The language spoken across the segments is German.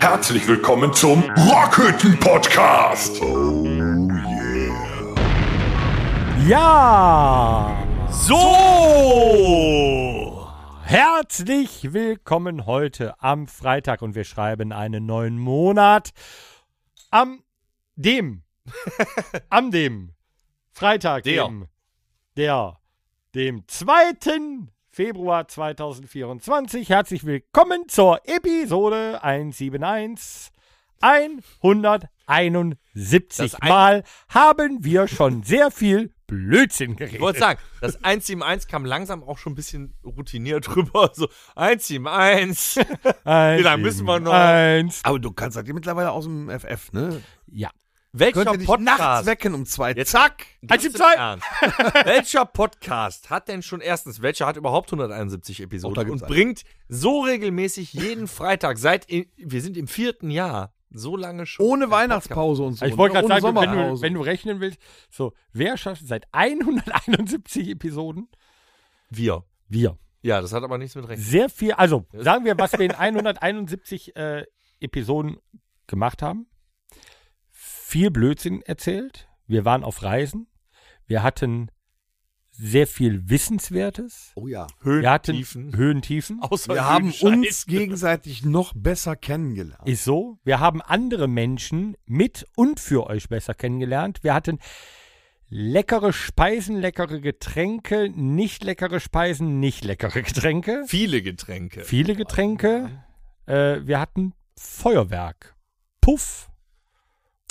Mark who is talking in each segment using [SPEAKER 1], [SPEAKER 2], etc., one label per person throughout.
[SPEAKER 1] Herzlich willkommen zum Rockhütten Podcast. Oh yeah.
[SPEAKER 2] Ja!
[SPEAKER 3] So!
[SPEAKER 2] Herzlich willkommen heute am Freitag und wir schreiben einen neuen Monat am dem am dem Freitag
[SPEAKER 3] Der.
[SPEAKER 2] dem der dem 2. Februar 2024. Herzlich willkommen zur Episode 171 171
[SPEAKER 3] Das ein-
[SPEAKER 2] Mal haben wir schon sehr viel Blödsinn geredet.
[SPEAKER 3] Ich wollte sagen, das 171 kam langsam auch schon ein bisschen routiniert rüber. So 171.
[SPEAKER 2] Eins,
[SPEAKER 3] Wie lange müssen wir noch?
[SPEAKER 2] Eins.
[SPEAKER 4] Aber du kannst das dir mittlerweile aus dem FF, ne?
[SPEAKER 2] Ja.
[SPEAKER 3] Welcher
[SPEAKER 4] Könnt ihr dich nachts
[SPEAKER 3] Podcast?
[SPEAKER 4] wecken um zwei.
[SPEAKER 3] Jetzt zack.
[SPEAKER 2] Eins,
[SPEAKER 3] ganz
[SPEAKER 2] sieben,
[SPEAKER 3] im
[SPEAKER 2] zwei.
[SPEAKER 3] Ernst. welcher Podcast hat denn schon erstens, welcher hat überhaupt 171
[SPEAKER 4] Oh, da
[SPEAKER 3] Episoden
[SPEAKER 4] gibt's
[SPEAKER 3] und
[SPEAKER 4] einen.
[SPEAKER 3] bringt so regelmäßig jeden Freitag seit i- wir sind im vierten Jahr so lange schon
[SPEAKER 4] Ohne
[SPEAKER 3] einen
[SPEAKER 4] Weihnachtspause und so.
[SPEAKER 2] Ich wollte
[SPEAKER 4] ne?
[SPEAKER 2] gerade
[SPEAKER 4] Ohne
[SPEAKER 2] sagen, wenn du,
[SPEAKER 4] Sommerpause.
[SPEAKER 2] wenn du rechnen willst, so, wer schafft seit 171 Episoden?
[SPEAKER 3] Podcast. Wir.
[SPEAKER 2] Wir.
[SPEAKER 3] Ja, das hat aber nichts mit Recht.
[SPEAKER 2] Sehr viel, also sagen wir, was wir in 171 äh, Episoden gemacht haben. Viel Blödsinn erzählt. Wir waren auf Reisen. Wir hatten sehr viel Wissenswertes.
[SPEAKER 4] Oh ja.
[SPEAKER 3] Höhen,
[SPEAKER 2] Wir hatten
[SPEAKER 3] Tiefen.
[SPEAKER 2] Höhen, Tiefen.
[SPEAKER 3] Außer
[SPEAKER 4] Wir haben
[SPEAKER 3] Scheiß.
[SPEAKER 4] uns gegenseitig noch besser kennengelernt.
[SPEAKER 2] Ist so. Wir haben andere Menschen mit und für euch besser kennengelernt. Wir hatten leckere Speisen, leckere Getränke, nicht leckere Speisen, nicht leckere Getränke,
[SPEAKER 3] viele Getränke.
[SPEAKER 2] viele Getränke. Äh, wir hatten Feuerwerk, Puff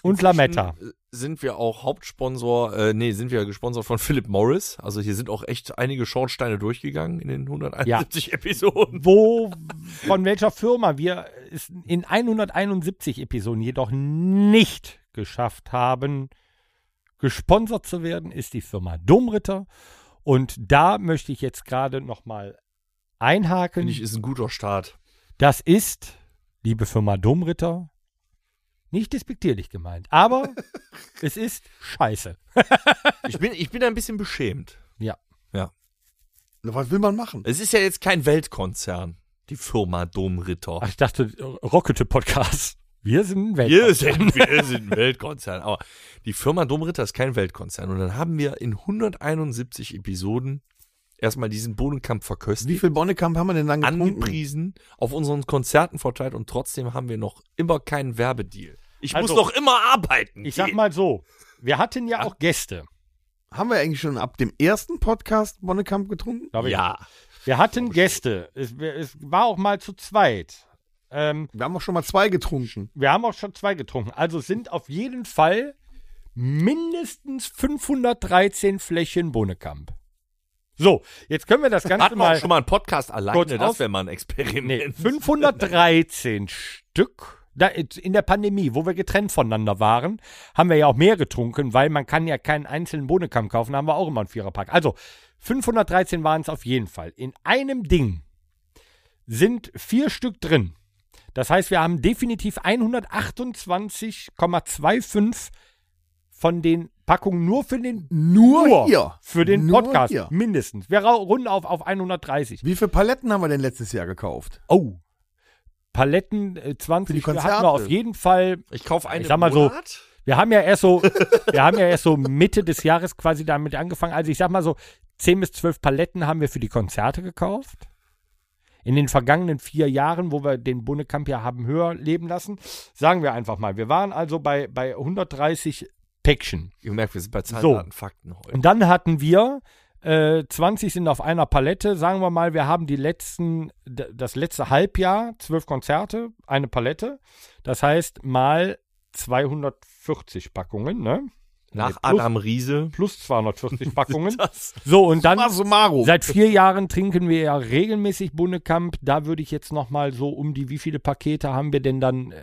[SPEAKER 2] und Lametta.
[SPEAKER 3] Inzwischen äh, Sind wir auch Hauptsponsor, äh, nee, sind wir gesponsert von Philip Morris. Also hier sind auch echt einige Schornsteine durchgegangen in den 171 Episoden.
[SPEAKER 2] Wo, von welcher Firma wir es in 171 Episoden jedoch nicht geschafft haben, gesponsert zu werden, ist die Firma Domritter. Und da möchte ich jetzt gerade nochmal einhaken.
[SPEAKER 3] Finde ich, ist ein guter Start.
[SPEAKER 2] Das ist, liebe Firma Domritter, nicht despektierlich gemeint, aber es ist scheiße.
[SPEAKER 3] Ich bin, ich bin ein bisschen beschämt.
[SPEAKER 2] Ja.
[SPEAKER 4] Na, Was will man machen?
[SPEAKER 3] Es ist ja jetzt kein Weltkonzern, die Firma Domritter.
[SPEAKER 2] Ach, ich dachte, Rockete Podcast. Wir sind ein
[SPEAKER 3] Wir
[SPEAKER 2] Weltkonzern.
[SPEAKER 3] sind, wir sind ein Weltkonzern. Aber die Firma Domritter ist kein Weltkonzern. Und dann haben wir in 171 Episoden erstmal diesen Bohnenkampf verköstigt.
[SPEAKER 4] Wie viel Bonnekamp haben wir denn dann getrunken?
[SPEAKER 3] angepriesen, auf unseren Konzerten verteilt und trotzdem haben wir noch immer keinen Werbedeal. Ich
[SPEAKER 2] Also,
[SPEAKER 3] muss noch immer arbeiten.
[SPEAKER 2] Ich sag mal so, wir hatten ja auch Gäste.
[SPEAKER 4] Haben wir eigentlich schon ab dem ersten Podcast Bonnekamp getrunken?
[SPEAKER 2] Glaub ich.
[SPEAKER 3] ja.
[SPEAKER 2] Wir hatten Gäste. Es, wir- es war auch mal zu zweit. Ähm,
[SPEAKER 4] Wir haben auch schon mal zwei getrunken.
[SPEAKER 2] wir haben auch schon zwei getrunken. Also sind auf jeden Fall mindestens 513 Flächen Bohnekamp. So, jetzt können wir das Ganze
[SPEAKER 3] Hatten wir
[SPEAKER 2] mal.
[SPEAKER 3] auch schon mal einen Podcast alleine,
[SPEAKER 2] Kurz auf-
[SPEAKER 3] das wäre mal ein Experiment.
[SPEAKER 2] Nee, 513 Äh, Stück. Da, in der Pandemie, wo wir getrennt voneinander waren, haben wir ja auch mehr getrunken, weil man kann ja keinen einzelnen Bohnenkamm kaufen, da haben wir auch immer einen Viererpack. Also 513 waren es auf jeden Fall. In einem Ding sind vier Stück drin. Das heißt, wir haben definitiv 128,25 von den Packungen nur für den
[SPEAKER 4] Nur,
[SPEAKER 2] nur
[SPEAKER 4] hier.
[SPEAKER 2] für den
[SPEAKER 4] Nur
[SPEAKER 2] Podcast
[SPEAKER 4] Hier.
[SPEAKER 2] mindestens. Wir ra- runden auf auf 130.
[SPEAKER 4] Wie viele Paletten haben wir denn letztes Jahr gekauft?
[SPEAKER 2] Oh. Paletten äh,
[SPEAKER 4] Für die
[SPEAKER 2] 20 hatten
[SPEAKER 4] Konzerte.
[SPEAKER 2] wir auf jeden Fall.
[SPEAKER 3] Ich kaufe eine
[SPEAKER 2] Ich sag mal so,
[SPEAKER 3] Monat.
[SPEAKER 2] Wir haben ja erst so, wir haben ja erst so Mitte des Jahres quasi damit angefangen. Also ich sag mal so, 10 bis 12 Paletten haben wir für die Konzerte gekauft. In den vergangenen vier Jahren, wo wir den Bundekamp ja haben höher leben lassen, sagen wir einfach mal, wir waren also bei, bei 130 Päckchen.
[SPEAKER 3] Ihr merkt, wir sind bei Zahlen,
[SPEAKER 2] So.
[SPEAKER 3] Daten, Fakten heute.
[SPEAKER 2] Und dann hatten wir äh, 20 sind auf einer Palette. Sagen wir mal, wir haben die letzten, d- das letzte Halbjahr, zwölf Konzerte, eine Palette. Das heißt mal 240 Packungen, ne?
[SPEAKER 3] Nach
[SPEAKER 2] plus-
[SPEAKER 3] Adam Riese.
[SPEAKER 2] Plus 240 Packungen.
[SPEAKER 3] Das.
[SPEAKER 2] So, und dann
[SPEAKER 4] Summa summarum.
[SPEAKER 2] seit vier Jahren trinken wir ja regelmäßig Bunnekamp. Da würde ich jetzt nochmal so um die, wie viele Pakete haben wir denn dann, äh,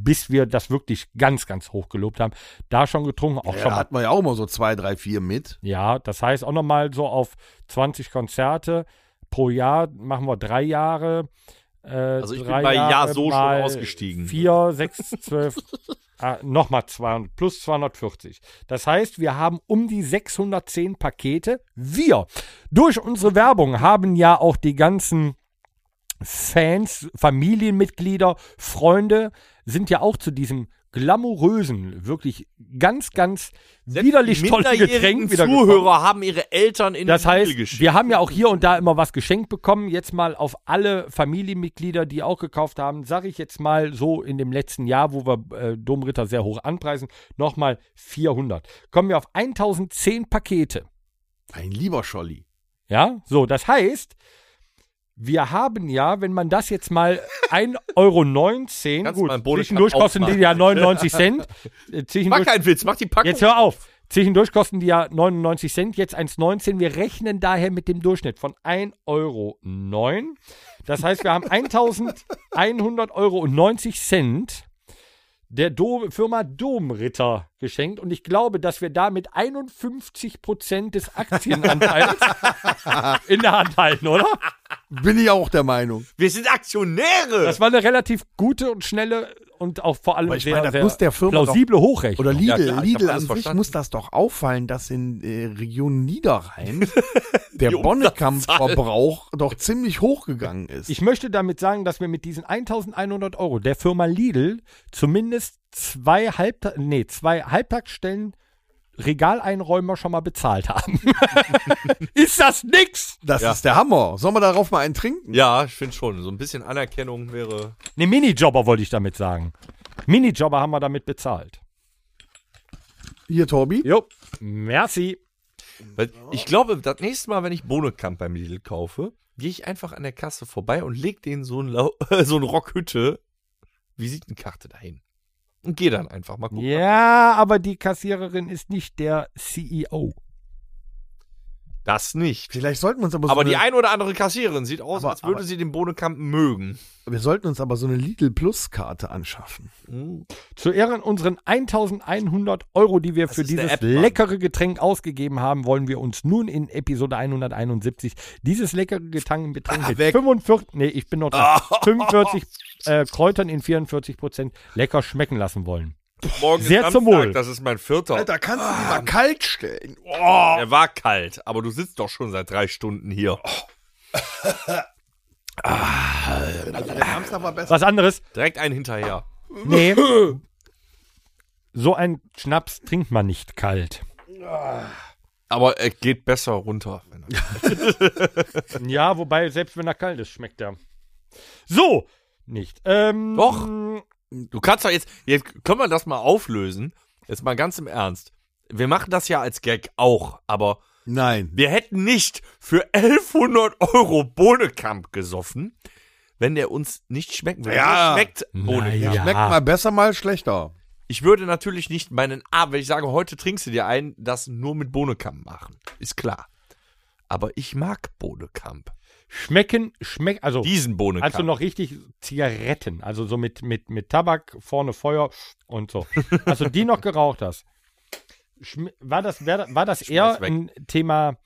[SPEAKER 2] bis wir das wirklich ganz, ganz hoch gelobt haben, da schon getrunken, auch
[SPEAKER 4] Ja,
[SPEAKER 2] schon
[SPEAKER 4] da
[SPEAKER 2] mal
[SPEAKER 4] hatten wir ja auch immer so zwei, drei, vier mit.
[SPEAKER 2] Ja, das heißt auch nochmal so auf 20 Konzerte pro Jahr machen wir drei Jahre. Äh,
[SPEAKER 3] Also ich bin
[SPEAKER 2] drei
[SPEAKER 3] bei Ja
[SPEAKER 2] Jahre
[SPEAKER 3] so schon
[SPEAKER 2] mal
[SPEAKER 3] ausgestiegen.
[SPEAKER 2] Vier, sechs, zwölf, Ah, Nochmal 200, plus 240. Das heißt, wir haben um die 610 Pakete. Wir, durch unsere Werbung, haben ja auch die ganzen Fans, Familienmitglieder, Freunde, sind ja auch zu diesem glamourösen, wirklich ganz, ganz widerlich tollen Getränk wieder gekommen.
[SPEAKER 3] Zuhörer haben ihre Eltern in
[SPEAKER 2] Das
[SPEAKER 3] die Bibel
[SPEAKER 2] heißt,
[SPEAKER 3] geschickt.
[SPEAKER 2] wir haben ja auch hier und da immer was geschenkt bekommen. Jetzt mal auf alle Familienmitglieder, die auch gekauft haben, sage ich jetzt mal so in dem letzten Jahr, wo wir äh, Domritter sehr hoch anpreisen, nochmal 400. Kommen wir auf 1010 Pakete.
[SPEAKER 4] Ein lieber Scholli.
[SPEAKER 2] Ja, so, das heißt, wir haben ja, wenn man das jetzt mal 1,19 Euro,
[SPEAKER 3] Kannst mal einen
[SPEAKER 2] gut,
[SPEAKER 3] Boden
[SPEAKER 2] zwischendurch kosten die
[SPEAKER 3] aufmachen.
[SPEAKER 2] ja 99 Cent. Äh,
[SPEAKER 3] Mach
[SPEAKER 2] zwischendurch-
[SPEAKER 3] keinen Witz, mach die Packung.
[SPEAKER 2] Jetzt hör auf. Zwischendurch kosten die ja 99 Cent, jetzt 1,19. Wir rechnen daher mit dem Durchschnitt von 1,09 Euro. Das heißt, wir haben 1.100 Euro und 90 Cent der Dom, Firma Domritter geschenkt. Und ich glaube, dass wir damit 51 Prozent des Aktienanteils in der Hand halten, oder?
[SPEAKER 4] Bin ich auch der Meinung.
[SPEAKER 3] Wir sind Aktionäre.
[SPEAKER 2] Das war eine relativ gute und schnelle und auch vor allem
[SPEAKER 4] Aber ich
[SPEAKER 2] sehr,
[SPEAKER 4] meine, das
[SPEAKER 2] sehr
[SPEAKER 4] muss der Firma doch-
[SPEAKER 2] plausible Hochrechnung.
[SPEAKER 4] Oder Lidl,
[SPEAKER 3] Ja, klar, ich hab
[SPEAKER 4] Lidl
[SPEAKER 3] alles
[SPEAKER 4] an sich
[SPEAKER 3] verstanden.
[SPEAKER 4] muss das doch auffallen, dass in äh, Region Niederrhein der
[SPEAKER 3] Die
[SPEAKER 4] Bonnekamp-Verbrauch doch ziemlich hochgegangen ist.
[SPEAKER 2] Ich möchte damit sagen, dass wir mit diesen 1100 Euro der Firma Lidl zumindest zwei, Halbta nee, zwei Halbtagsstellen Regaleinräumer schon mal bezahlt haben. ist das nix?
[SPEAKER 4] das
[SPEAKER 3] Ja.
[SPEAKER 4] ist der Hammer. Sollen wir darauf mal einen trinken?
[SPEAKER 3] ja, ich finde schon. So ein bisschen Anerkennung wäre.
[SPEAKER 2] Ne, Minijobber wollte ich damit sagen. Minijobber haben wir damit bezahlt.
[SPEAKER 4] Hier, Torbi.
[SPEAKER 2] Jo. Merci.
[SPEAKER 3] Weil ich glaube, das nächste Mal, wenn ich Bohnenkamp beim Lidl kaufe, gehe ich einfach an der Kasse vorbei und leg denen so ein, Lau so ein Rockhütte Visitenkarte dahin. Und gehe dann einfach mal gucken.
[SPEAKER 2] Ja, aber die Kassiererin ist nicht der E CEO.
[SPEAKER 3] Das nicht.
[SPEAKER 4] Vielleicht sollten wir uns aber,
[SPEAKER 3] Aber
[SPEAKER 4] so
[SPEAKER 3] die
[SPEAKER 4] eine,
[SPEAKER 3] ein oder andere Kassiererin sieht aus,
[SPEAKER 4] Aber-
[SPEAKER 3] als würde
[SPEAKER 4] aber-
[SPEAKER 3] sie den Bohnenkamp mögen.
[SPEAKER 4] wir sollten uns aber so eine Lidl Plus Karte anschaffen.
[SPEAKER 2] Zu Ehren unseren 1100 Euro, die wir
[SPEAKER 3] Das
[SPEAKER 2] für
[SPEAKER 3] ist eine
[SPEAKER 2] dieses
[SPEAKER 3] App, Mann.
[SPEAKER 2] leckere Getränk ausgegeben haben, wollen wir uns nun in Episode 171 dieses leckere Getränk Getränk mit 45, nee, ich bin noch dran, 45 äh, Kräutern in 44 Prozent lecker schmecken lassen wollen.
[SPEAKER 3] Morgen
[SPEAKER 2] Sehr zum Wohl.
[SPEAKER 3] Das ist mein vierter.
[SPEAKER 4] Alter, kannst du die mal kalt stellen?
[SPEAKER 3] Er war kalt, aber du sitzt doch schon seit drei Stunden hier.
[SPEAKER 4] Oh. Also der Samstag war besser.
[SPEAKER 2] Was anderes?
[SPEAKER 3] Direkt einen hinterher.
[SPEAKER 2] Nee. So ein Schnaps trinkt man nicht kalt.
[SPEAKER 3] Aber er geht besser runter. wenn er-
[SPEAKER 2] Ja, wobei, selbst wenn er kalt ist, schmeckt er. So, nicht. Ähm,
[SPEAKER 3] Doch. Du kannst doch jetzt, jetzt können wir das mal auflösen. Jetzt mal ganz im Ernst. Wir machen das ja als Gag auch, aber
[SPEAKER 4] Nein.
[SPEAKER 3] wir hätten nicht für 1100 Euro Bohnekamp gesoffen, wenn der uns nicht schmecken würde.
[SPEAKER 4] Ja.
[SPEAKER 3] Mir Schmeckt Bohnekamp.
[SPEAKER 2] Naja.
[SPEAKER 4] Schmeckt mal besser, mal schlechter.
[SPEAKER 3] Ich würde natürlich nicht meinen Abend, wenn ich sage, heute trinkst du dir einen, das nur mit Bohnenkamp machen. Ist klar. Aber ich mag Bohnenkamp.
[SPEAKER 2] Schmecken, schmecken, also.
[SPEAKER 3] Diesen Bohnenkamp.
[SPEAKER 2] Also noch richtig Zigaretten, also so mit, mit, mit Tabak, vorne Feuer und so. Also die noch geraucht hast. Schm- War das, wär, war das eher
[SPEAKER 3] weg.
[SPEAKER 2] ein Thema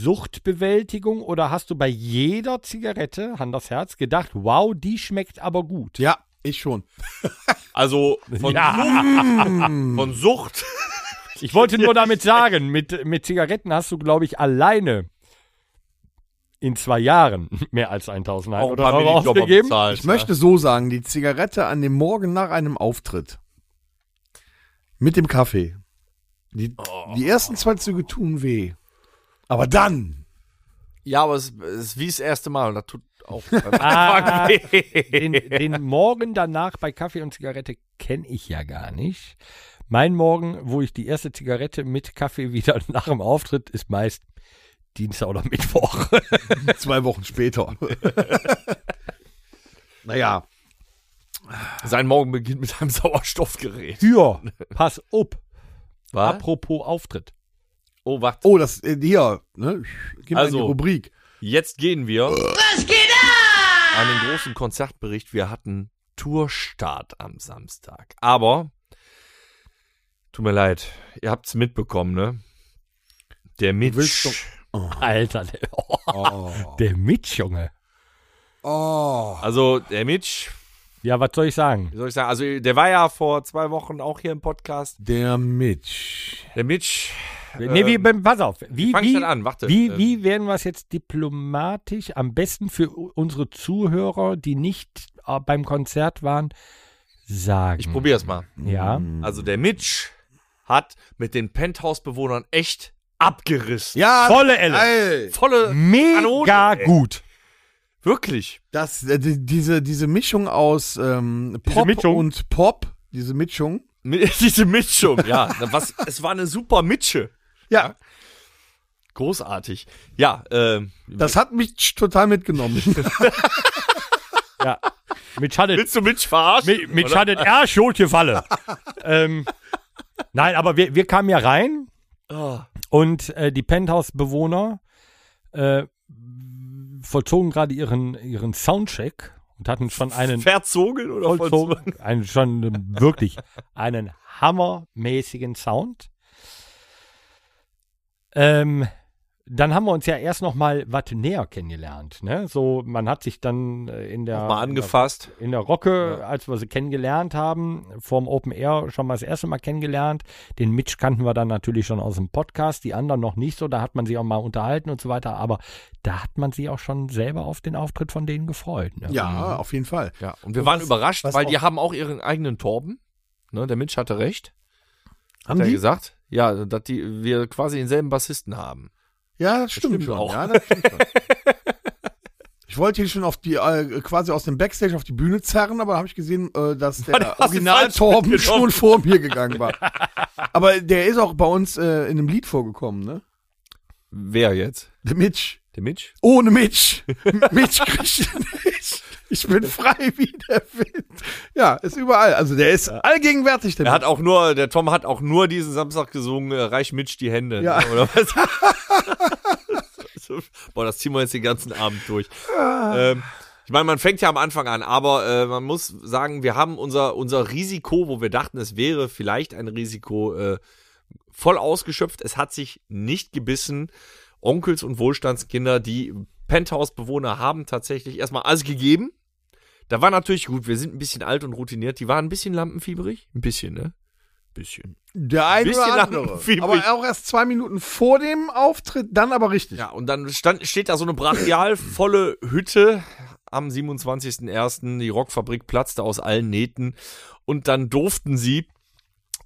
[SPEAKER 2] Suchtbewältigung oder hast du bei jeder Zigarette, Hand aufs Herz, gedacht, wow, die schmeckt aber gut?
[SPEAKER 4] Ja, ich schon.
[SPEAKER 3] Also von, Sucht, von Sucht.
[SPEAKER 2] Ich wollte nur damit sagen, mit, mit Zigaretten hast du, glaube ich, alleine in zwei Jahren mehr als 1000
[SPEAKER 3] Auch ein
[SPEAKER 2] oder
[SPEAKER 3] paar
[SPEAKER 2] Euro
[SPEAKER 3] Minijobber
[SPEAKER 2] ausgegeben.
[SPEAKER 3] bezahlt,
[SPEAKER 4] Ich möchte so sagen, die Zigarette an dem Morgen nach einem Auftritt. Mit dem Kaffee. Die,
[SPEAKER 2] Oh.
[SPEAKER 4] die ersten zwei Züge tun weh. Aber dann.
[SPEAKER 3] Ja, aber es, es ist wie das erste Mal. und Das tut auch.
[SPEAKER 2] Ah.
[SPEAKER 3] weh.
[SPEAKER 2] den, den Morgen danach bei Kaffee und Zigarette kenne ich ja gar nicht. Mein Morgen, wo ich die erste Zigarette mit Kaffee wieder nach dem Auftritt, ist meist Dienstag oder Mittwoch.
[SPEAKER 4] Zwei Wochen später. naja.
[SPEAKER 3] Sein Morgen beginnt mit einem Sauerstoffgerät.
[SPEAKER 2] Tür, pass up.
[SPEAKER 3] Was?
[SPEAKER 2] Apropos Auftritt.
[SPEAKER 3] Oh, warte.
[SPEAKER 4] Oh, das äh, hier. Ne? Gib mal in die
[SPEAKER 3] Also.
[SPEAKER 4] Rubrik.
[SPEAKER 3] Jetzt gehen wir. Was geht ab? An den großen Konzertbericht. Wir hatten Tourstart am Samstag. Aber, tut mir leid, ihr habt's mitbekommen, ne? Der
[SPEAKER 4] willst
[SPEAKER 3] Mitch.
[SPEAKER 2] Alter, der,
[SPEAKER 4] Oh.
[SPEAKER 2] der Mitjunge.
[SPEAKER 4] oh.
[SPEAKER 3] Also, der Mitch
[SPEAKER 2] Ja, was soll ich sagen?
[SPEAKER 3] Wie soll ich sagen? Also, der war ja vor zwei Wochen auch hier im Podcast.
[SPEAKER 4] Der Mitch.
[SPEAKER 3] Der Mitch.
[SPEAKER 2] nee,
[SPEAKER 3] Ähm,
[SPEAKER 2] wie, pass auf. Wie,
[SPEAKER 3] Fang ich
[SPEAKER 2] wie,
[SPEAKER 3] dann an, warte.
[SPEAKER 2] wie,
[SPEAKER 3] Ähm,
[SPEAKER 2] wie werden wir es jetzt diplomatisch am besten für u- unsere Zuhörer, die nicht äh, beim Konzert waren, sagen?
[SPEAKER 3] Ich probier's mal.
[SPEAKER 2] Ja.
[SPEAKER 3] Also, der Mitch hat mit den Penthouse-Bewohnern echt abgerissen.
[SPEAKER 4] Ja,
[SPEAKER 2] Volle Elle.
[SPEAKER 4] geil.
[SPEAKER 3] Volle
[SPEAKER 2] Mega
[SPEAKER 3] Kanone, ey.
[SPEAKER 2] gut.
[SPEAKER 3] Wirklich.
[SPEAKER 4] Das, äh, die, diese, diese Mischung aus ähm, Pop
[SPEAKER 2] Mischung.
[SPEAKER 4] und Pop, diese Mischung.
[SPEAKER 3] Mi- Diese Mitschung, ja. Na, Was, es war eine super Mitsche.
[SPEAKER 4] Ja,
[SPEAKER 3] Großartig. Ja, ähm,
[SPEAKER 4] das hat mich total mitgenommen.
[SPEAKER 2] Ja. Mit Schadet.
[SPEAKER 3] willst du Mitch verarschen?
[SPEAKER 2] Mit, mit Schadet R. Schulte Falle. ähm, nein, aber wir, wir kamen ja rein
[SPEAKER 3] Oh,
[SPEAKER 2] und äh, die Penthouse-Bewohner äh, vollzogen gerade ihren, ihren Soundcheck und hatten schon einen
[SPEAKER 3] verzogen oder vollzogen?
[SPEAKER 2] vollzogen, einen, schon wirklich einen hammermäßigen Sound. Ähm, dann haben wir uns ja erst noch mal was näher kennengelernt. Ne? So, man hat sich dann äh, in der
[SPEAKER 3] Mal
[SPEAKER 2] in der
[SPEAKER 3] angefasst.
[SPEAKER 2] in der Rocke, als wir sie kennengelernt haben, vorm Open Air schon mal das erste Mal kennengelernt. Den Mitch kannten wir dann natürlich schon aus dem Podcast, die anderen noch nicht so, da hat man sie auch mal unterhalten und so weiter, aber da hat man sie auch schon selber auf den Auftritt von denen gefreut. Ne?
[SPEAKER 4] ja, auf jeden Fall.
[SPEAKER 3] Ja, und wir waren überrascht,
[SPEAKER 4] was
[SPEAKER 3] weil
[SPEAKER 4] auch-
[SPEAKER 3] die haben auch ihren eigenen Torben. Ne, der Mitch hatte recht.
[SPEAKER 4] Haben
[SPEAKER 3] hat er
[SPEAKER 4] die?
[SPEAKER 3] gesagt? Ja, dass die, wir quasi denselben Bassisten haben.
[SPEAKER 4] Ja, das stimmt,
[SPEAKER 3] stimmt
[SPEAKER 4] schon.
[SPEAKER 3] auch.
[SPEAKER 4] Ja, das stimmt schon. Ich wollte ihn schon auf die, äh, quasi aus dem Backstage auf die Bühne zerren, aber habe ich gesehen, äh, dass der
[SPEAKER 3] hast ihn
[SPEAKER 4] Original
[SPEAKER 3] falsch
[SPEAKER 4] Torben
[SPEAKER 3] mitgenommen.
[SPEAKER 4] schon vor mir gegangen war. Aber der ist auch bei uns äh, in einem Lied vorgekommen, ne?
[SPEAKER 3] Wer jetzt?
[SPEAKER 4] Der Mitch.
[SPEAKER 3] Der Mitch?
[SPEAKER 4] Ohne Mitch. Mitch kriegt nicht. Ich bin frei wie der Wind. Ja, ist überall. Also der ist allgegenwärtig. Der
[SPEAKER 3] Er hat
[SPEAKER 4] Mitch.
[SPEAKER 3] auch nur, der Tom hat auch nur diesen Samstag gesungen, äh, reich Mitch die Hände.
[SPEAKER 4] Ja.
[SPEAKER 3] ne, Oder was? Boah, das ziehen wir jetzt den ganzen Abend durch. ähm, ich meine, man fängt ja am Anfang an, aber äh, man muss sagen, wir haben unser, unser Risiko, wo wir dachten, es wäre vielleicht ein Risiko, äh, voll ausgeschöpft. Es hat sich nicht gebissen. Onkels und Wohlstandskinder, die Penthouse-Bewohner haben tatsächlich erstmal alles gegeben. Da war natürlich gut, wir sind ein bisschen alt und routiniert. Die waren ein bisschen lampenfieberig. Ein bisschen, ne? Bisschen.
[SPEAKER 4] der ein
[SPEAKER 3] bisschen
[SPEAKER 4] oder
[SPEAKER 3] lang
[SPEAKER 4] andere.
[SPEAKER 3] fiebrig.
[SPEAKER 4] Aber auch erst zwei Minuten vor dem Auftritt, dann aber richtig.
[SPEAKER 3] Ja, und dann stand, steht da so eine brachial volle Hütte am 27.01. Die Rockfabrik platzte aus allen Nähten und dann durften sie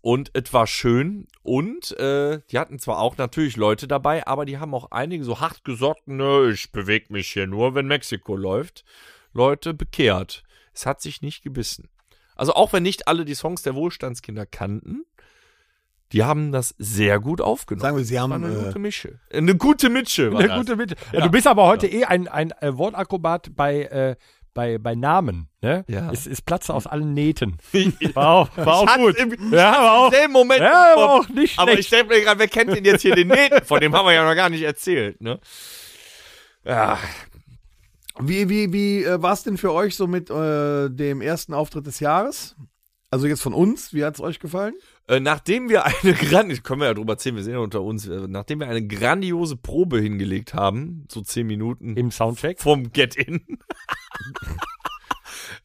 [SPEAKER 3] und es war schön und äh, die hatten zwar auch natürlich Leute dabei, aber die haben auch einige so hart gesagt, nö, ich bewege mich hier nur, wenn Mexiko läuft, Leute bekehrt. Es hat sich nicht gebissen. Also auch wenn nicht alle die Songs der Wohlstandskinder kannten, die haben das sehr gut aufgenommen.
[SPEAKER 4] Sagen wir, sie haben,
[SPEAKER 3] War eine
[SPEAKER 4] äh,
[SPEAKER 3] gute Mische. Eine gute Mitsche war
[SPEAKER 2] Eine
[SPEAKER 3] das.
[SPEAKER 2] gute Mitte. Ja, du bist aber heute eh ein, ein äh, Wortakrobat bei, äh, bei, bei Namen. Ne?
[SPEAKER 3] Ja.
[SPEAKER 2] Es, es platzt aus allen Nähten. War auch, war auch gut.
[SPEAKER 3] Im
[SPEAKER 2] Ja, war auch,
[SPEAKER 3] selben Moment.
[SPEAKER 2] ja, war auch nicht schlecht.
[SPEAKER 3] aber ich denke mir gerade, wer kennt denn jetzt hier den Nähten? Von dem haben wir ja noch gar nicht erzählt. Ne? Ja,
[SPEAKER 4] Wie, wie, wie äh, war es denn für euch so mit äh, dem ersten Auftritt des Jahres? Also jetzt von uns, wie hat es euch gefallen?
[SPEAKER 3] Äh, nachdem wir eine grandiose, können wir ja drüber erzählen, wir sind ja unter uns, äh, nachdem wir eine grandiose Probe hingelegt haben, so zehn Minuten
[SPEAKER 2] Im Soundcheck.
[SPEAKER 3] vom Get-In.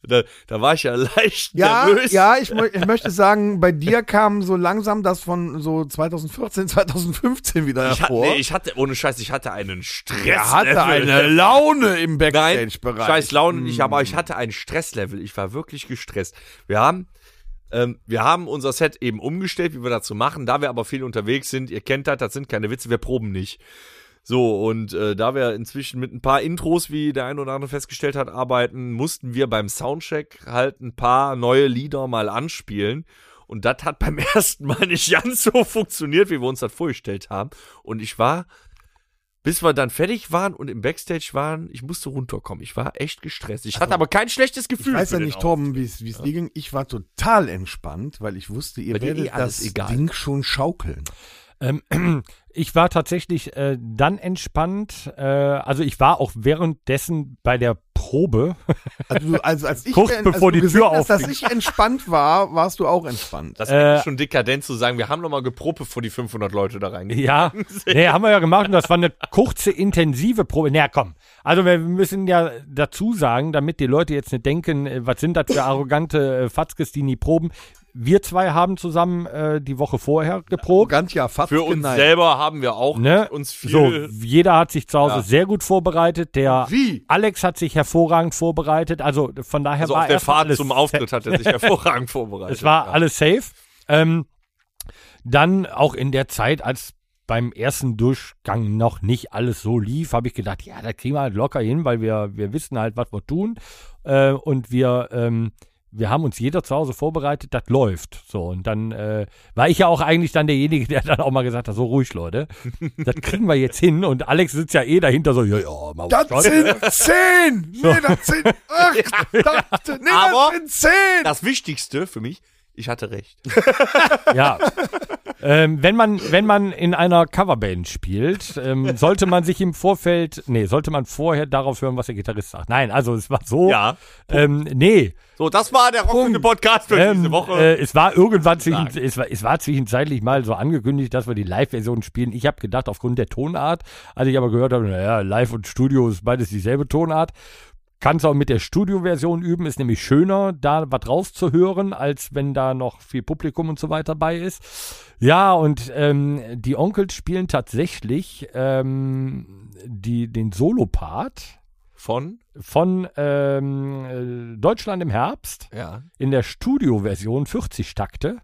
[SPEAKER 3] da, da war ich ja leicht
[SPEAKER 4] Ja,
[SPEAKER 3] nervös.
[SPEAKER 4] ja, ich, mö- ich möchte sagen, bei dir kam so langsam das von so 2014, 2015 wieder
[SPEAKER 3] Ich hatte,
[SPEAKER 4] hervor.
[SPEAKER 3] nee, ich hatte, ohne Scheiß, ich hatte einen Stress.
[SPEAKER 4] er hatte eine Laune im
[SPEAKER 3] Nein,
[SPEAKER 4] Backstage-Bereich.
[SPEAKER 3] scheiß Laune nicht, aber ich hatte ein Stresslevel. Ich war wirklich gestresst. Wir haben, ähm, wir haben unser Set eben umgestellt, wie wir dazu machen. Da wir aber viel unterwegs sind, ihr kennt das, das sind keine Witze, wir proben nicht. So, und äh, da wir inzwischen mit ein paar Intros, wie der eine oder andere festgestellt hat, arbeiten, mussten wir beim Soundcheck halt ein paar neue Lieder mal anspielen. Und das hat beim ersten Mal nicht ganz so funktioniert, wie wir uns das vorgestellt haben. Und ich war bis wir dann fertig waren und im Backstage waren, ich musste runterkommen. Ich war echt gestresst. Ich
[SPEAKER 2] Also,
[SPEAKER 3] hatte aber kein schlechtes Gefühl.
[SPEAKER 4] Ich weiß
[SPEAKER 3] für
[SPEAKER 4] ja
[SPEAKER 3] den
[SPEAKER 4] nicht,
[SPEAKER 3] Auftritt.
[SPEAKER 4] Torben, wie es wie es dir ging. Ich war total entspannt, weil ich wusste, ihr
[SPEAKER 3] Bei dir
[SPEAKER 4] werdet
[SPEAKER 3] eh alles
[SPEAKER 4] das
[SPEAKER 3] egal.
[SPEAKER 4] Ding schon schaukeln.
[SPEAKER 2] Ähm, ich war tatsächlich äh, dann entspannt. Äh, also ich war auch währenddessen bei der Probe.
[SPEAKER 4] Also, du- also als ich,
[SPEAKER 2] Kurz
[SPEAKER 4] als
[SPEAKER 2] bevor
[SPEAKER 4] du
[SPEAKER 2] die
[SPEAKER 4] gesehen
[SPEAKER 2] Tür
[SPEAKER 4] hast, dass
[SPEAKER 2] aufging.
[SPEAKER 4] ich entspannt war, warst du auch entspannt.
[SPEAKER 3] Das
[SPEAKER 2] Äh,
[SPEAKER 3] ist schon dekadent zu sagen, wir haben noch mal geprobt, vor die 500 Leute da rein.
[SPEAKER 2] Ja, nee, haben wir ja gemacht und das war eine kurze, intensive Probe. Na komm, also wir müssen ja dazu sagen, damit die Leute jetzt nicht denken, äh, was sind das für arrogante äh, Fatzkes, die nie proben. Wir zwei haben zusammen äh, die Woche vorher geprobt.
[SPEAKER 4] Oh, Ganz ja, fast
[SPEAKER 3] Für uns
[SPEAKER 4] geneigt.
[SPEAKER 3] selber haben wir auch
[SPEAKER 2] genau. Ne?
[SPEAKER 3] uns viel
[SPEAKER 2] so, jeder hat sich zu Hause
[SPEAKER 3] Ja.
[SPEAKER 2] sehr gut vorbereitet. Der
[SPEAKER 4] Wie?
[SPEAKER 2] Alex hat sich hervorragend vorbereitet. Also von daher
[SPEAKER 3] Also
[SPEAKER 2] war
[SPEAKER 3] auf der
[SPEAKER 2] erstmal
[SPEAKER 3] Fahrt
[SPEAKER 2] alles
[SPEAKER 3] zum Auftritt hat er sich hervorragend vorbereitet.
[SPEAKER 2] Es war
[SPEAKER 3] Ja.
[SPEAKER 2] alles safe. Ähm, dann auch in der Zeit, als beim ersten Durchgang noch nicht alles so lief, habe ich gedacht, ja, da kriegen wir halt locker hin, weil wir, wir wissen halt, was wir tun. Äh, und wir, ähm, wir haben uns jeder zu Hause vorbereitet, das läuft. So, und dann äh, war ich ja auch eigentlich dann derjenige, der dann auch mal gesagt hat, so ruhig, Leute, das kriegen wir jetzt hin. Und Alex sitzt ja eh dahinter so, ja, ja, mal
[SPEAKER 4] Das
[SPEAKER 2] stolz.
[SPEAKER 4] sind zehn! Nee, das sind acht! Das, nee,
[SPEAKER 3] Aber-
[SPEAKER 4] das sind zehn!
[SPEAKER 3] das Wichtigste für mich. Ich hatte recht.
[SPEAKER 2] Ja. ähm, wenn, man, wenn man in einer Coverband spielt, ähm, sollte man sich im Vorfeld, nee, sollte man vorher darauf hören, was der Gitarrist sagt. Nein, also es war so,
[SPEAKER 3] Ja.
[SPEAKER 2] ähm, nee,
[SPEAKER 3] So, das war der rockende Podcast für
[SPEAKER 2] ähm,
[SPEAKER 3] diese Woche.
[SPEAKER 2] Äh, es war irgendwann zwischen, es war, es war zwischenzeitlich mal so angekündigt, dass wir die Live-Version spielen. Ich habe gedacht, aufgrund der Tonart, als ich aber gehört habe, naja, Live und Studio ist beides dieselbe Tonart. Kannst auch mit der Studio-Version üben, ist nämlich schöner, da was rauszuhören, als wenn da noch viel Publikum und so weiter bei ist. Ja, und ähm, die Onkels spielen tatsächlich ähm, die, den Solopart
[SPEAKER 3] Von?
[SPEAKER 2] von ähm, äh, Deutschland im Herbst
[SPEAKER 3] Ja.
[SPEAKER 2] in der Studioversion 40 Takte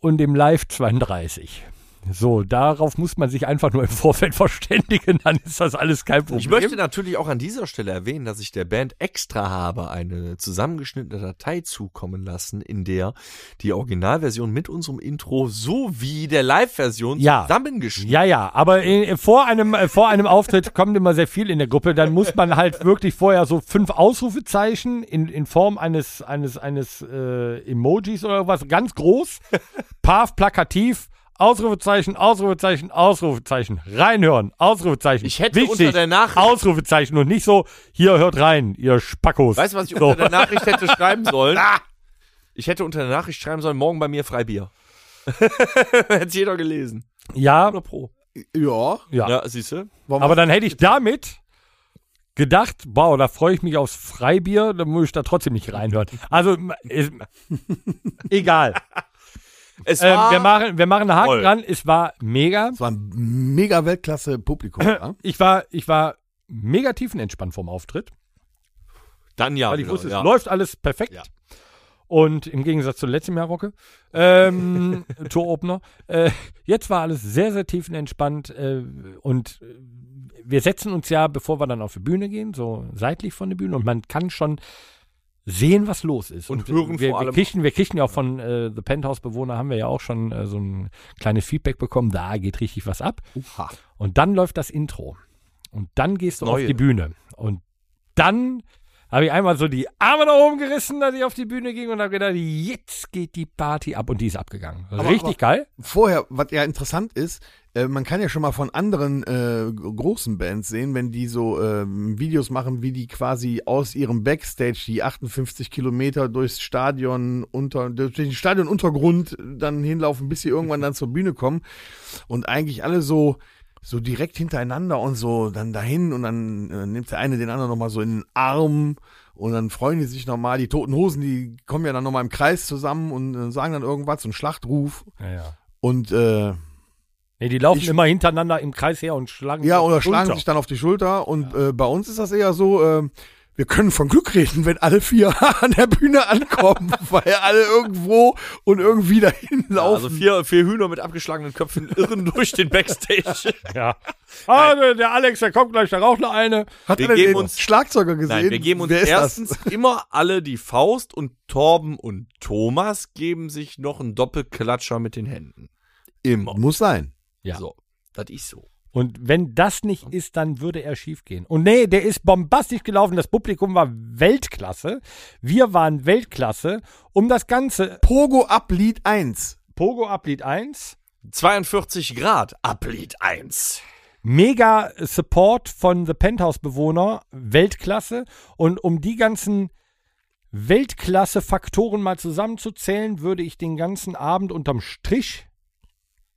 [SPEAKER 2] und im Live 32. So, darauf muss man sich einfach nur im Vorfeld verständigen, dann ist das alles kein Problem.
[SPEAKER 3] Ich möchte natürlich auch an dieser Stelle erwähnen, dass ich der Band extra habe eine zusammengeschnittene Datei zukommen lassen, in der die Originalversion mit unserem Intro sowie der Live-Version
[SPEAKER 2] Ja.
[SPEAKER 3] zusammengeschnitten
[SPEAKER 2] ja, ja, aber äh, vor, einem, äh, vor einem Auftritt kommt immer sehr viel in der Gruppe. Dann muss man halt wirklich vorher so fünf Ausrufezeichen in, in Form eines, eines, eines äh, Emojis oder was ganz groß, pav, plakativ, Ausrufezeichen, Ausrufezeichen, Ausrufezeichen, reinhören, Ausrufezeichen.
[SPEAKER 3] Ich hätte unter der Nachricht-
[SPEAKER 2] Ausrufezeichen und nicht so, hier hört rein, ihr Spackos.
[SPEAKER 3] Weißt du, was ich
[SPEAKER 2] so.
[SPEAKER 3] unter der Nachricht hätte schreiben sollen?
[SPEAKER 4] Ah,
[SPEAKER 3] Ich hätte unter der Nachricht schreiben sollen, morgen bei mir Freibier. Hätte jeder gelesen.
[SPEAKER 2] Ja,
[SPEAKER 3] Oder pro.
[SPEAKER 4] Ja,
[SPEAKER 2] ja.
[SPEAKER 3] Ja, siehst du?
[SPEAKER 4] warum
[SPEAKER 2] Aber dann hätte ich damit gedacht, wow, da freue ich mich aufs Freibier, dann muss ich da trotzdem nicht reinhören. Also, m- ist, egal.
[SPEAKER 3] Es
[SPEAKER 2] Ähm,
[SPEAKER 3] war,
[SPEAKER 2] wir, machen, wir machen einen Haken
[SPEAKER 3] Voll.
[SPEAKER 2] dran. Es war mega.
[SPEAKER 4] das war ein mega Weltklasse Publikum. ja?
[SPEAKER 2] Ich war, ich war mega tiefenentspannt vorm Auftritt,
[SPEAKER 3] dann ja.
[SPEAKER 2] weil ich
[SPEAKER 3] genau,
[SPEAKER 2] wusste,
[SPEAKER 3] ja.
[SPEAKER 2] es läuft alles perfekt.
[SPEAKER 3] Ja.
[SPEAKER 2] Und im Gegensatz zu letztem Jahr, Rocke, ähm, Tour-Opener, äh, jetzt war alles sehr, sehr tiefenentspannt äh, und äh, wir setzen uns ja, bevor wir dann auf die Bühne gehen, so seitlich von der Bühne und man kann schon sehen, was los ist.
[SPEAKER 3] Und hören
[SPEAKER 2] wir,
[SPEAKER 3] vor allem-
[SPEAKER 2] Wir kichern, wir kichern ja auch von äh, The Penthouse-Bewohner, haben wir ja auch schon äh, so ein kleines Feedback bekommen, da geht richtig was ab.
[SPEAKER 4] Uha.
[SPEAKER 2] Und dann läuft das Intro. Und dann gehst du
[SPEAKER 3] Neue.
[SPEAKER 2] auf die Bühne. Und dann habe ich einmal so die Arme nach oben gerissen, dass ich auf die Bühne ging und habe gedacht, jetzt geht die Party ab. Und die ist abgegangen. Richtig
[SPEAKER 4] aber-
[SPEAKER 2] geil.
[SPEAKER 4] Vorher, was ja interessant ist, äh, man kann ja schon mal von anderen äh, g- großen Bands sehen, wenn die so ähm, Videos machen, wie die quasi aus ihrem Backstage die 58 Kilometer durchs Stadion unter durch den Stadionuntergrund dann hinlaufen, bis sie irgendwann dann zur Bühne kommen und eigentlich alle so so direkt hintereinander und so dann dahin und dann äh, nimmt der eine den anderen nochmal so in den Arm und dann freuen die sich nochmal. Die toten Hosen, die kommen ja dann nochmal im Kreis zusammen und äh, sagen dann irgendwas, so einen Schlachtruf. Und äh,
[SPEAKER 2] Nee, die laufen
[SPEAKER 4] Ich-
[SPEAKER 2] immer hintereinander im Kreis her und schlagen
[SPEAKER 4] ja,
[SPEAKER 2] sich
[SPEAKER 4] oder schlagen
[SPEAKER 2] runter.
[SPEAKER 4] sich dann auf die Schulter. Und äh, bei uns ist das eher so, äh, wir können von Glück reden, wenn alle vier an der Bühne ankommen, weil alle irgendwo und irgendwie dahin laufen.
[SPEAKER 3] Also vier, vier Hühner mit abgeschlagenen Köpfen irren durch den Backstage.
[SPEAKER 2] Ja. Ah, der, der Alex, der kommt gleich, da raucht noch eine.
[SPEAKER 4] Hat
[SPEAKER 3] wir
[SPEAKER 4] einer
[SPEAKER 3] geben
[SPEAKER 4] den
[SPEAKER 3] uns-
[SPEAKER 4] Schlagzeuger gesehen?
[SPEAKER 3] Nein, wir geben uns
[SPEAKER 4] Wer ist das?
[SPEAKER 3] erstens immer alle die Faust und Torben und Thomas geben sich noch einen Doppelklatscher mit den Händen. Immer.
[SPEAKER 4] Muss sein.
[SPEAKER 2] Ja.
[SPEAKER 3] So, das ist so.
[SPEAKER 2] Und wenn das nicht ist, dann würde er schief gehen. Und nee, der ist bombastisch gelaufen. Das Publikum war Weltklasse. Wir waren Weltklasse. Um das Ganze,
[SPEAKER 4] Pogo ab Lied 1.
[SPEAKER 2] Pogo Ablied 1.
[SPEAKER 3] 42 Grad, Ablied 1.
[SPEAKER 2] mega Support von The Penthouse-Bewohner, Weltklasse. Und um die ganzen Weltklasse-Faktoren mal zusammenzuzählen, würde ich den ganzen Abend unterm Strich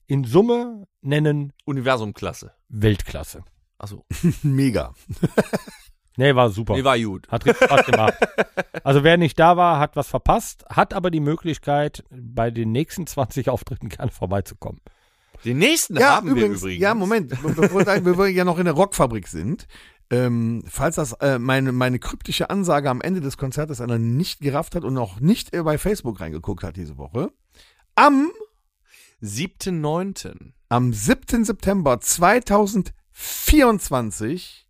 [SPEAKER 2] in Summe nennen
[SPEAKER 3] Universumklasse.
[SPEAKER 2] Weltklasse.
[SPEAKER 3] Achso.
[SPEAKER 4] Mega.
[SPEAKER 2] Nee, war super.
[SPEAKER 3] Nee, war gut.
[SPEAKER 2] Hat richtig Spaß gemacht. Also wer nicht da war, hat was verpasst, hat aber die Möglichkeit, bei den nächsten 20 Auftritten gerne vorbeizukommen.
[SPEAKER 3] Den nächsten haben wir übrigens.
[SPEAKER 4] Ja, Moment, be- bevor wir- wir ja noch in der Rockfabrik sind. Ähm, falls das äh, meine, meine kryptische Ansage am Ende des Konzertes einer nicht gerafft hat und auch nicht äh, bei Facebook reingeguckt hat diese Woche. Am,
[SPEAKER 3] 7.9.
[SPEAKER 4] am 7. September 2024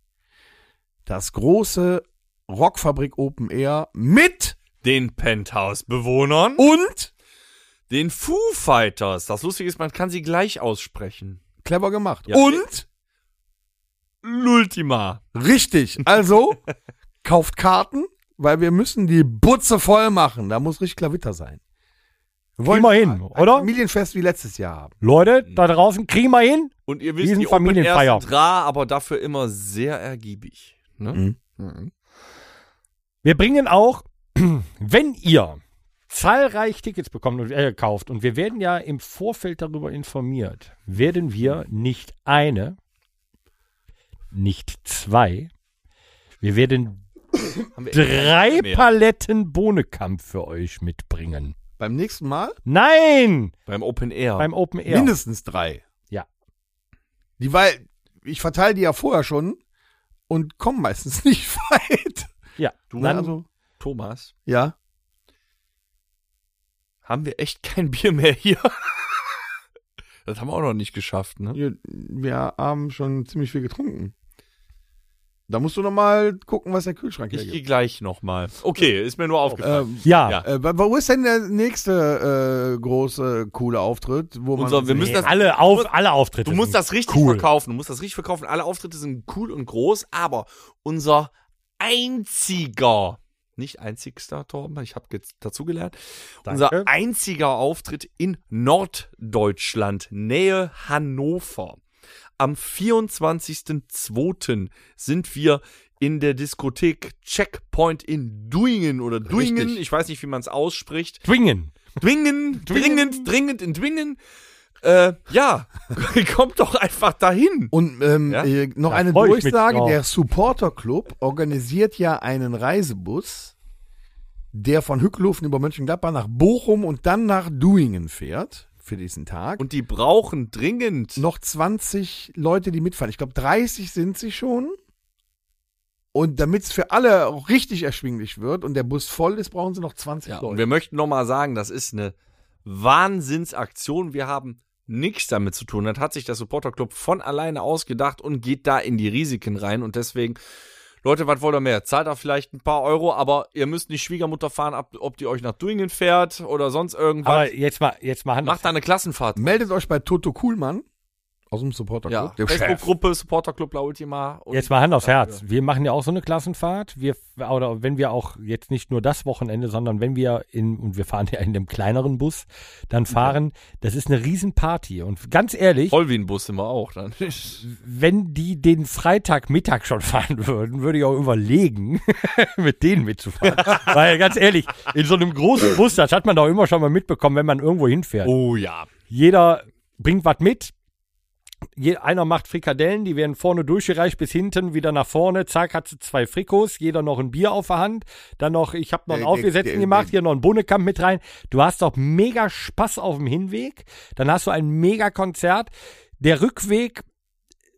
[SPEAKER 4] das große Rockfabrik Open Air mit
[SPEAKER 3] Den Penthouse-Bewohnern.
[SPEAKER 4] Oh. und
[SPEAKER 3] Den Foo Fighters. Das Lustige ist, man kann sie gleich aussprechen.
[SPEAKER 4] clever gemacht.
[SPEAKER 3] Ja.
[SPEAKER 4] Und
[SPEAKER 3] L'Ultima.
[SPEAKER 4] Richtig. Also kauft Karten, weil wir müssen die Butze voll machen. Da muss richtig Klavitter sein. Wir
[SPEAKER 2] Immerhin, oder?
[SPEAKER 3] Hm.
[SPEAKER 4] Familienfest wie letztes Jahr haben.
[SPEAKER 2] Leute, da draußen kriegen wir hin.
[SPEAKER 3] Und ihr
[SPEAKER 2] Riesen
[SPEAKER 3] wisst, die Open
[SPEAKER 2] Familienfeier.
[SPEAKER 3] Airs sind rar, aber dafür immer sehr ergiebig. Ne?
[SPEAKER 2] Wir bringen auch, wenn ihr zahlreich Tickets bekommt und äh, kauft, und wir werden ja im Vorfeld darüber informiert, werden wir nicht eine, nicht zwei, wir werden
[SPEAKER 3] Haben wir
[SPEAKER 2] drei
[SPEAKER 3] mehr.
[SPEAKER 2] Paletten Bohnenkamp für euch mitbringen.
[SPEAKER 4] Beim nächsten Mal
[SPEAKER 2] Nein!
[SPEAKER 3] Beim Open Air.
[SPEAKER 2] Beim Open Air.
[SPEAKER 4] mindestens drei.
[SPEAKER 2] Ja.
[SPEAKER 4] Die, weil ich verteile die ja vorher schon und komme meistens nicht weit.
[SPEAKER 2] Ja.
[SPEAKER 3] Du,
[SPEAKER 2] Dann,
[SPEAKER 4] also,
[SPEAKER 3] Thomas,
[SPEAKER 4] ja.
[SPEAKER 3] haben wir echt kein Bier mehr hier? das haben wir auch noch nicht geschafft, ne?
[SPEAKER 4] Wir, wir haben schon ziemlich viel getrunken. Da musst du noch mal gucken, was der Kühlschrank
[SPEAKER 3] Ich gehe
[SPEAKER 4] hergibt.
[SPEAKER 3] gleich nochmal. Okay, ist mir
[SPEAKER 2] Äh,
[SPEAKER 3] nur aufgefallen.
[SPEAKER 4] Ähm,
[SPEAKER 2] ja.
[SPEAKER 3] Ja.
[SPEAKER 4] Äh, wa- wo ist denn der nächste äh, große coole Auftritt, wo man
[SPEAKER 3] Unser, wir müssen das,
[SPEAKER 2] alle, auf, alle Auftritte.
[SPEAKER 3] du musst
[SPEAKER 2] sind
[SPEAKER 3] das richtig
[SPEAKER 2] cool.
[SPEAKER 3] verkaufen. Du musst das richtig verkaufen. Alle Auftritte sind cool und groß, aber unser einziger, nicht einzigster, Torben, ich habe dazugelernt,
[SPEAKER 2] Danke.
[SPEAKER 3] unser einziger Auftritt in Norddeutschland, Nähe Hannover. Am 24.02. sind wir in der Diskothek Checkpoint in Duingen oder Duingen,
[SPEAKER 4] Richtig.
[SPEAKER 3] ich weiß nicht, wie man es ausspricht.
[SPEAKER 2] Zwingen.
[SPEAKER 3] Dwingen, dringend, dringend in Dwingen. Äh, ja, kommt doch einfach dahin.
[SPEAKER 4] Und ähm,
[SPEAKER 3] Ja?
[SPEAKER 4] äh, noch
[SPEAKER 2] Da
[SPEAKER 4] eine
[SPEAKER 2] freu ich mich
[SPEAKER 4] Durchsage,
[SPEAKER 2] drauf.
[SPEAKER 4] der Supporter Club organisiert ja einen Reisebus, der von Hückelhofen über Mönchengladbach nach Bochum und dann nach Duingen fährt für diesen Tag. Und
[SPEAKER 3] Und die brauchen dringend.
[SPEAKER 4] noch 20 Leute, die mitfahren. Ich glaube, 30 sind sie schon. Und damit es für alle auch richtig erschwinglich wird und der Bus voll ist, brauchen sie noch 20
[SPEAKER 3] Ja, und
[SPEAKER 4] Leute.
[SPEAKER 3] wir möchten nochmal sagen, das ist eine Wahnsinnsaktion. Wir haben nichts damit zu tun. Das hat sich der Supporter Club von alleine ausgedacht und geht da in die Risiken rein. Und deswegen, Leute, was wollt ihr mehr? Zahlt da vielleicht ein paar Euro, aber ihr müsst nicht Schwiegermutter fahren, ab- ob die euch nach Duingen fährt oder sonst irgendwas.
[SPEAKER 2] Aber jetzt mal, jetzt mal Hand aufs
[SPEAKER 3] Macht da eine Klassenfahrt.
[SPEAKER 4] Meldet euch bei Toto Kuhlmann aus dem Supporter
[SPEAKER 3] Ja,
[SPEAKER 4] Club. der Chef.
[SPEAKER 3] Facebook-Gruppe, Supporter Club La Ultima. und-
[SPEAKER 2] Jetzt mal Hand aufs Herz. Wir machen ja auch so eine Klassenfahrt. Wir, oder wenn wir auch jetzt nicht nur das Wochenende, sondern wenn wir in, und wir fahren ja in dem kleineren Bus, dann fahren, das ist eine Riesenparty. Und ganz ehrlich,
[SPEAKER 3] Olwin-Bus sind wir auch dann.
[SPEAKER 2] wenn die den Freitagmittag schon fahren würden, würde ich auch überlegen, mit denen mitzufahren. Weil ganz ehrlich, in so einem großen Bus, das hat man doch immer schon mal mitbekommen, wenn man irgendwo hinfährt.
[SPEAKER 3] Oh ja.
[SPEAKER 2] Jeder bringt was mit. Je, einer macht Frikadellen, die werden vorne durchgereicht bis hinten, wieder nach vorne. Zack, hat sie zwei Frikos, jeder noch ein Bier auf der Hand. Dann noch, ich habe noch einen
[SPEAKER 4] Der- der-
[SPEAKER 2] Aufgesetzten
[SPEAKER 4] der-
[SPEAKER 2] gemacht, hier noch einen Bohnekamp mit rein. Du hast doch mega Spaß auf dem Hinweg. Dann hast du ein mega Konzert. Der Rückweg,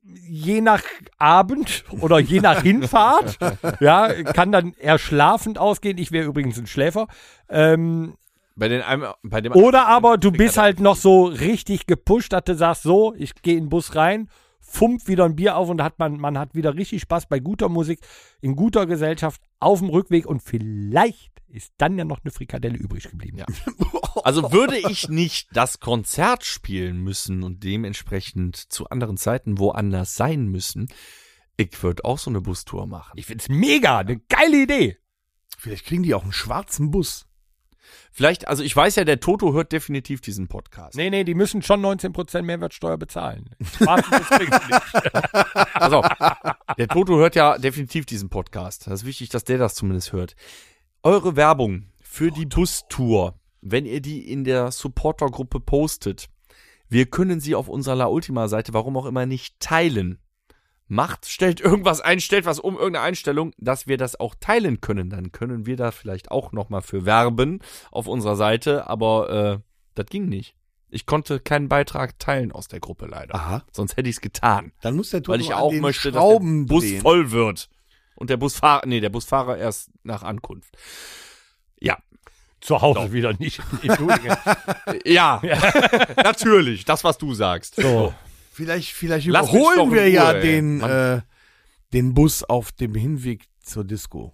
[SPEAKER 2] je nach Abend oder je nach Hinfahrt, ja, kann dann eher schlafend ausgehen. Ich wäre übrigens ein Schläfer. Ähm,
[SPEAKER 3] Bei, den einem, bei dem
[SPEAKER 2] oder aber du bist halt noch so richtig gepusht, dass du sagst, so, ich gehe in den Bus rein, fummt wieder ein Bier auf und hat man, man hat wieder richtig Spaß bei guter Musik, in guter Gesellschaft, auf dem Rückweg und vielleicht ist dann ja noch eine Frikadelle übrig geblieben.
[SPEAKER 3] Ja. Also würde ich nicht das Konzert spielen müssen und dementsprechend zu anderen Zeiten woanders sein müssen, ich würde auch so eine Bustour machen.
[SPEAKER 2] Ich find's mega, eine geile Idee.
[SPEAKER 4] Vielleicht kriegen die auch einen schwarzen Bus.
[SPEAKER 3] Vielleicht, also ich weiß ja, der Toto hört definitiv diesen Podcast.
[SPEAKER 2] Nee, nee, die müssen schon 19% Mehrwertsteuer bezahlen. Schwarzen das bringt's nicht.
[SPEAKER 3] Pass auf. Also, Der Toto hört ja definitiv diesen Podcast. Das ist wichtig, dass der das zumindest hört. Eure Werbung für die Bustour, wenn ihr die in der Supportergruppe postet, wir können sie auf unserer La Ultima-Seite, warum auch immer, nicht teilen. Macht, stellt irgendwas ein, stellt was um, irgendeine Einstellung, dass wir das auch teilen können. Dann können wir da vielleicht auch nochmal für werben auf unserer Seite, aber äh, das ging nicht. Ich konnte keinen Beitrag teilen aus der Gruppe leider.
[SPEAKER 4] Aha.
[SPEAKER 3] Sonst hätte ich es getan
[SPEAKER 4] Dann muss der Toto
[SPEAKER 3] weil ich auch
[SPEAKER 4] an den
[SPEAKER 3] möchte, dass der
[SPEAKER 4] Schrauben
[SPEAKER 3] Bus
[SPEAKER 4] drehen.
[SPEAKER 3] voll wird. Und der Busfahrer, nee, der Busfahrer erst nach Ankunft. Ja,
[SPEAKER 2] Zu Hause wieder nicht. in Thüringen.
[SPEAKER 3] äh, ja, natürlich, das, was du sagst. Oh,
[SPEAKER 2] So.
[SPEAKER 4] Vielleicht, vielleicht
[SPEAKER 3] Lass mich doch
[SPEAKER 4] überholen
[SPEAKER 3] in
[SPEAKER 4] wir
[SPEAKER 3] Ruhe,
[SPEAKER 4] ja
[SPEAKER 3] ey.
[SPEAKER 4] den,
[SPEAKER 3] Mann.
[SPEAKER 4] äh, den Bus auf dem Hinweg zur Disco.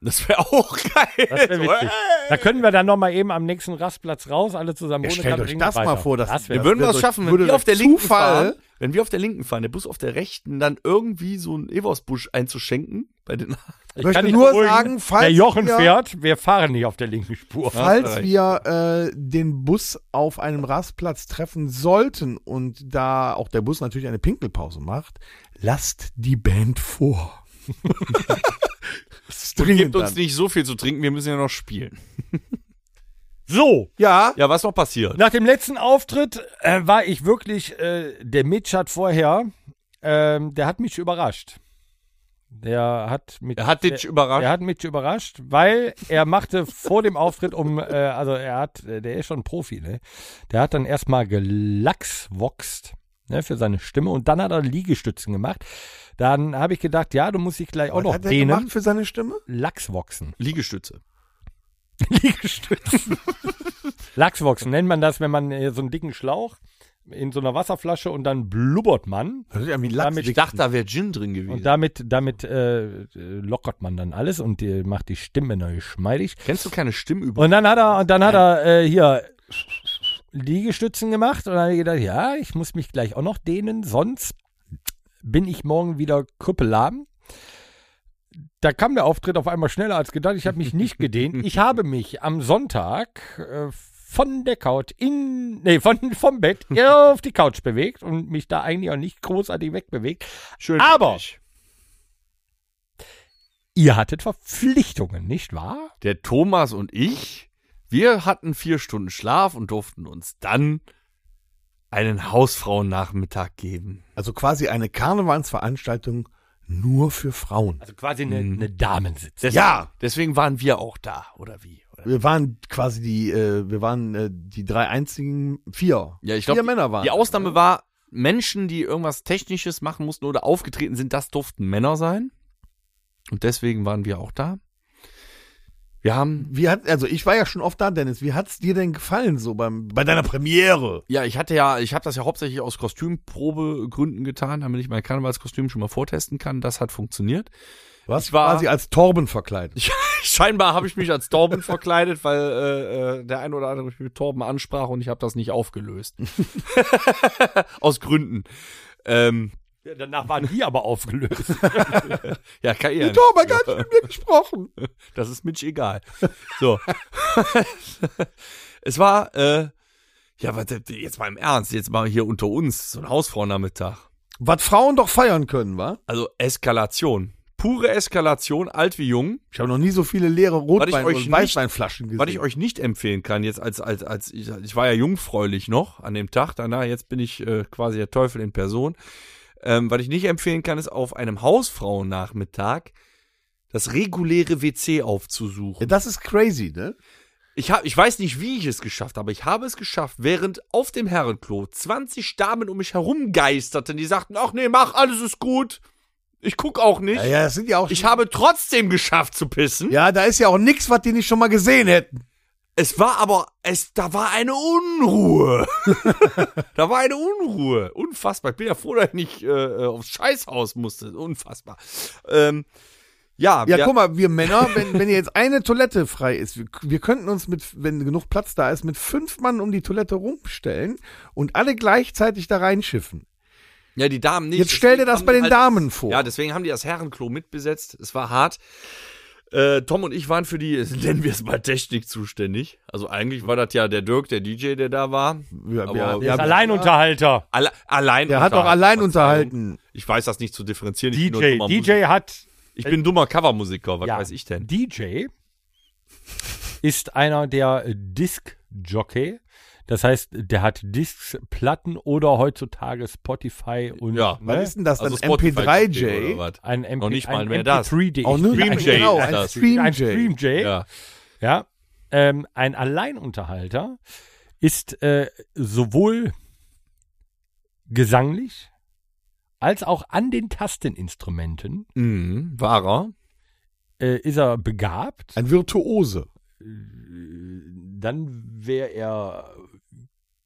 [SPEAKER 3] Das wäre auch geil.
[SPEAKER 2] Das wär witzig. Da können wir dann nochmal eben am nächsten Rastplatz raus, alle zusammen.
[SPEAKER 4] Ja,
[SPEAKER 2] ohne
[SPEAKER 4] stellt euch
[SPEAKER 2] Katharina
[SPEAKER 4] das mal vor, dass-
[SPEAKER 2] das
[SPEAKER 3] Wir
[SPEAKER 2] wär,
[SPEAKER 3] würden
[SPEAKER 4] wäre
[SPEAKER 3] das
[SPEAKER 4] durch-
[SPEAKER 3] schaffen, wenn
[SPEAKER 4] würde
[SPEAKER 3] wir auf der
[SPEAKER 4] durch
[SPEAKER 3] linken
[SPEAKER 4] Zufall-
[SPEAKER 3] fahren, wenn wir auf der linken fahren, der Bus auf der rechten, dann irgendwie so einen Eversbusch einzuschenken bei den
[SPEAKER 4] Ich
[SPEAKER 2] kann
[SPEAKER 4] möchte
[SPEAKER 2] ich
[SPEAKER 4] nur
[SPEAKER 2] beruhigen.
[SPEAKER 4] sagen, falls
[SPEAKER 2] der Jochen
[SPEAKER 4] wir,
[SPEAKER 2] fährt, wir fahren nicht auf der linken Spur.
[SPEAKER 4] falls
[SPEAKER 3] recht.
[SPEAKER 4] wir äh, den Bus auf einem Rastplatz treffen sollten und da auch der Bus natürlich eine Pinkelpause macht, lasst die Band vor. das ist dringend
[SPEAKER 3] Gibt uns
[SPEAKER 4] dann.
[SPEAKER 3] nicht so viel zu trinken, wir müssen ja noch spielen.
[SPEAKER 2] So,
[SPEAKER 4] Ja,
[SPEAKER 3] Ja, was noch passiert?
[SPEAKER 2] nach dem letzten Auftritt äh, war ich wirklich, äh, der Mitch hat vorher, ähm, der hat mich überrascht. Der hat mit
[SPEAKER 3] Er hat dich überrascht.
[SPEAKER 2] Er hat mich überrascht, weil er machte vor dem Auftritt um, äh, also er hat, äh, der ist schon ein Profi, ne? Der hat dann erstmal gelachsvoxt, ne, für seine Stimme und dann hat er Liegestützen gemacht. Dann habe ich gedacht, ja, du musst dich gleich auch
[SPEAKER 4] was
[SPEAKER 2] noch
[SPEAKER 4] hat der gemacht
[SPEAKER 2] dehnen.
[SPEAKER 4] für seine Stimme?
[SPEAKER 2] Lachsvoxen.
[SPEAKER 3] Liegestütze.
[SPEAKER 2] Liegestützen. Lachsvoxen nennt man das, wenn man äh, so einen dicken Schlauch in so einer Wasserflasche und dann blubbert man.
[SPEAKER 4] Das ist ja wie
[SPEAKER 2] Damit-
[SPEAKER 4] Lachs-
[SPEAKER 3] Ich dachte, da wäre Gin drin gewesen.
[SPEAKER 2] Und damit, damit äh, äh, lockert man dann alles und äh, macht die Stimme neu geschmeidig.
[SPEAKER 3] Kennst du keine Stimmübung?
[SPEAKER 2] Und dann hat er, und dann hat er äh, hier Liegestützen gemacht und dann habe ich gedacht, ja, ich muss mich gleich auch noch dehnen, sonst bin ich morgen wieder krüppelarm. Da kam der Auftritt auf einmal schneller als gedacht. Ich habe mich nicht gedehnt. Ich habe mich am Sonntag äh, von der Couch in, nee, von, vom Bett auf die Couch bewegt und mich da eigentlich auch nicht großartig wegbewegt.
[SPEAKER 3] Schön.
[SPEAKER 2] Aber-
[SPEAKER 3] für dich.
[SPEAKER 2] Ihr hattet Verpflichtungen, nicht wahr?
[SPEAKER 3] der Thomas und ich, wir hatten vier Stunden Schlaf und durften uns dann einen Hausfrauennachmittag geben.
[SPEAKER 4] Also quasi eine Karnevalsveranstaltung nur für Frauen.
[SPEAKER 2] Also quasi eine, eine Damensitzung.
[SPEAKER 3] Des-
[SPEAKER 4] Ja.
[SPEAKER 3] Deswegen waren wir auch da, oder wie? Oder?
[SPEAKER 4] Wir waren quasi die, äh, wir waren äh, die drei einzigen vier.
[SPEAKER 3] Ja, ich
[SPEAKER 4] vier
[SPEAKER 3] glaube,
[SPEAKER 4] Männer waren. ne?
[SPEAKER 3] die Ausnahme war, Menschen, die irgendwas Technisches machen mussten oder aufgetreten sind, das durften Männer sein. Und deswegen waren wir auch da. Wir haben,
[SPEAKER 4] Wie hat, also ich war ja schon oft da, Dennis. Wie hat's dir denn gefallen so beim, bei deiner Premiere?
[SPEAKER 3] ja, ich hatte ja, ich habe das ja hauptsächlich aus Kostümprobegründen getan, damit ich mein Karnevalskostüm schon mal vortesten kann. Das hat funktioniert.
[SPEAKER 4] Was
[SPEAKER 3] war-
[SPEAKER 4] quasi als Torben verkleidet?
[SPEAKER 3] Ich, scheinbar habe ich mich als Torben verkleidet, weil äh, äh, der ein oder andere mich mit Torben ansprach und ich habe das nicht aufgelöst. Aus Gründen. Ähm,
[SPEAKER 2] Danach waren die aber aufgelöst.
[SPEAKER 3] ja, kann ich ja nicht.
[SPEAKER 4] Torben hat gar nicht mit mir gesprochen.
[SPEAKER 3] Das ist Mitch egal. So. es war, äh, ja, warte, jetzt mal im Ernst, jetzt mal hier unter uns, so ein Hausfrauennachmittag.
[SPEAKER 4] Was Frauen doch feiern können, wa?
[SPEAKER 3] Also Eskalation. Pure Eskalation, alt wie jung.
[SPEAKER 4] Ich habe noch nie so viele leere
[SPEAKER 3] ich
[SPEAKER 4] Rotwein-
[SPEAKER 3] euch
[SPEAKER 4] und
[SPEAKER 3] nicht-
[SPEAKER 4] Weißweinflaschen gesehen.
[SPEAKER 3] Was ich euch nicht empfehlen kann, jetzt als, als, als ich, ich war ja jungfräulich noch an dem Tag, danach, jetzt bin ich äh, quasi der Teufel in Person. Ähm, was ich nicht empfehlen kann, ist auf einem Hausfrauennachmittag das reguläre WC
[SPEAKER 4] ja,
[SPEAKER 3] aufzusuchen.
[SPEAKER 4] das ist crazy, ne?
[SPEAKER 3] Ich, hab, ich weiß nicht, wie ich es geschafft habe, aber ich habe es geschafft, während auf dem Herrenklo 20 Damen um mich herumgeisterten, die sagten, ach nee, mach, alles ist gut. Ich guck auch nicht.
[SPEAKER 4] Ja, ja, das sind ja auch.
[SPEAKER 3] Ich habe trotzdem geschafft zu pissen.
[SPEAKER 4] ja, da ist ja auch nix, was die nicht schon mal gesehen hätten.
[SPEAKER 3] Es war aber, es, da war eine Unruhe. da war eine Unruhe. Unfassbar. Ich bin ja froh, dass ich nicht äh, aufs Scheißhaus musste. Unfassbar. Ähm, ja,
[SPEAKER 4] Ja,
[SPEAKER 3] wir-
[SPEAKER 4] guck mal, wir Männer, wenn, wenn jetzt eine Toilette frei ist, wir, wir könnten uns mit, wenn genug Platz da ist, mit fünf Mann um die Toilette rumstellen und alle gleichzeitig da reinschiffen.
[SPEAKER 3] ja, die Damen nicht.
[SPEAKER 4] Jetzt stell dir
[SPEAKER 3] Deswegen
[SPEAKER 4] das
[SPEAKER 3] haben
[SPEAKER 4] bei
[SPEAKER 3] die
[SPEAKER 4] den Damen vor.
[SPEAKER 3] Ja, deswegen haben die das Herrenklo mitbesetzt. Es war hart. Äh, Tom und ich waren für die, nennen wir es mal Technik zuständig. Also eigentlich war das ja der Dirk, der DJ, der da war.
[SPEAKER 4] Wir,
[SPEAKER 3] Aber-
[SPEAKER 2] Der ist Alleinunterhalter.
[SPEAKER 3] Alle, allein
[SPEAKER 4] Der hat doch allein unterhalten.
[SPEAKER 3] Ich weiß das nicht zu differenzieren. ich bin nur
[SPEAKER 2] DJ.
[SPEAKER 3] dummer Musik-
[SPEAKER 2] DJ hat
[SPEAKER 3] ich bin dummer Covermusiker, was
[SPEAKER 2] Ja.
[SPEAKER 3] weiß ich denn?
[SPEAKER 2] DJ ist einer der äh, Disc-Jockey. Das heißt, der hat Discs, Platten oder heutzutage Spotify und
[SPEAKER 3] Ja.
[SPEAKER 4] Was
[SPEAKER 2] ne,
[SPEAKER 4] ist denn das? Ein
[SPEAKER 3] Also Spotify oder
[SPEAKER 4] MP3J?
[SPEAKER 3] was?
[SPEAKER 2] ein MP,
[SPEAKER 3] Noch nicht mal
[SPEAKER 2] ein
[SPEAKER 3] mehr das.
[SPEAKER 2] MP3
[SPEAKER 4] Auch nur
[SPEAKER 3] Stream
[SPEAKER 4] ein-
[SPEAKER 3] J
[SPEAKER 4] Genau,
[SPEAKER 3] ist
[SPEAKER 4] ein
[SPEAKER 3] das.
[SPEAKER 2] ein
[SPEAKER 4] Stream J.
[SPEAKER 2] Stream J. Ja.
[SPEAKER 3] Ja.
[SPEAKER 2] Ähm, ein Alleinunterhalter ist äh, sowohl gesanglich als auch an den Tasteninstrumenten
[SPEAKER 3] Mhm. Wahrer.
[SPEAKER 2] äh, ist er begabt.
[SPEAKER 4] Ein Virtuose.
[SPEAKER 2] dann wäre er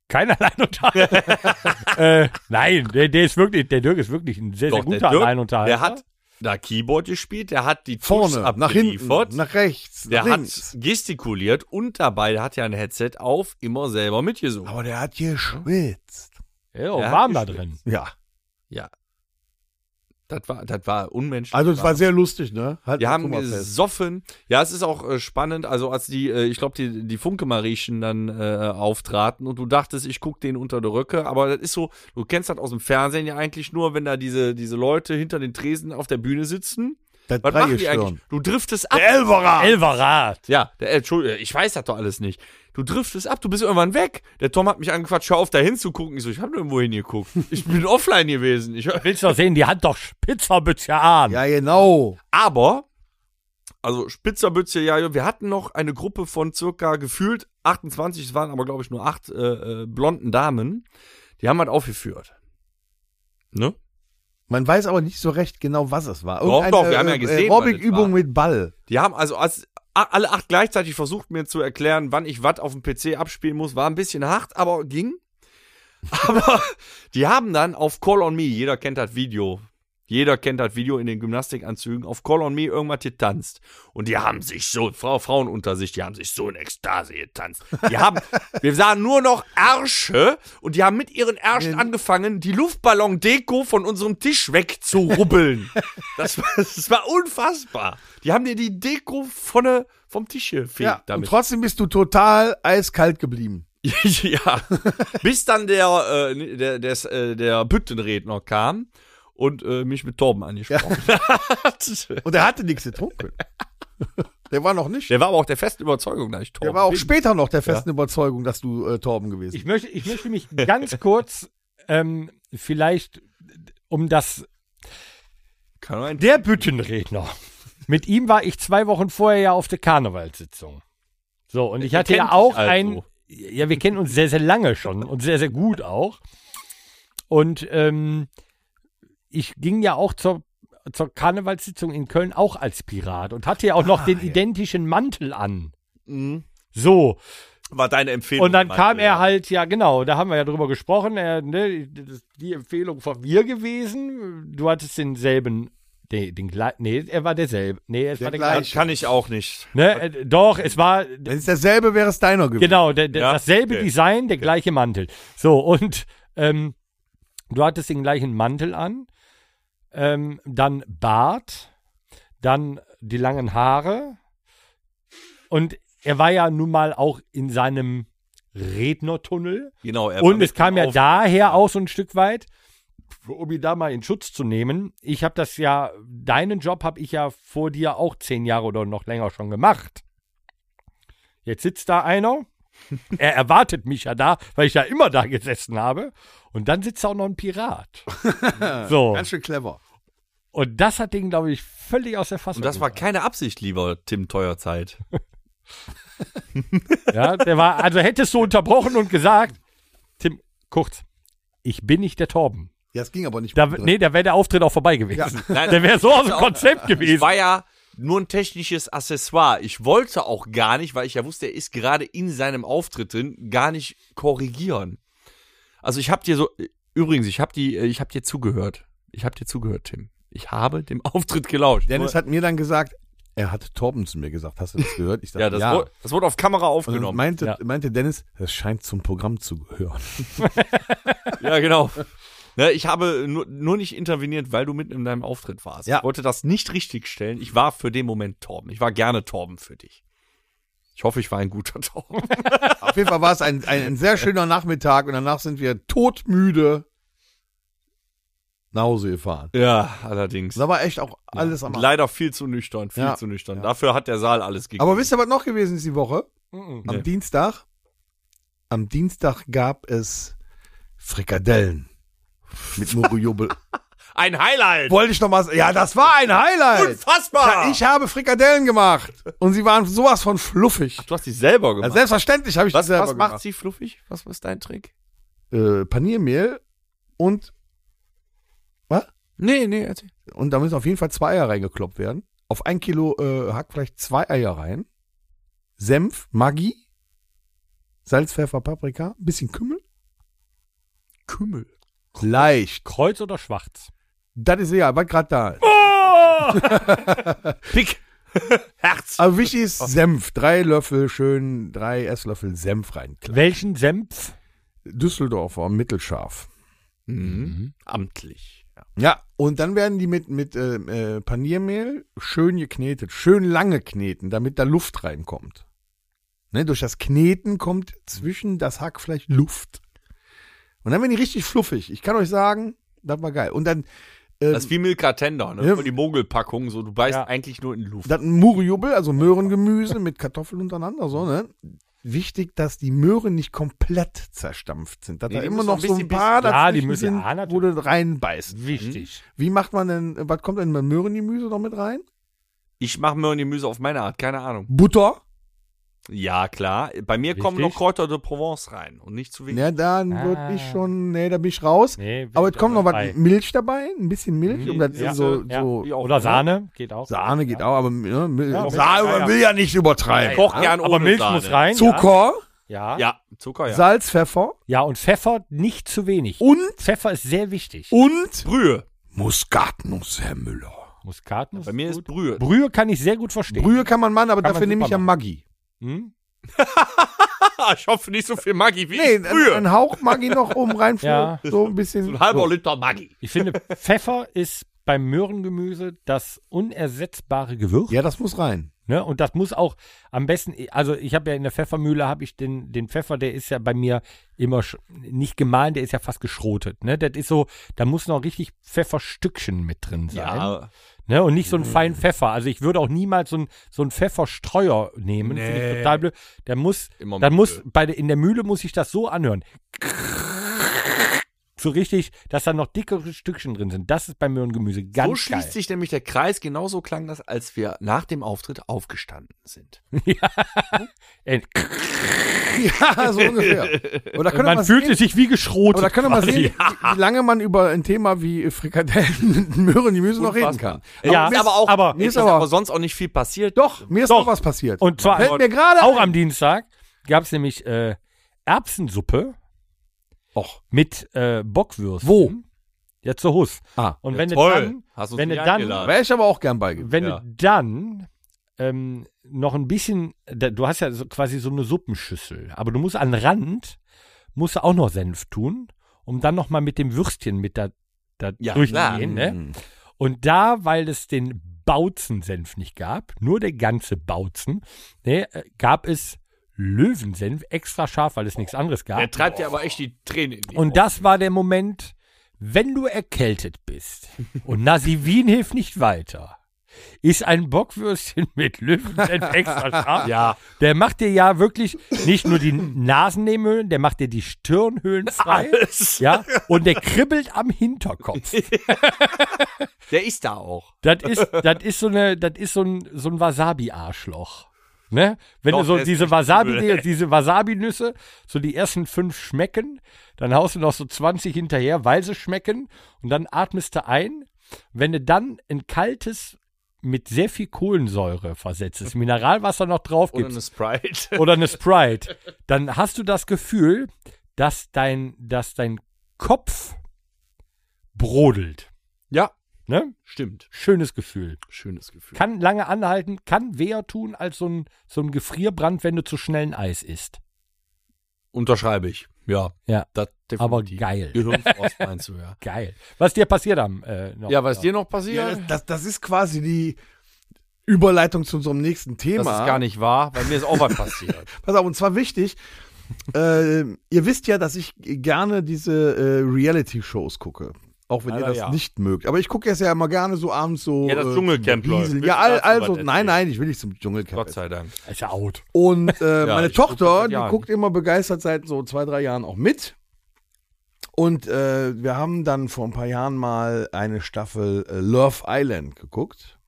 [SPEAKER 2] kein Alleinunterhalter. äh, nein, der, der ist wirklich, der Dirk ist wirklich ein sehr, sehr
[SPEAKER 3] Doch, der
[SPEAKER 2] guter
[SPEAKER 3] Dirk,
[SPEAKER 2] Alleinunterhalter.
[SPEAKER 3] Der hat da Keyboard gespielt, der hat die Tuschs
[SPEAKER 4] Vorne, nach hinten,
[SPEAKER 3] abgeliefert,
[SPEAKER 4] nach rechts,
[SPEAKER 3] der
[SPEAKER 4] nach
[SPEAKER 3] hat
[SPEAKER 4] links.
[SPEAKER 3] gestikuliert und dabei hat ja ein Headset auf, immer selber mitgesungen.
[SPEAKER 4] Aber der hat geschwitzt.
[SPEAKER 2] ja,
[SPEAKER 3] der
[SPEAKER 2] warm da
[SPEAKER 3] hat
[SPEAKER 2] drin.
[SPEAKER 4] Ja.
[SPEAKER 3] Ja. Das war, das war unmenschlich.
[SPEAKER 4] Also es war sehr lustig, ne? Halt
[SPEAKER 3] Wir haben
[SPEAKER 4] fest.
[SPEAKER 3] gesoffen. Ja, es ist auch äh, spannend. Also als die, äh, ich glaube, die, die Funke-Mariechen dann äh, auftraten und du dachtest, ich guck den unter der Röcke, aber das ist so, du kennst das aus dem Fernsehen ja eigentlich nur, wenn da diese, diese Leute hinter den Tresen auf der Bühne sitzen.
[SPEAKER 4] Das
[SPEAKER 3] Was machen die
[SPEAKER 4] Dreigestirn.
[SPEAKER 3] eigentlich? Du driftest ab.
[SPEAKER 4] Elverer!
[SPEAKER 2] Elverrat.
[SPEAKER 3] Ja, der, äh, Entschuldigung, ich weiß das doch alles nicht. Du driftest ab, du bist irgendwann weg. Der Tom hat mich angequatscht, hör auf, da hinzugucken. Ich so, ich hab nirgendwo hingeguckt. Ich bin offline gewesen. Ich,
[SPEAKER 2] Willst du doch sehen, die hat doch Spitzerbütze an.
[SPEAKER 4] Ja, genau.
[SPEAKER 3] Aber, also Spitzerbütze, ja, wir hatten noch eine Gruppe von circa gefühlt 28, es waren aber glaube ich nur acht äh, äh, blonden Damen. Die haben halt aufgeführt. Ne?
[SPEAKER 4] Man weiß aber nicht so recht genau, was es war.
[SPEAKER 3] Doch, doch, wir haben ja gesehen, was es war.
[SPEAKER 4] Aerobic-Übung mit Ball.
[SPEAKER 3] Die haben also als, a- alle acht gleichzeitig versucht, mir zu erklären, wann ich was auf dem PC abspielen muss. War ein bisschen hart, aber ging. Aber die haben dann auf Call on Me, jeder kennt das Video. Jeder kennt das Video in den Gymnastikanzügen, auf Call on Me irgendwas getanzt. Und die haben sich so, Frau, Frauen unter sich, die haben sich so in Ekstase getanzt. Die haben, wir sahen nur noch Ärsche und die haben mit ihren Ärschen angefangen, die Luftballon-Deko von unserem Tisch wegzurubbeln. das, war, das war unfassbar. Die haben dir die Deko von, der- vom Tisch gefegt
[SPEAKER 4] Ja, und
[SPEAKER 3] damit.
[SPEAKER 4] trotzdem bist du total eiskalt geblieben.
[SPEAKER 3] ja, bis dann der, äh, nee, der, der, äh, der Büttenredner kam und äh, mich mit Torben angesprochen hat.
[SPEAKER 4] Und er hatte nichts getrunken. der war noch nicht.
[SPEAKER 3] Der war aber auch der festen Überzeugung, dass ich Torben
[SPEAKER 4] Der war auch
[SPEAKER 3] bin.
[SPEAKER 4] später noch der festen Überzeugung, dass du äh, Torben gewesen
[SPEAKER 2] Ich möchte, ich möchte mich ganz kurz ähm, vielleicht um das
[SPEAKER 3] Kann man
[SPEAKER 2] Der Büttenredner. Mit ihm war ich zwei Wochen vorher ja auf der Karnevalssitzung. So, und ich
[SPEAKER 3] Er
[SPEAKER 2] hatte ja
[SPEAKER 3] kennt
[SPEAKER 2] auch
[SPEAKER 3] dich also.
[SPEAKER 2] ein. Ja, wir kennen uns sehr, sehr lange schon und sehr, sehr gut auch. Und ähm, ich ging ja auch zur, zur Karnevalssitzung in Köln auch als Pirat und hatte Ah, ja Mhm. auch noch den identischen Mantel an. So,
[SPEAKER 3] war deine Empfehlung.
[SPEAKER 2] und dann kam
[SPEAKER 3] Michael.
[SPEAKER 2] er halt, ja genau, da haben wir ja drüber gesprochen, er, ne, das ist die Empfehlung von mir gewesen, du hattest denselben, den, den gleich- nee, er war derselbe, nee, es
[SPEAKER 4] Der
[SPEAKER 2] war der
[SPEAKER 4] gleiche.
[SPEAKER 2] gleiche.
[SPEAKER 3] Das kann ich auch nicht.
[SPEAKER 2] Ne, äh, doch, es war,
[SPEAKER 4] Wenn es derselbe wäre, es deiner gewesen.
[SPEAKER 2] genau, der, der,
[SPEAKER 3] Ja,
[SPEAKER 2] dasselbe
[SPEAKER 3] okay.
[SPEAKER 2] Design, der gleiche Mantel. So, und ähm, du hattest den gleichen Mantel an, ähm, dann Bart, dann die langen Haare und er war ja nun mal auch in seinem Rednertunnel.
[SPEAKER 3] Genau, er war
[SPEAKER 2] Und
[SPEAKER 3] mit
[SPEAKER 2] es kam ja
[SPEAKER 3] auf-
[SPEAKER 2] daher auch so ein Stück weit, um ihn da mal in Schutz zu nehmen. Ich habe das ja, deinen Job habe ich ja vor dir auch zehn Jahre oder noch länger schon gemacht. Jetzt sitzt da einer. Er erwartet mich ja da, weil ich ja immer da gesessen habe. Und dann sitzt auch noch ein Pirat. so.
[SPEAKER 4] Ganz schön clever.
[SPEAKER 2] Und das hat den, glaube ich, völlig aus der Fassung.
[SPEAKER 3] Und das war
[SPEAKER 2] gebracht.
[SPEAKER 3] keine Absicht, lieber Tim Teuerzeit.
[SPEAKER 2] Ja, der war, also hättest du unterbrochen und gesagt, Tim, kurz, ich bin nicht der Torben.
[SPEAKER 4] Ja, es ging aber nicht.
[SPEAKER 2] Da,
[SPEAKER 4] gut drin.
[SPEAKER 2] nee, da wäre der Auftritt auch vorbei gewesen.
[SPEAKER 3] Nein,
[SPEAKER 2] der wäre so aus dem
[SPEAKER 3] auch-
[SPEAKER 2] Konzept
[SPEAKER 3] Es
[SPEAKER 2] gewesen.
[SPEAKER 3] war ja nur ein technisches Accessoire. Ich wollte auch gar nicht, weil ich ja wusste, er ist gerade in seinem Auftritt drin, gar nicht korrigieren. Also ich habe dir so übrigens, ich habe die äh, ich habe dir zugehört. Ich habe dir zugehört, Tim. Ich habe dem Auftritt gelauscht.
[SPEAKER 4] Dennis hat mir dann gesagt, er hat Torben zu mir gesagt. Hast du das gehört? Ich
[SPEAKER 3] ja, Also das, Wurde, das wurde auf Kamera
[SPEAKER 4] Und dann
[SPEAKER 3] aufgenommen.
[SPEAKER 4] meinte,
[SPEAKER 2] Ja.
[SPEAKER 4] meinte Dennis, das scheint zum Programm zu gehören.
[SPEAKER 3] ja, genau. Ne, ich habe nur, nur nicht interveniert, weil du mitten in deinem Auftritt warst.
[SPEAKER 4] Ja.
[SPEAKER 3] Ich wollte das nicht richtigstellen. Ich war für den Moment Torben. Ich war gerne Torben für dich. Ich hoffe, ich war ein guter Torben.
[SPEAKER 4] Auf jeden Fall war es ein, ein, ein sehr schöner Nachmittag und danach sind wir todmüde nach Hause gefahren.
[SPEAKER 3] ja, allerdings.
[SPEAKER 4] Das war echt auch alles am Arsch.
[SPEAKER 3] Leider viel zu nüchtern, viel
[SPEAKER 4] Ja.
[SPEAKER 3] zu nüchtern. Dafür hat der Saal alles gegeben.
[SPEAKER 4] Aber wisst ihr, was noch gewesen ist die Woche?
[SPEAKER 2] Mhm.
[SPEAKER 4] Am
[SPEAKER 3] Nee.
[SPEAKER 4] Dienstag? Am Dienstag gab es Frikadellen. Mit Morujubel.
[SPEAKER 3] ein Highlight!
[SPEAKER 4] Wollte ich noch mal. Ja, das war ein Highlight.
[SPEAKER 3] Unfassbar!
[SPEAKER 4] Ja, Ich habe Frikadellen gemacht. Und sie waren sowas von fluffig.
[SPEAKER 3] du hast dich selber
[SPEAKER 4] Ja,
[SPEAKER 3] gemacht.
[SPEAKER 4] selbstverständlich habe ich
[SPEAKER 3] was,
[SPEAKER 4] das selber
[SPEAKER 3] was macht
[SPEAKER 4] gemacht.
[SPEAKER 3] sie fluffig? Was ist dein Trick?
[SPEAKER 4] Äh, Paniermehl und
[SPEAKER 3] Nee, nee, erzähl.
[SPEAKER 4] Und da müssen auf jeden Fall zwei Eier reingekloppt werden. Auf ein Kilo äh, Hackfleisch zwei Eier rein. Senf, Maggi, Salz, Pfeffer, Paprika, ein bisschen Kümmel.
[SPEAKER 3] Kümmel.
[SPEAKER 4] Leicht.
[SPEAKER 2] Kreuz oder schwarz?
[SPEAKER 4] Das ist egal, was gerade da
[SPEAKER 3] Oh!
[SPEAKER 4] ist.
[SPEAKER 3] Pick! Herz!
[SPEAKER 4] Aber wichtig ist
[SPEAKER 3] Oh.
[SPEAKER 4] Senf. Drei Löffel, schön drei Esslöffel Senf rein.
[SPEAKER 2] Welchen Senf?
[SPEAKER 4] Düsseldorfer, mittelscharf.
[SPEAKER 3] Mhm. Amtlich.
[SPEAKER 4] Ähm, Ja, und dann werden die mit, mit ähm, äh, Paniermehl schön geknetet, schön lange kneten, damit da Luft reinkommt. Ne, durch das Kneten kommt zwischen das Hackfleisch Luft. Und dann werden die richtig fluffig. Ich kann euch sagen, das war geil. Und dann ähm,
[SPEAKER 3] Das ist wie Milka Tender, ne?
[SPEAKER 4] Ja.
[SPEAKER 3] Und die Mogelpackung, so du beißt
[SPEAKER 2] Ja.
[SPEAKER 3] eigentlich nur in Luft.
[SPEAKER 4] dann Murjubel, also Möhrengemüse mit Kartoffeln untereinander, so, ne? Wichtig, dass die Möhren nicht komplett zerstampft sind. Dass
[SPEAKER 3] Nee,
[SPEAKER 4] da
[SPEAKER 3] die
[SPEAKER 4] immer
[SPEAKER 3] müssen
[SPEAKER 4] noch
[SPEAKER 3] ein
[SPEAKER 4] so
[SPEAKER 3] bisschen-
[SPEAKER 4] ein paar
[SPEAKER 2] Ja, die
[SPEAKER 4] dazwischen
[SPEAKER 2] müssen-
[SPEAKER 4] sind,
[SPEAKER 2] ja, natürlich.
[SPEAKER 4] wo du reinbeißt.
[SPEAKER 2] Wichtig.
[SPEAKER 4] Wie macht man denn, was kommt denn mit Möhrengemüse noch mit rein?
[SPEAKER 3] Ich mache Möhrengemüse auf meine Art, keine Ahnung.
[SPEAKER 4] Butter.
[SPEAKER 3] Ja, klar. Bei mir kommen
[SPEAKER 2] Richtig.
[SPEAKER 3] noch Kräuter de Provence rein und nicht zu wenig.
[SPEAKER 4] Ja, dann
[SPEAKER 2] Ah.
[SPEAKER 4] würd ich schon, nee, da bin ich raus.
[SPEAKER 2] Nee, will
[SPEAKER 4] Aber
[SPEAKER 2] ich
[SPEAKER 4] es kommt noch was,
[SPEAKER 2] dabei.
[SPEAKER 4] Milch dabei, ein bisschen Milch,
[SPEAKER 3] Mhm.
[SPEAKER 4] um das
[SPEAKER 2] Ja,
[SPEAKER 4] so,
[SPEAKER 2] ja.
[SPEAKER 4] so
[SPEAKER 3] Wie auch
[SPEAKER 2] Oder
[SPEAKER 3] immer.
[SPEAKER 2] Sahne, geht auch.
[SPEAKER 4] Sahne geht auch, aber ne, Milch,
[SPEAKER 2] Ja,
[SPEAKER 4] Sahne,
[SPEAKER 2] ja, ja.
[SPEAKER 4] man will ja nicht übertreiben.
[SPEAKER 3] Ich koch gern
[SPEAKER 2] Aber
[SPEAKER 3] ohne
[SPEAKER 2] Milch
[SPEAKER 3] Sahne.
[SPEAKER 2] muss rein.
[SPEAKER 4] Zucker,
[SPEAKER 2] Ja. Ja.
[SPEAKER 3] Ja, Zucker, ja.
[SPEAKER 4] Salz, Pfeffer
[SPEAKER 2] ja, und Pfeffer nicht zu wenig.
[SPEAKER 4] und
[SPEAKER 2] Pfeffer ist sehr wichtig.
[SPEAKER 4] und
[SPEAKER 3] Brühe.
[SPEAKER 4] Muskatnuss, Herr Müller.
[SPEAKER 2] Muskatnuss.
[SPEAKER 3] Bei mir ist
[SPEAKER 2] gut.
[SPEAKER 3] Brühe.
[SPEAKER 2] Brühe kann ich sehr gut verstehen.
[SPEAKER 4] Brühe kann man machen, aber
[SPEAKER 2] Kann man
[SPEAKER 4] dafür nehme ich
[SPEAKER 2] super
[SPEAKER 4] ja Maggi.
[SPEAKER 2] Hm?
[SPEAKER 3] Ah, ich hoffe nicht so viel Maggi wie
[SPEAKER 4] Nee,
[SPEAKER 3] ich. Brühe.
[SPEAKER 4] ein, ein Hauch Maggi noch oben rein,
[SPEAKER 2] Ja.
[SPEAKER 4] so ein bisschen.
[SPEAKER 3] so ein halber
[SPEAKER 4] so.
[SPEAKER 3] Liter Maggi.
[SPEAKER 2] Ich finde, Pfeffer ist beim Möhrengemüse das unersetzbare Gewürz.
[SPEAKER 4] Ja, das muss rein.
[SPEAKER 2] Ne? Und das muss auch am besten, also ich habe ja in der Pfeffermühle, habe ich den, den Pfeffer, der ist ja bei mir immer sch- nicht gemahlen, der ist ja fast geschrotet. Ne? Das ist so, da muss noch richtig Pfefferstückchen mit drin sein. Ne? Und nicht so einen
[SPEAKER 4] mm.
[SPEAKER 2] feinen Pfeffer. Also ich würde auch niemals so einen, so einen Pfefferstreuer nehmen. Nee. Finde ich
[SPEAKER 3] Nee.
[SPEAKER 2] total blöd. Der muss,
[SPEAKER 3] Immer
[SPEAKER 2] dann
[SPEAKER 3] Mühle.
[SPEAKER 2] muss, bei, der- in der Mühle muss ich das so anhören. So richtig, dass da noch dickere Stückchen drin sind. Das ist bei Möhrengemüse ganz
[SPEAKER 3] so schließt
[SPEAKER 2] geil.
[SPEAKER 3] sich nämlich der Kreis. Genauso klang das, als wir nach dem Auftritt aufgestanden sind.
[SPEAKER 2] Ey,
[SPEAKER 4] Ja, so ungefähr. Oder könnte
[SPEAKER 2] Man fühlte sich wie geschrotet.
[SPEAKER 4] Aber da können wir mal
[SPEAKER 2] quasi.
[SPEAKER 4] sehen, wie wie lange man über ein Thema wie Frikadellen und Möhren, die müssen noch reden kann.
[SPEAKER 2] Ja,
[SPEAKER 3] ist aber auch,
[SPEAKER 2] aber-
[SPEAKER 3] mir ist
[SPEAKER 4] aber-
[SPEAKER 3] aber, sonst auch nicht viel passiert.
[SPEAKER 4] Doch, mir ist
[SPEAKER 2] Doch.
[SPEAKER 4] noch was passiert.
[SPEAKER 2] Und zwar
[SPEAKER 4] fällt mir gerade
[SPEAKER 2] auch
[SPEAKER 4] ein.
[SPEAKER 2] am Dienstag gab es nämlich äh, Erbsensuppe
[SPEAKER 4] Och.
[SPEAKER 2] mit äh, Bockwürsten.
[SPEAKER 4] Wo?
[SPEAKER 2] Ja, zur Hus.
[SPEAKER 4] Ah,
[SPEAKER 2] Und
[SPEAKER 3] Ja,
[SPEAKER 2] wenn du
[SPEAKER 3] toll.
[SPEAKER 2] dann,
[SPEAKER 3] Hast uns
[SPEAKER 2] wenn du
[SPEAKER 3] nicht
[SPEAKER 2] dann,
[SPEAKER 3] eingeladen.
[SPEAKER 4] wäre ich aber auch gern bei gewesen.
[SPEAKER 2] wenn
[SPEAKER 3] Ja.
[SPEAKER 2] du dann ähm, noch ein bisschen, da, du hast ja so, quasi so eine Suppenschüssel, aber du musst an den Rand, musst du auch noch Senf tun, um dann nochmal mit dem Würstchen mit da, da
[SPEAKER 3] Ja,
[SPEAKER 2] durchzugehen. Ne? Und da, weil es den Bautzen-Senf nicht gab, nur der ganze Bautzen, ne, äh, gab es Löwensenf extra scharf, weil es nichts anderes
[SPEAKER 3] Der
[SPEAKER 2] gab.
[SPEAKER 3] treibt dir aber echt die Tränen in die
[SPEAKER 2] Und das war der Moment, wenn du erkältet bist und Nasivin hilft nicht weiter, ist ein Bockwürstchen mit Löwensenf extra scharf.
[SPEAKER 3] Ja.
[SPEAKER 2] Der macht dir ja wirklich nicht nur die Nasennebenhöhlen, der macht dir die Stirnhöhlen frei.
[SPEAKER 3] Alles.
[SPEAKER 2] Ja, und der kribbelt am Hinterkopf.
[SPEAKER 3] Der ist da auch.
[SPEAKER 2] Das ist, das ist so eine, das ist so ein, so ein Wasabi-Arschloch. Ne? Wenn du
[SPEAKER 3] Doch,
[SPEAKER 2] so
[SPEAKER 3] der ist
[SPEAKER 2] diese
[SPEAKER 3] echt
[SPEAKER 2] Wasabi,
[SPEAKER 3] übel.
[SPEAKER 2] diese Wasabi-Nüsse, so die ersten fünf schmecken, dann haust du noch so 20 hinterher, weil sie schmecken, und dann atmest du ein. Wenn du dann ein kaltes mit sehr viel Kohlensäure versetztes Mineralwasser noch drauf
[SPEAKER 3] Oder
[SPEAKER 2] gibst
[SPEAKER 3] eine Sprite.
[SPEAKER 2] oder eine Sprite, dann hast du das Gefühl, dass dein, dass dein Kopf brodelt.
[SPEAKER 3] Ja,
[SPEAKER 2] Ne?
[SPEAKER 3] stimmt.
[SPEAKER 2] Schönes Gefühl.
[SPEAKER 3] Schönes Gefühl.
[SPEAKER 2] Kann lange anhalten, kann weher tun als so ein, so ein Gefrierbrand, wenn du zu schnell ein Eis isst.
[SPEAKER 3] Unterschreibe ich. Ja,
[SPEAKER 2] Ja.
[SPEAKER 3] das
[SPEAKER 2] Aber
[SPEAKER 3] definitiv.
[SPEAKER 2] geil.
[SPEAKER 3] Gehirnfrost meinst du, ja.
[SPEAKER 2] Geil. Was dir passiert am äh, noch?
[SPEAKER 3] Ja, was dir noch
[SPEAKER 4] Ja,
[SPEAKER 3] passiert?
[SPEAKER 4] das, das, das ist quasi die Überleitung zu unserem nächsten Thema.
[SPEAKER 3] das ist gar nicht wahr, bei mir ist auch was passiert.
[SPEAKER 4] Pass auf, und zwar wichtig. äh, ihr wisst ja, dass ich gerne diese äh, Reality-Shows gucke. Auch wenn
[SPEAKER 3] Alter,
[SPEAKER 4] ihr das
[SPEAKER 3] ja.
[SPEAKER 4] nicht mögt. Aber ich gucke es ja immer gerne so abends so.
[SPEAKER 3] Ja, das
[SPEAKER 4] äh,
[SPEAKER 3] Dschungelcamp
[SPEAKER 4] zum
[SPEAKER 3] läuft.
[SPEAKER 4] Diesel.
[SPEAKER 3] Willst
[SPEAKER 4] Ja,
[SPEAKER 3] du
[SPEAKER 4] all,
[SPEAKER 3] dazu
[SPEAKER 4] also,
[SPEAKER 3] was
[SPEAKER 4] nein,
[SPEAKER 3] erzählen?
[SPEAKER 4] nein, ich will nicht zum Dschungelcamp.
[SPEAKER 3] Gott sei Dank.
[SPEAKER 2] Ist ja out.
[SPEAKER 4] Und äh,
[SPEAKER 3] Ja,
[SPEAKER 4] meine
[SPEAKER 3] ich guck das
[SPEAKER 4] Tochter,
[SPEAKER 3] seit
[SPEAKER 4] die
[SPEAKER 3] Jahren.
[SPEAKER 4] guckt immer begeistert seit so zwei, drei Jahren auch mit. Und äh, wir haben dann vor ein paar Jahren mal eine Staffel äh, Love Island geguckt,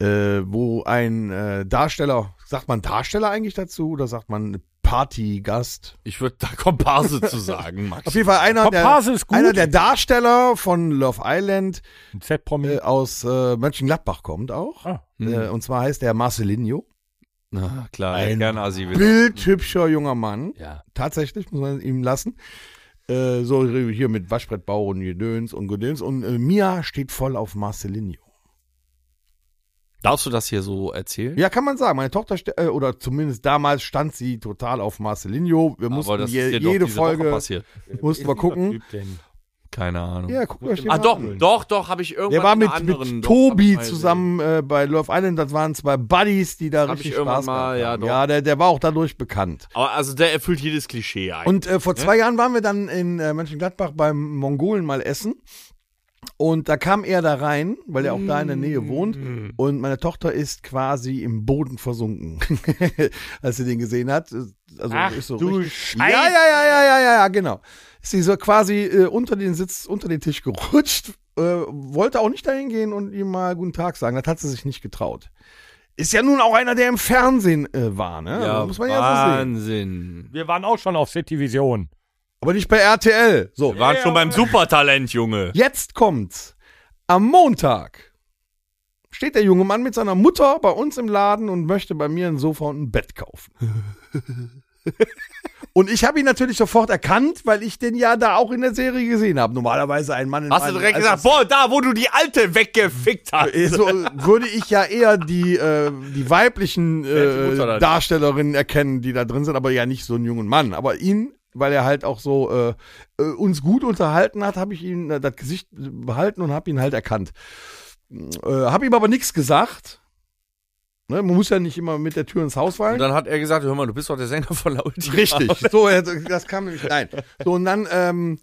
[SPEAKER 4] äh, wo ein äh, Darsteller, sagt man Darsteller eigentlich dazu oder sagt man Partygast?
[SPEAKER 3] Ich würde da Komparse zu sagen, Max.
[SPEAKER 4] Auf jeden Fall einer, der,
[SPEAKER 2] Komparse ist gut.
[SPEAKER 4] einer der Darsteller von Love Island
[SPEAKER 2] Ein Z-Promi.
[SPEAKER 4] äh, aus äh, Mönchengladbach kommt auch.
[SPEAKER 2] Mhm. ah.
[SPEAKER 4] Äh, und zwar heißt er Marcelinho.
[SPEAKER 3] Na, klar,
[SPEAKER 4] Ein
[SPEAKER 3] gerne Asi
[SPEAKER 2] Genau.
[SPEAKER 3] will.
[SPEAKER 4] Bildhübscher junger Mann.
[SPEAKER 2] Ja.
[SPEAKER 4] tatsächlich, muss man ihm lassen. Äh, so hier mit Waschbrettbau und Gedöns und Gedöns. Und äh, Mia steht voll auf Marcelinho.
[SPEAKER 3] Darfst du das hier so erzählen?
[SPEAKER 4] Ja, kann man sagen. Meine Tochter, ste- äh, oder zumindest damals stand sie total auf Marcelinho. Wir mussten
[SPEAKER 3] Aber das
[SPEAKER 4] je,
[SPEAKER 3] ist dir doch
[SPEAKER 4] jede
[SPEAKER 3] diese Woche
[SPEAKER 4] Folge,
[SPEAKER 3] passiert.
[SPEAKER 4] mussten wir gucken.
[SPEAKER 2] Typ, den-
[SPEAKER 3] Keine Ahnung.
[SPEAKER 4] Ja, guckt euch den
[SPEAKER 3] ah,
[SPEAKER 4] mal
[SPEAKER 3] doch,
[SPEAKER 4] an.
[SPEAKER 3] doch, doch, habe ich irgendwann
[SPEAKER 4] Der war
[SPEAKER 3] in einer
[SPEAKER 4] mit,
[SPEAKER 3] anderen-
[SPEAKER 4] mit
[SPEAKER 3] doch, hab ich
[SPEAKER 4] Tobi
[SPEAKER 3] mal
[SPEAKER 4] zusammen äh, bei Love Island. Das waren zwei Buddies, die da
[SPEAKER 3] Hab ich
[SPEAKER 4] richtig
[SPEAKER 3] irgendwann
[SPEAKER 4] Spaß
[SPEAKER 3] mal,
[SPEAKER 4] gehabt
[SPEAKER 3] ja,
[SPEAKER 4] haben.
[SPEAKER 3] doch.
[SPEAKER 4] ja der, der war auch dadurch bekannt.
[SPEAKER 3] gesehen. Aber also der erfüllt jedes Klischee eigentlich.
[SPEAKER 4] Und äh, vor zwei Jahren waren wir dann in äh, Mönchengladbach beim Mongolen mal essen. Und da kam er da rein, weil er auch da in der Nähe wohnt.
[SPEAKER 3] Mm.
[SPEAKER 4] Und meine Tochter ist quasi im Boden versunken, als sie den gesehen hat. Also
[SPEAKER 2] Ach,
[SPEAKER 4] ist so
[SPEAKER 2] du
[SPEAKER 4] richtig-
[SPEAKER 2] Scheiße.
[SPEAKER 4] Ja, ja, ja, ja, ja, ja, ja, genau. Ist sie so quasi äh, unter den Sitz, unter den Tisch gerutscht. Äh, wollte auch nicht dahin gehen und ihm mal guten Tag sagen. Das hat sie sich nicht getraut. Ist ja nun auch einer, der im Fernsehen äh, war, ne?
[SPEAKER 3] ja,
[SPEAKER 4] Also muss man ja so sehen.
[SPEAKER 3] Wahnsinn.
[SPEAKER 2] Wir waren auch schon auf Cityvision.
[SPEAKER 4] Aber nicht bei RTL. So.
[SPEAKER 3] Wir waren schon beim Supertalent, Junge.
[SPEAKER 4] Jetzt kommt's. Am Montag steht der junge Mann mit seiner Mutter bei uns im Laden und möchte bei mir ein Sofa und ein Bett kaufen. und ich habe ihn natürlich sofort erkannt, weil ich den ja da auch in der Serie gesehen habe. Normalerweise ein Mann in
[SPEAKER 3] Hast du
[SPEAKER 4] meinem
[SPEAKER 3] direkt
[SPEAKER 4] Alter-
[SPEAKER 3] gesagt, boah, da, wo du die alte weggefickt hast.
[SPEAKER 4] also Äh, so würde ich ja eher die, äh, die weiblichen
[SPEAKER 3] Welche
[SPEAKER 4] äh,
[SPEAKER 3] Mutter dann?
[SPEAKER 4] Darstellerinnen erkennen, die da drin sind, aber ja nicht so einen jungen Mann. Aber ihn, weil er halt auch so äh, äh, uns gut unterhalten hat, habe ich ihn äh, das Gesicht behalten und habe ihn halt erkannt. Äh, habe ihm aber nichts gesagt. Ne, man muss ja nicht immer mit der Tür ins Haus fallen.
[SPEAKER 3] Und dann hat er gesagt, hör mal, du bist doch der Sänger von La Ultima.
[SPEAKER 4] Richtig. So, äh, das kam nämlich rein. So, und dann ähm,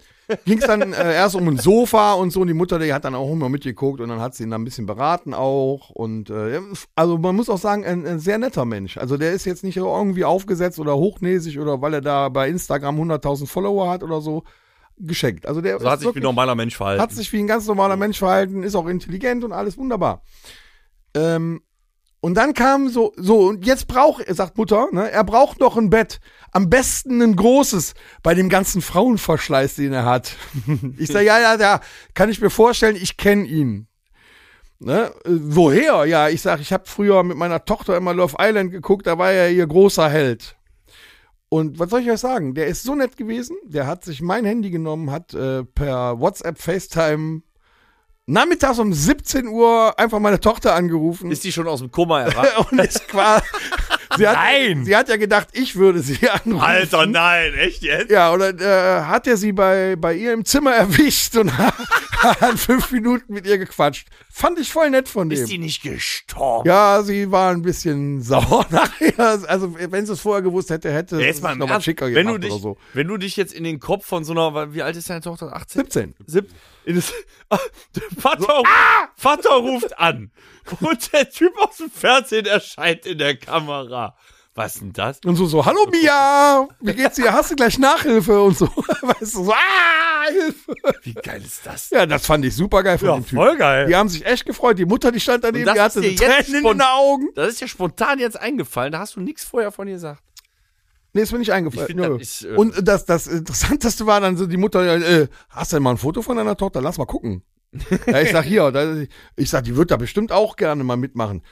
[SPEAKER 4] ging es dann äh, erst um ein Sofa und so. Und die Mutter, die hat dann auch immer mitgeguckt und dann hat sie ihn dann ein bisschen beraten auch. Und äh, ja, also man muss auch sagen, ein, ein sehr netter Mensch. Also der ist jetzt nicht irgendwie aufgesetzt oder hochnäsig oder weil er da bei Instagram 100.000 Follower hat oder so. Geschenkt. Also der
[SPEAKER 3] So
[SPEAKER 4] ist
[SPEAKER 3] hat sich wie ein
[SPEAKER 4] wirklich-
[SPEAKER 3] normaler Mensch verhalten.
[SPEAKER 4] hat sich wie ein ganz normaler Mensch verhalten, ist auch intelligent und alles wunderbar. Ähm, und dann kam so, so, und jetzt braucht, sagt Mutter, ne, er braucht noch ein Bett. Am besten ein großes, bei dem ganzen Frauenverschleiß, den er hat. ich sage, ja, ja, ja, kann ich mir vorstellen, ich kenne ihn. Ne? äh, Woher? Ja, ich sage, ich habe früher mit meiner Tochter immer Love Island geguckt, da war er ihr großer Held. Und was soll ich euch sagen? Der ist so nett gewesen, der hat sich mein Handy genommen, hat äh, per WhatsApp, FaceTime nachmittags um 17 Uhr einfach meine Tochter angerufen.
[SPEAKER 3] Ist die schon aus dem Koma erwacht?
[SPEAKER 4] und ist quasi. sie hat,
[SPEAKER 2] Nein!
[SPEAKER 4] Sie hat ja gedacht, ich würde sie anrufen.
[SPEAKER 3] Alter, ne. nein, echt jetzt?
[SPEAKER 4] Ja, oder äh, hat er sie bei, bei ihr im Zimmer erwischt und hat fünf Minuten mit ihr gequatscht. Fand ich voll nett von dem.
[SPEAKER 3] Ist die nicht gestorben?
[SPEAKER 4] Ja, sie war ein bisschen sauer nachher. Also, wenn sie es vorher gewusst hätte, hätte
[SPEAKER 3] Ja, jetzt mal
[SPEAKER 4] es
[SPEAKER 3] im
[SPEAKER 4] Äh, noch mal
[SPEAKER 3] Ernst,
[SPEAKER 4] schicker
[SPEAKER 3] wenn du,
[SPEAKER 4] gemacht
[SPEAKER 3] dich,
[SPEAKER 4] oder so.
[SPEAKER 3] wenn du dich jetzt in den Kopf von so einer, wie alt ist deine Tochter? 18?
[SPEAKER 4] 17.
[SPEAKER 3] Sieb, in das, Ah, Vater,
[SPEAKER 4] Ah!
[SPEAKER 3] Vater ruft an und der Typ aus dem Fernsehen erscheint in der Kamera. Was denn das?
[SPEAKER 4] Und so, so, hallo Mia, wie geht's dir? Hast du gleich Nachhilfe und so? Weißt du, so, ah, Hilfe.
[SPEAKER 3] Wie geil ist das?
[SPEAKER 4] Ja, das fand ich super geil von dem Typen.
[SPEAKER 2] voll geil.
[SPEAKER 4] Die haben sich echt gefreut. Die Mutter, die stand daneben,
[SPEAKER 3] Und das
[SPEAKER 4] die hatte
[SPEAKER 3] ist dir jetzt
[SPEAKER 4] Tränen in
[SPEAKER 3] spont-
[SPEAKER 4] den Augen.
[SPEAKER 3] Das ist ja spontan jetzt eingefallen, da hast du nichts vorher von gesagt.
[SPEAKER 4] Nee, ist mir nicht
[SPEAKER 3] Ich
[SPEAKER 4] eingefallen.
[SPEAKER 3] find,
[SPEAKER 4] Nö.
[SPEAKER 3] das ist, äh,
[SPEAKER 4] und das, das Interessanteste war dann so die Mutter, äh, hast du denn mal ein Foto von deiner Tochter? Lass mal gucken. ja, ich sag, hier, da, ich sag, die wird da bestimmt auch gerne mal mitmachen.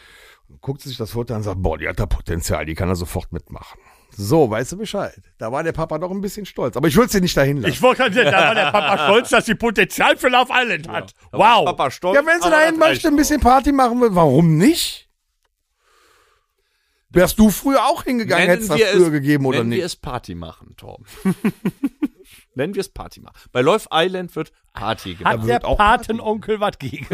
[SPEAKER 4] Und guckt sich das Foto an und sagt, boah, die hat da Potenzial, die kann da sofort mitmachen. So, weißt du Bescheid. Da war der Papa doch ein bisschen stolz. Aber ich würde sie nicht dahin lassen.
[SPEAKER 2] Ich wollte gerade sagen, da war der Papa stolz, dass sie Potenzial für Love Island hat. Wow.
[SPEAKER 3] Papa Ah. stolz.
[SPEAKER 4] ja, wenn sie
[SPEAKER 3] aber
[SPEAKER 4] dahin
[SPEAKER 3] das
[SPEAKER 4] möchte,
[SPEAKER 3] reicht
[SPEAKER 4] ein bisschen Party machen will, warum nicht?
[SPEAKER 3] auch.
[SPEAKER 4] Wärst du früher auch hingegangen, hättest das früher gegeben oder
[SPEAKER 3] nennen wir
[SPEAKER 4] nicht?
[SPEAKER 3] es Party machen, Torben. nennen wir es Party machen. Bei Love Island wird Party
[SPEAKER 2] Hat
[SPEAKER 3] gemacht.
[SPEAKER 2] der
[SPEAKER 4] auch
[SPEAKER 2] Patenonkel was gegen?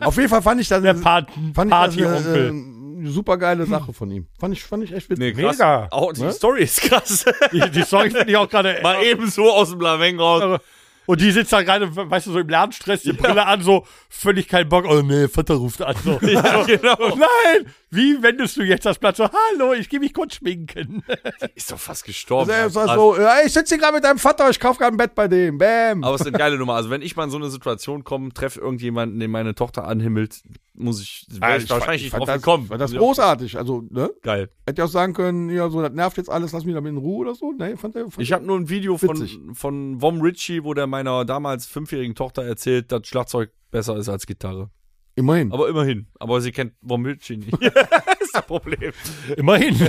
[SPEAKER 4] Auf jeden Fall fand ich das,
[SPEAKER 2] Der Paten
[SPEAKER 4] fand ich das
[SPEAKER 2] Partyonkel.
[SPEAKER 4] eine äh, super geile Sache von ihm. Fand ich, fand ich echt witzig.
[SPEAKER 2] krass. mega.
[SPEAKER 3] Auch
[SPEAKER 4] ne?
[SPEAKER 3] die Story ist krass.
[SPEAKER 2] Die, die Story finde ich auch gerade.
[SPEAKER 3] Mal eben so aus dem Lameng raus.
[SPEAKER 2] Und die sitzt da gerade, weißt du, so im Ladenstress, die Brille an, so völlig kein Bock. Oh nee, Vater ruft an. So.
[SPEAKER 3] Ja, genau.
[SPEAKER 2] Nein! Wie wendest du jetzt das Blatt so? Hallo, ich gehe mich kurz schminken.
[SPEAKER 3] Ist doch fast gestorben.
[SPEAKER 4] Also,
[SPEAKER 3] Krass.
[SPEAKER 4] so, ja, ich sitze hier gerade mit deinem Vater, ich kauf gerade ein Bett bei dem. Bam.
[SPEAKER 3] Aber es ist eine geile Nummer. Also wenn ich mal in so eine Situation komme, treffe irgendjemanden, den meine Tochter anhimmelt, muss ich,
[SPEAKER 4] Ah,
[SPEAKER 3] wär ich, wahrscheinlich nicht drauf
[SPEAKER 4] das,
[SPEAKER 3] gekommen.
[SPEAKER 4] fand das
[SPEAKER 3] Ja.
[SPEAKER 4] großartig. Also, ne?
[SPEAKER 3] Geil.
[SPEAKER 4] Hätte ja auch sagen können, ja, so, das nervt jetzt alles, lass mich damit in Ruhe oder so. Nee, fand er. Fand
[SPEAKER 3] Ich habe nur ein Video von,
[SPEAKER 4] Witzig.
[SPEAKER 3] von Vom Ritchie, wo der meiner damals fünfjährigen Tochter erzählt, dass Schlagzeug besser ist als Gitarre.
[SPEAKER 4] immerhin.
[SPEAKER 3] Aber immerhin. Aber sie kennt Vom Ritchie nicht. ist das Problem.
[SPEAKER 2] Immerhin.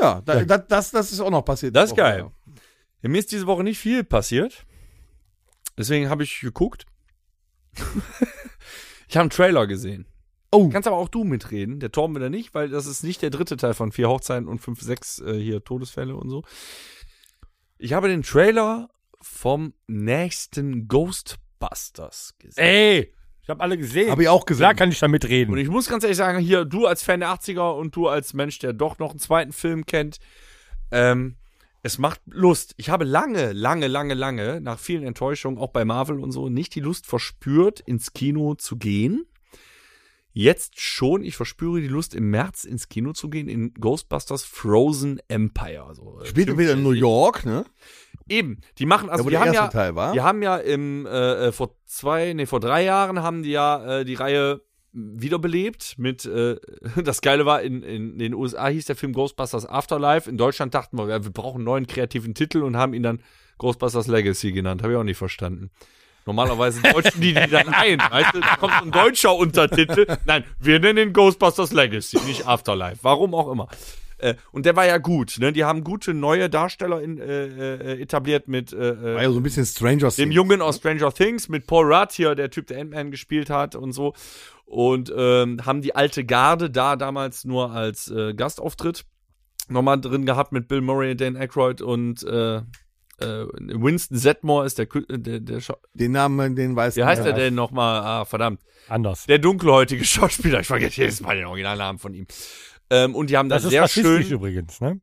[SPEAKER 4] ja, da, da, das, das ist auch noch passiert.
[SPEAKER 3] Das ist
[SPEAKER 4] Auch,
[SPEAKER 3] geil.
[SPEAKER 4] ja.
[SPEAKER 3] Ja, mir ist diese Woche nicht viel passiert. Deswegen habe ich geguckt. ich habe einen Trailer gesehen.
[SPEAKER 4] Oh.
[SPEAKER 3] Kannst aber auch du mitreden, der Torben wieder nicht, weil das ist nicht der dritte Teil von vier Hochzeiten und fünf, sechs äh, hier Todesfälle und so. Ich habe den Trailer vom nächsten Ghostbusters gesehen.
[SPEAKER 2] Ey, ich habe alle gesehen.
[SPEAKER 4] Habe ich auch gesehen.
[SPEAKER 2] Klar kann ich da
[SPEAKER 3] Und
[SPEAKER 2] mitreden.
[SPEAKER 3] ich muss ganz ehrlich sagen, hier, du als Fan der 80er und du als Mensch, der doch noch einen zweiten Film kennt, ähm, es macht Lust. Ich habe lange, lange, lange, lange, nach vielen Enttäuschungen, auch bei Marvel und so, nicht die Lust verspürt, ins Kino zu gehen. Jetzt schon, ich verspüre die Lust, im März ins Kino zu gehen, in Ghostbusters Frozen Empire. So. äh,
[SPEAKER 4] Spielt wieder in New York, ne?
[SPEAKER 3] Eben, die machen, also
[SPEAKER 4] wo
[SPEAKER 3] die
[SPEAKER 4] der
[SPEAKER 3] haben
[SPEAKER 4] erste
[SPEAKER 3] ja,
[SPEAKER 4] Teil war.
[SPEAKER 3] die haben ja im, äh, äh, vor zwei, nee, vor drei Jahren haben die ja äh, die Reihe wiederbelebt mit, äh, das Geile war, in, in den USA hieß der Film Ghostbusters Afterlife, in Deutschland dachten wir, ja, wir brauchen einen neuen kreativen Titel und haben ihn dann Ghostbusters Legacy genannt, habe ich auch nicht verstanden. Normalerweise deutschen die die dann ein, weißt du, da kommt so ein deutscher Untertitel. Nein, wir nennen ihn Ghostbusters Legacy, nicht Afterlife, warum auch immer. Äh, und der war ja gut, ne? Die haben gute neue Darsteller in, äh, äh, etabliert mit äh, äh,
[SPEAKER 4] War ja so ein bisschen Stranger
[SPEAKER 3] dem
[SPEAKER 4] Things.
[SPEAKER 3] Jungen aus Stranger Things mit Paul Rudd hier, der Typ, der Ant-Man gespielt hat und so. Und ähm, haben die alte Garde da damals nur als äh, Gastauftritt nochmal drin gehabt mit Bill Murray, Dan Aykroyd und äh, äh, Winston Zedmore ist der, Kü- äh, der, der Scha-
[SPEAKER 4] Den Namen, den weiß
[SPEAKER 3] Wie heißt
[SPEAKER 4] keiner.
[SPEAKER 3] er denn nochmal? Ah, verdammt.
[SPEAKER 2] Anders.
[SPEAKER 3] Der dunkelhäutige Schauspieler. Ich vergesse jedes Mal den Originalnamen von ihm. Ähm, und die haben da
[SPEAKER 2] Das ist
[SPEAKER 3] sehr schön
[SPEAKER 2] rassistisch übrigens, ne?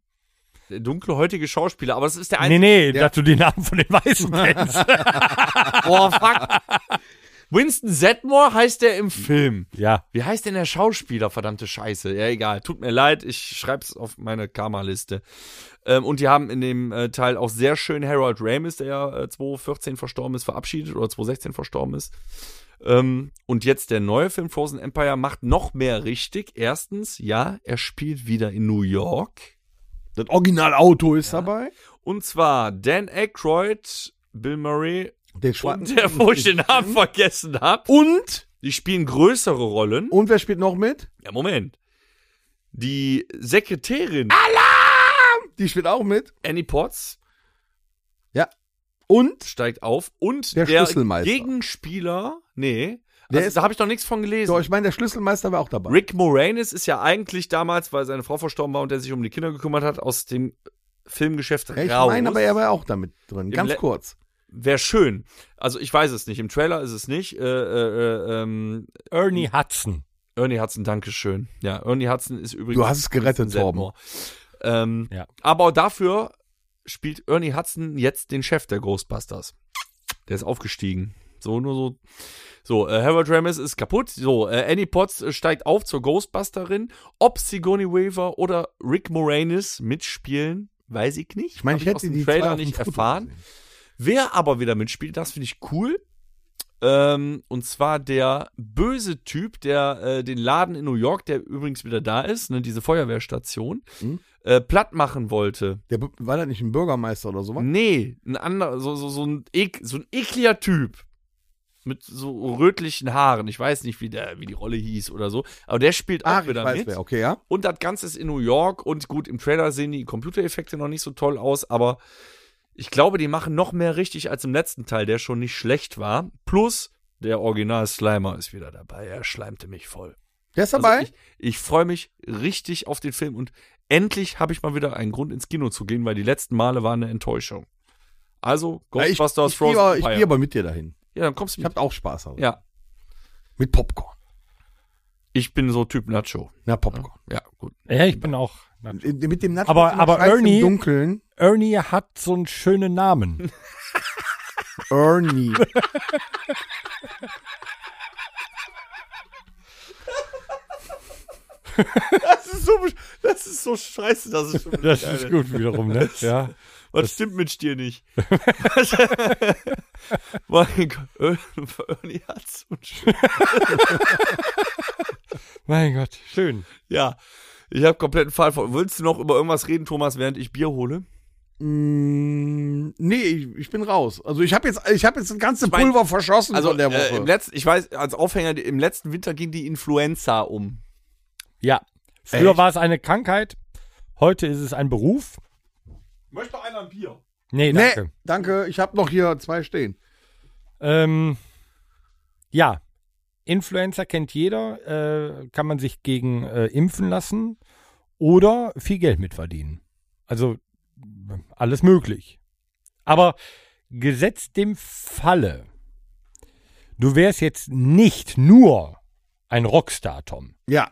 [SPEAKER 3] der dunkelhäutige Schauspieler, aber das ist der
[SPEAKER 2] Nee,
[SPEAKER 3] einzige.
[SPEAKER 2] nee, dass du die Namen von den Weißen kennst.
[SPEAKER 3] Boah, Oh, fuck. Winston Zedmore heißt der im Film.
[SPEAKER 2] ja.
[SPEAKER 3] Wie heißt denn der Schauspieler, verdammte Scheiße? Ja, egal. Tut mir leid, ich schreib's auf meine Karma-Liste. Ähm, und die haben in dem äh, Teil auch sehr schön Harold Ramis, der ja äh, 2014 verstorben ist, verabschiedet oder 2016 verstorben ist. Ähm, und jetzt der neue Film Frozen Empire macht noch mehr richtig. Erstens, ja, er spielt wieder in New York.
[SPEAKER 4] Das Originalauto ist dabei.
[SPEAKER 3] Und zwar Dan Aykroyd, Bill Murray,
[SPEAKER 4] Der Schwarze.
[SPEAKER 3] und der, wo ich den Namen vergessen hab.
[SPEAKER 4] Und?
[SPEAKER 3] Die spielen größere Rollen.
[SPEAKER 4] Und wer spielt noch mit?
[SPEAKER 3] Ja, Moment. Die Sekretärin
[SPEAKER 4] Die spielt auch mit.
[SPEAKER 3] Annie Potts
[SPEAKER 4] Und?
[SPEAKER 3] steigt auf und
[SPEAKER 4] Der Schlüsselmeister.
[SPEAKER 3] Gegenspieler, nee,
[SPEAKER 4] Der
[SPEAKER 3] also,
[SPEAKER 4] ist-
[SPEAKER 3] da habe ich doch nichts von gelesen.
[SPEAKER 4] Doch, ich meine, der Schlüsselmeister war auch dabei.
[SPEAKER 3] Rick Moranis ist ja eigentlich damals, weil seine Frau verstorben war und er sich um die Kinder gekümmert hat, aus dem Filmgeschäft
[SPEAKER 4] ja, ich
[SPEAKER 3] raus.
[SPEAKER 4] meine, aber er war auch damit drin. Ganz
[SPEAKER 3] Le-
[SPEAKER 4] kurz.
[SPEAKER 3] Wäre schön. Also ich weiß es nicht. Im Trailer ist es nicht. Äh, äh, äh, ähm,
[SPEAKER 2] Ernie Hudson.
[SPEAKER 3] Ernie Hudson, Dankeschön. Ja, Ernie Hudson ist übrigens.
[SPEAKER 4] Du hast es gerettet, Torben.
[SPEAKER 3] Ähm,
[SPEAKER 2] Ja.
[SPEAKER 3] Aber dafür spielt Ernie Hudson jetzt den Chef der Ghostbusters. Der ist aufgestiegen. So, nur so. So, äh, Harold Ramis ist kaputt. So, äh, Annie Potts äh, steigt auf zur Ghostbusterin. Ob Sigourney Weaver oder Rick Moranis mitspielen, weiß ich nicht.
[SPEAKER 4] Ich meine,
[SPEAKER 3] Hab
[SPEAKER 4] ich hätte
[SPEAKER 3] aus dem
[SPEAKER 4] die zwei
[SPEAKER 3] Trailer
[SPEAKER 4] auf dem
[SPEAKER 3] nicht
[SPEAKER 4] Foto
[SPEAKER 3] erfahren.
[SPEAKER 4] gesehen.
[SPEAKER 3] Wer aber wieder mitspielt, das finde ich cool. Ähm, und zwar der böse Typ, der äh, den Laden in New York, der übrigens wieder da ist, ne, diese Feuerwehrstation,
[SPEAKER 4] Hm?
[SPEAKER 3] äh, platt machen wollte.
[SPEAKER 4] Der B- war das nicht ein Bürgermeister oder sowas?
[SPEAKER 3] Nee, ein anderer, so, so, so, ein ek, so ein ekliger Typ. Mit so rötlichen Haaren. Ich weiß nicht, wie, der, wie die Rolle hieß oder so. Aber der spielt auch
[SPEAKER 4] Ach, ich
[SPEAKER 3] wieder
[SPEAKER 4] weiß
[SPEAKER 3] mit.
[SPEAKER 4] wer. Okay, ja.
[SPEAKER 3] Und das Ganze ist in New York und gut, im Trailer sehen die Computereffekte noch nicht so toll aus, aber ich glaube, die machen noch mehr richtig als im letzten Teil, der schon nicht schlecht war. Plus, der Original Slimer ist wieder dabei. Er schleimte mich voll.
[SPEAKER 4] Der ist
[SPEAKER 3] Also
[SPEAKER 4] dabei?
[SPEAKER 3] ich ich freue mich richtig auf den Film und endlich habe ich mal wieder einen Grund ins Kino zu gehen, weil die letzten Male waren eine Enttäuschung. Also,
[SPEAKER 4] Ja, ich,
[SPEAKER 3] Ghostbusters
[SPEAKER 4] ich,
[SPEAKER 3] Frozen
[SPEAKER 4] gehe aber, ich
[SPEAKER 3] Empire.
[SPEAKER 4] gehe aber mit dir dahin.
[SPEAKER 3] ja, dann kommst du
[SPEAKER 4] Ich
[SPEAKER 3] mit.
[SPEAKER 4] hab auch Spaß. Also.
[SPEAKER 3] Ja,
[SPEAKER 4] Mit Popcorn.
[SPEAKER 3] ich bin so Typ Nacho.
[SPEAKER 4] Na, Popcorn.
[SPEAKER 3] Ja, gut.
[SPEAKER 2] Ja, ich bin auch.
[SPEAKER 4] Äh, Mit dem Nacho
[SPEAKER 2] Aber-
[SPEAKER 4] zum
[SPEAKER 2] aber
[SPEAKER 4] Scheiß
[SPEAKER 2] Ernie-
[SPEAKER 4] im Dunkeln.
[SPEAKER 2] Ernie hat so einen schönen Namen.
[SPEAKER 4] Ernie.
[SPEAKER 3] Das ist so, besch- das ist so scheiße, das ist schon wieder
[SPEAKER 2] Das
[SPEAKER 3] geil.
[SPEAKER 2] ist gut wiederum, ne? Ja.
[SPEAKER 3] Was stimmt mit dir nicht? mein Gott, Er- Ernie hat so einen schönen-
[SPEAKER 2] Mein Gott, schön.
[SPEAKER 3] Ja, ich habe kompletten Fall von. Willst du noch über irgendwas reden, Thomas, während ich Bier hole?
[SPEAKER 4] Mm, nee, ich, ich bin raus. Also ich habe jetzt, ich habe jetzt das ganze
[SPEAKER 3] mein,
[SPEAKER 4] Pulver verschossen
[SPEAKER 3] Also
[SPEAKER 4] von der
[SPEAKER 3] Äh, im
[SPEAKER 4] Woche.
[SPEAKER 3] letzten, ich weiß, als Aufhänger, die- im letzten Winter ging die Influenza um.
[SPEAKER 2] Ja. Früher
[SPEAKER 4] Echt?
[SPEAKER 2] war es eine Krankheit, heute ist es ein Beruf.
[SPEAKER 3] Möchte einer ein Bier?
[SPEAKER 2] Nee,
[SPEAKER 4] nee,
[SPEAKER 2] danke.
[SPEAKER 4] danke. Ich habe noch hier zwei stehen.
[SPEAKER 2] Ähm, ja, Influencer kennt jeder, äh, kann man sich gegen äh, impfen lassen oder viel Geld mitverdienen. Also mh, alles möglich. Aber gesetzt dem Falle, du wärst jetzt nicht nur ein Rockstar, Tom,
[SPEAKER 4] Ja.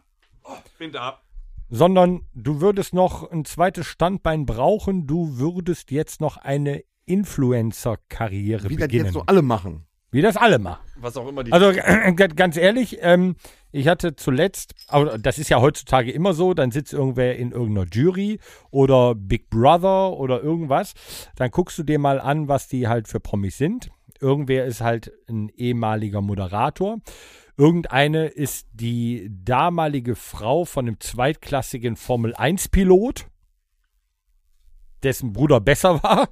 [SPEAKER 3] Bin da.
[SPEAKER 2] sondern du würdest noch ein zweites Standbein brauchen, du würdest jetzt noch eine Influencer-Karriere
[SPEAKER 4] Wie das
[SPEAKER 2] beginnen.
[SPEAKER 4] jetzt so alle machen.
[SPEAKER 2] Wie das alle machen.
[SPEAKER 3] Was auch immer die.
[SPEAKER 2] Also äh, g- ganz ehrlich, ähm, ich hatte zuletzt, aber das ist ja heutzutage immer so, dann sitzt irgendwer in irgendeiner Jury oder Big Brother oder irgendwas, dann guckst du dir mal an, was die halt für Promis sind. Irgendwer ist halt ein ehemaliger Moderator. Irgendeine ist die damalige Frau von einem zweitklassigen Formel-1-Pilot, dessen Bruder besser war.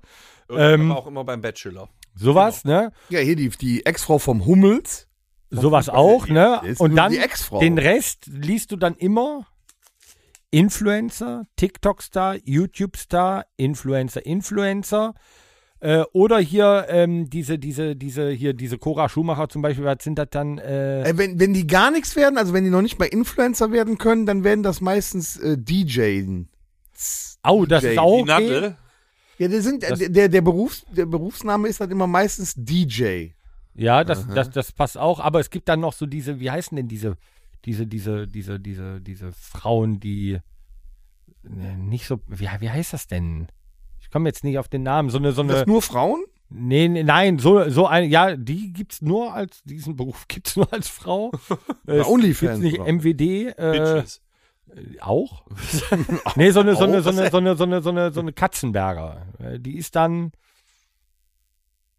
[SPEAKER 2] ähm,
[SPEAKER 3] war auch immer beim Bachelor. Genau.
[SPEAKER 2] Sowas, ne?
[SPEAKER 4] Ja, hier die, die Ex-Frau vom Hummels.
[SPEAKER 2] Sowas auch, ne?
[SPEAKER 4] Ist
[SPEAKER 2] Und
[SPEAKER 4] nur
[SPEAKER 2] dann
[SPEAKER 4] die Ex-Frau.
[SPEAKER 2] den Rest liest du dann immer Influencer, TikTok-Star, YouTube-Star, Influencer, Influencer. Äh, oder hier ähm, diese, diese, diese, hier, diese Cora Schumacher zum Beispiel, was sind das dann? Äh,
[SPEAKER 4] Äh, wenn, wenn die gar nichts werden, also wenn die noch nicht mal Influencer werden können, dann werden das meistens äh, DJs.
[SPEAKER 2] au, das
[SPEAKER 4] DJ,
[SPEAKER 2] ist auch.
[SPEAKER 3] Die
[SPEAKER 2] Okay.
[SPEAKER 3] Nadel.
[SPEAKER 4] Ja, der, sind, äh, der, der, Berufs, der Berufsname ist dann immer meistens DJ.
[SPEAKER 2] Ja, das, das, das passt auch, aber es gibt dann noch so diese, wie heißen denn diese, diese, diese, diese, diese, diese Frauen, die ne, nicht so, wie, wie heißt das denn? Ich komme jetzt nicht auf den Namen, so eine, so
[SPEAKER 4] Sind
[SPEAKER 2] eine.
[SPEAKER 4] das nur Frauen?
[SPEAKER 2] Nee, nee, nein, so, so eine, ja, die gibt's nur als, diesen Beruf gibt's nur als Frau. Äh, Gibt's
[SPEAKER 4] Onlyfans,
[SPEAKER 2] nicht
[SPEAKER 4] oder?
[SPEAKER 2] MWD, äh,
[SPEAKER 3] Bitches.
[SPEAKER 2] auch? nee, so eine, so eine,
[SPEAKER 4] Auch?
[SPEAKER 2] so eine, so eine, so eine, so eine, so eine Katzenberger. Äh, Die ist dann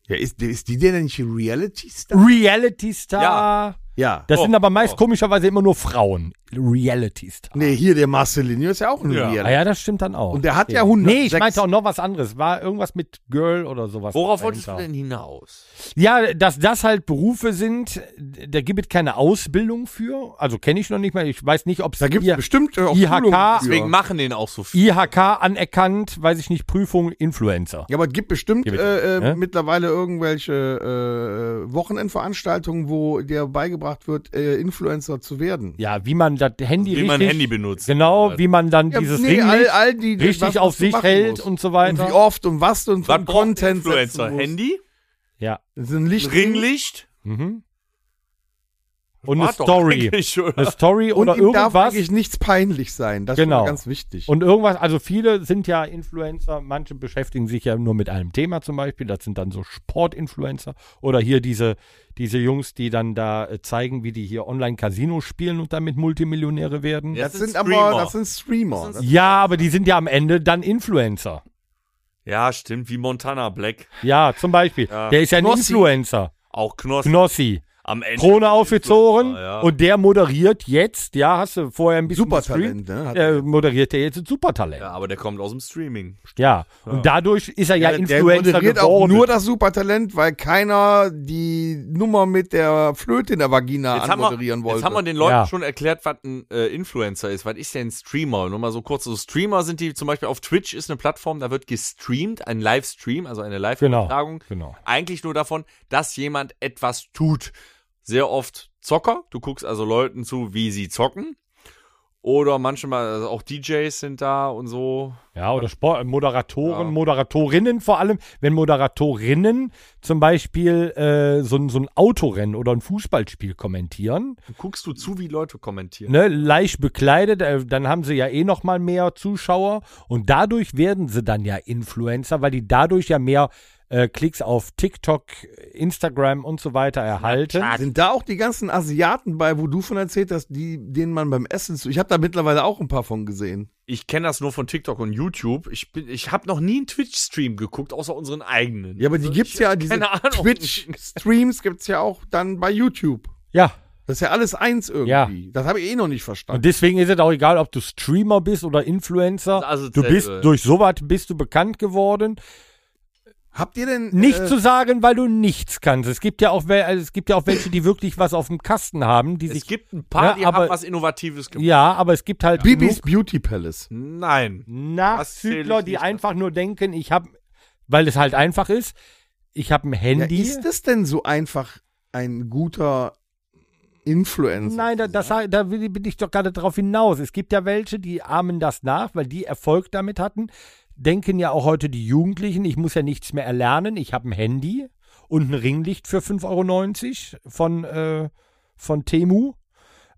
[SPEAKER 4] Ja, ist, ist die denn nicht Reality-Star?
[SPEAKER 2] Reality-Star.
[SPEAKER 3] Ja.
[SPEAKER 4] Ja.
[SPEAKER 2] Das
[SPEAKER 3] Oh,
[SPEAKER 2] sind aber meist
[SPEAKER 3] oh.
[SPEAKER 2] komischerweise immer nur Frauen. Reality-Star.
[SPEAKER 4] Nee, hier der Marcelinho ist ja auch ein
[SPEAKER 3] Ja.
[SPEAKER 2] Ah
[SPEAKER 4] Reality.
[SPEAKER 2] ja, das stimmt dann auch.
[SPEAKER 4] Und der hat ja
[SPEAKER 2] Stimmt.
[SPEAKER 4] 106.
[SPEAKER 2] Nee, ich meinte auch noch was anderes. War irgendwas mit Girl oder sowas.
[SPEAKER 3] Worauf wolltest du
[SPEAKER 2] dahinter.
[SPEAKER 3] denn hinaus?
[SPEAKER 2] Ja, dass das halt Berufe sind, da gibt es keine Ausbildung für. Also kenne ich noch nicht mal. Ich weiß nicht, ob es
[SPEAKER 4] Da gibt es bestimmt äh, auch
[SPEAKER 2] IHK,
[SPEAKER 4] Schulungen für.
[SPEAKER 3] Deswegen machen den auch so viel.
[SPEAKER 2] IHK anerkannt, weiß ich nicht, Prüfung Influencer.
[SPEAKER 4] Ja, aber es gibt bestimmt
[SPEAKER 2] Ja, bitte.
[SPEAKER 4] äh, äh,
[SPEAKER 2] Ja?
[SPEAKER 4] mittlerweile irgendwelche äh, Wochenendveranstaltungen, wo dir beigebracht wird, äh, Influencer zu werden.
[SPEAKER 2] Ja, wie man das Handy
[SPEAKER 3] Also Wie
[SPEAKER 2] richtig,
[SPEAKER 3] man Handy benutzt.
[SPEAKER 2] genau, wie man dann
[SPEAKER 4] Ja,
[SPEAKER 2] dieses
[SPEAKER 4] nee,
[SPEAKER 2] Ding
[SPEAKER 4] all- all die-
[SPEAKER 2] richtig
[SPEAKER 4] was- was
[SPEAKER 2] auf
[SPEAKER 4] du
[SPEAKER 2] sich
[SPEAKER 4] machen
[SPEAKER 2] hält
[SPEAKER 4] musst.
[SPEAKER 2] und so weiter.
[SPEAKER 4] Und wie oft und was du und
[SPEAKER 3] Was
[SPEAKER 4] von
[SPEAKER 3] braucht ein
[SPEAKER 4] Content
[SPEAKER 3] Influencer?
[SPEAKER 4] setzen musst.
[SPEAKER 3] Handy?
[SPEAKER 2] ja.
[SPEAKER 4] Das ist ein Licht
[SPEAKER 3] Ringlicht?
[SPEAKER 2] Mhm. Und eine
[SPEAKER 3] War doch
[SPEAKER 2] Story.
[SPEAKER 3] eigentlich, oder?
[SPEAKER 2] Eine Story
[SPEAKER 4] Und
[SPEAKER 2] oder
[SPEAKER 4] ihm darf
[SPEAKER 2] irgendwas.
[SPEAKER 4] eigentlich nichts peinlich sein. Das ist
[SPEAKER 2] Genau.
[SPEAKER 4] ist ganz wichtig.
[SPEAKER 2] Und irgendwas, also viele sind ja Influencer, manche beschäftigen sich ja nur mit einem Thema zum Beispiel, das sind dann so Sportinfluencer oder hier diese, diese Jungs, die dann da äh, zeigen, wie die hier Online-Casino spielen und damit Multimillionäre werden. Ja.
[SPEAKER 4] das,
[SPEAKER 3] Das sind
[SPEAKER 4] sind aber
[SPEAKER 3] Streamer.
[SPEAKER 4] das sind Streamer.
[SPEAKER 3] Das
[SPEAKER 4] Das
[SPEAKER 3] sind-
[SPEAKER 2] aber die sind ja am Ende dann Influencer.
[SPEAKER 3] Ja, stimmt, wie Montana Black.
[SPEAKER 2] Ja, zum Beispiel. Der ist ja ein
[SPEAKER 4] Knossi.
[SPEAKER 2] Influencer.
[SPEAKER 3] Auch Knoss.
[SPEAKER 2] Knossi.
[SPEAKER 3] am Ende.
[SPEAKER 2] Krone aufgezogen
[SPEAKER 3] Ja.
[SPEAKER 2] und der moderiert jetzt, ja, hast du vorher ein bisschen
[SPEAKER 4] Supertalent,
[SPEAKER 2] gestreamt,
[SPEAKER 4] ne, hat
[SPEAKER 2] äh, moderiert der jetzt ein Supertalent.
[SPEAKER 3] ja,
[SPEAKER 2] Ja.
[SPEAKER 3] aber der kommt aus dem Streaming.
[SPEAKER 2] und dadurch ist er ja,
[SPEAKER 4] der
[SPEAKER 2] Influencer
[SPEAKER 4] moderiert auch
[SPEAKER 2] geworden.
[SPEAKER 4] nur das Supertalent, weil keiner die Nummer mit der Flöte in der Vagina
[SPEAKER 3] Jetzt haben, wir,
[SPEAKER 4] anmoderieren wollte.
[SPEAKER 3] jetzt haben wir den Leuten
[SPEAKER 2] Ja.
[SPEAKER 3] schon erklärt, was ein äh, Influencer ist. Was ist denn ein Streamer? Nur mal so kurz. So Streamer sind die zum Beispiel auf Twitch ist eine Plattform, da wird gestreamt, ein Livestream, also eine
[SPEAKER 2] Genau,
[SPEAKER 3] Live-Übertragung.
[SPEAKER 2] genau.
[SPEAKER 3] Eigentlich nur davon, dass jemand etwas tut. Sehr oft Zocker. Du guckst also Leuten zu, wie sie zocken. Oder manchmal also auch DJs sind da und so.
[SPEAKER 2] Ja, oder Sport, Moderatoren, Moderatorinnen vor allem. Wenn Moderatorinnen zum Beispiel äh, so, ein- so ein Autorennen oder ein Fußballspiel kommentieren,
[SPEAKER 3] Dann guckst du zu, wie Leute kommentieren.
[SPEAKER 2] ne, leicht bekleidet, äh, dann haben sie ja eh noch mal mehr Zuschauer und dadurch werden sie dann ja Influencer, weil die dadurch ja mehr äh, Klicks auf TikTok, Instagram und so weiter erhalten.
[SPEAKER 4] Sind da auch die ganzen Asiaten bei, wo du von erzählt hast, die, denen man beim Essen zu. Ich habe da mittlerweile auch ein paar von gesehen.
[SPEAKER 3] Ich kenne das nur von TikTok und YouTube. Ich, bin- ich habe noch nie einen Twitch-Stream geguckt, außer unseren eigenen.
[SPEAKER 4] Ja, aber die gibt's ja, diese
[SPEAKER 3] Also keine Ahnung.
[SPEAKER 4] Twitch-Streams gibt's ja auch dann bei YouTube.
[SPEAKER 2] Ja.
[SPEAKER 4] Das ist ja alles eins irgendwie. Das habe ich eh noch nicht
[SPEAKER 2] Und
[SPEAKER 4] verstanden.
[SPEAKER 2] deswegen ist es auch egal, ob du Streamer bist oder Influencer.
[SPEAKER 3] Das ist
[SPEAKER 2] du bist
[SPEAKER 3] dasselbe.
[SPEAKER 2] durch sowas bist du bekannt geworden.
[SPEAKER 4] Habt ihr denn
[SPEAKER 2] Nicht
[SPEAKER 4] äh,
[SPEAKER 2] zu sagen, weil du nichts kannst. Es gibt ja auch, wel- also es gibt ja auch welche, die wirklich was auf dem Kasten haben, die
[SPEAKER 3] Es
[SPEAKER 2] sich
[SPEAKER 3] gibt ein paar,
[SPEAKER 2] Ja,
[SPEAKER 3] die
[SPEAKER 2] aber-
[SPEAKER 3] haben was Innovatives gemacht.
[SPEAKER 2] ja, aber es gibt halt
[SPEAKER 4] Bibis Beauty Palace?
[SPEAKER 3] Nein. Das zähl ich
[SPEAKER 2] Nachzügler, die
[SPEAKER 3] nicht
[SPEAKER 2] einfach nur denken, ich habe, weil es halt einfach ist, ich habe ein
[SPEAKER 4] Ja,
[SPEAKER 2] Handy.
[SPEAKER 4] ist das denn so einfach ein guter Influencer?
[SPEAKER 2] Nein, da, das, da will- bin ich doch gerade drauf hinaus. Es gibt ja welche, die ahmen das nach, weil die Erfolg damit hatten. Denken ja auch heute die Jugendlichen, ich muss ja nichts mehr erlernen, ich habe ein Handy und ein Ringlicht für 5,90 Euro von, äh, von Temu.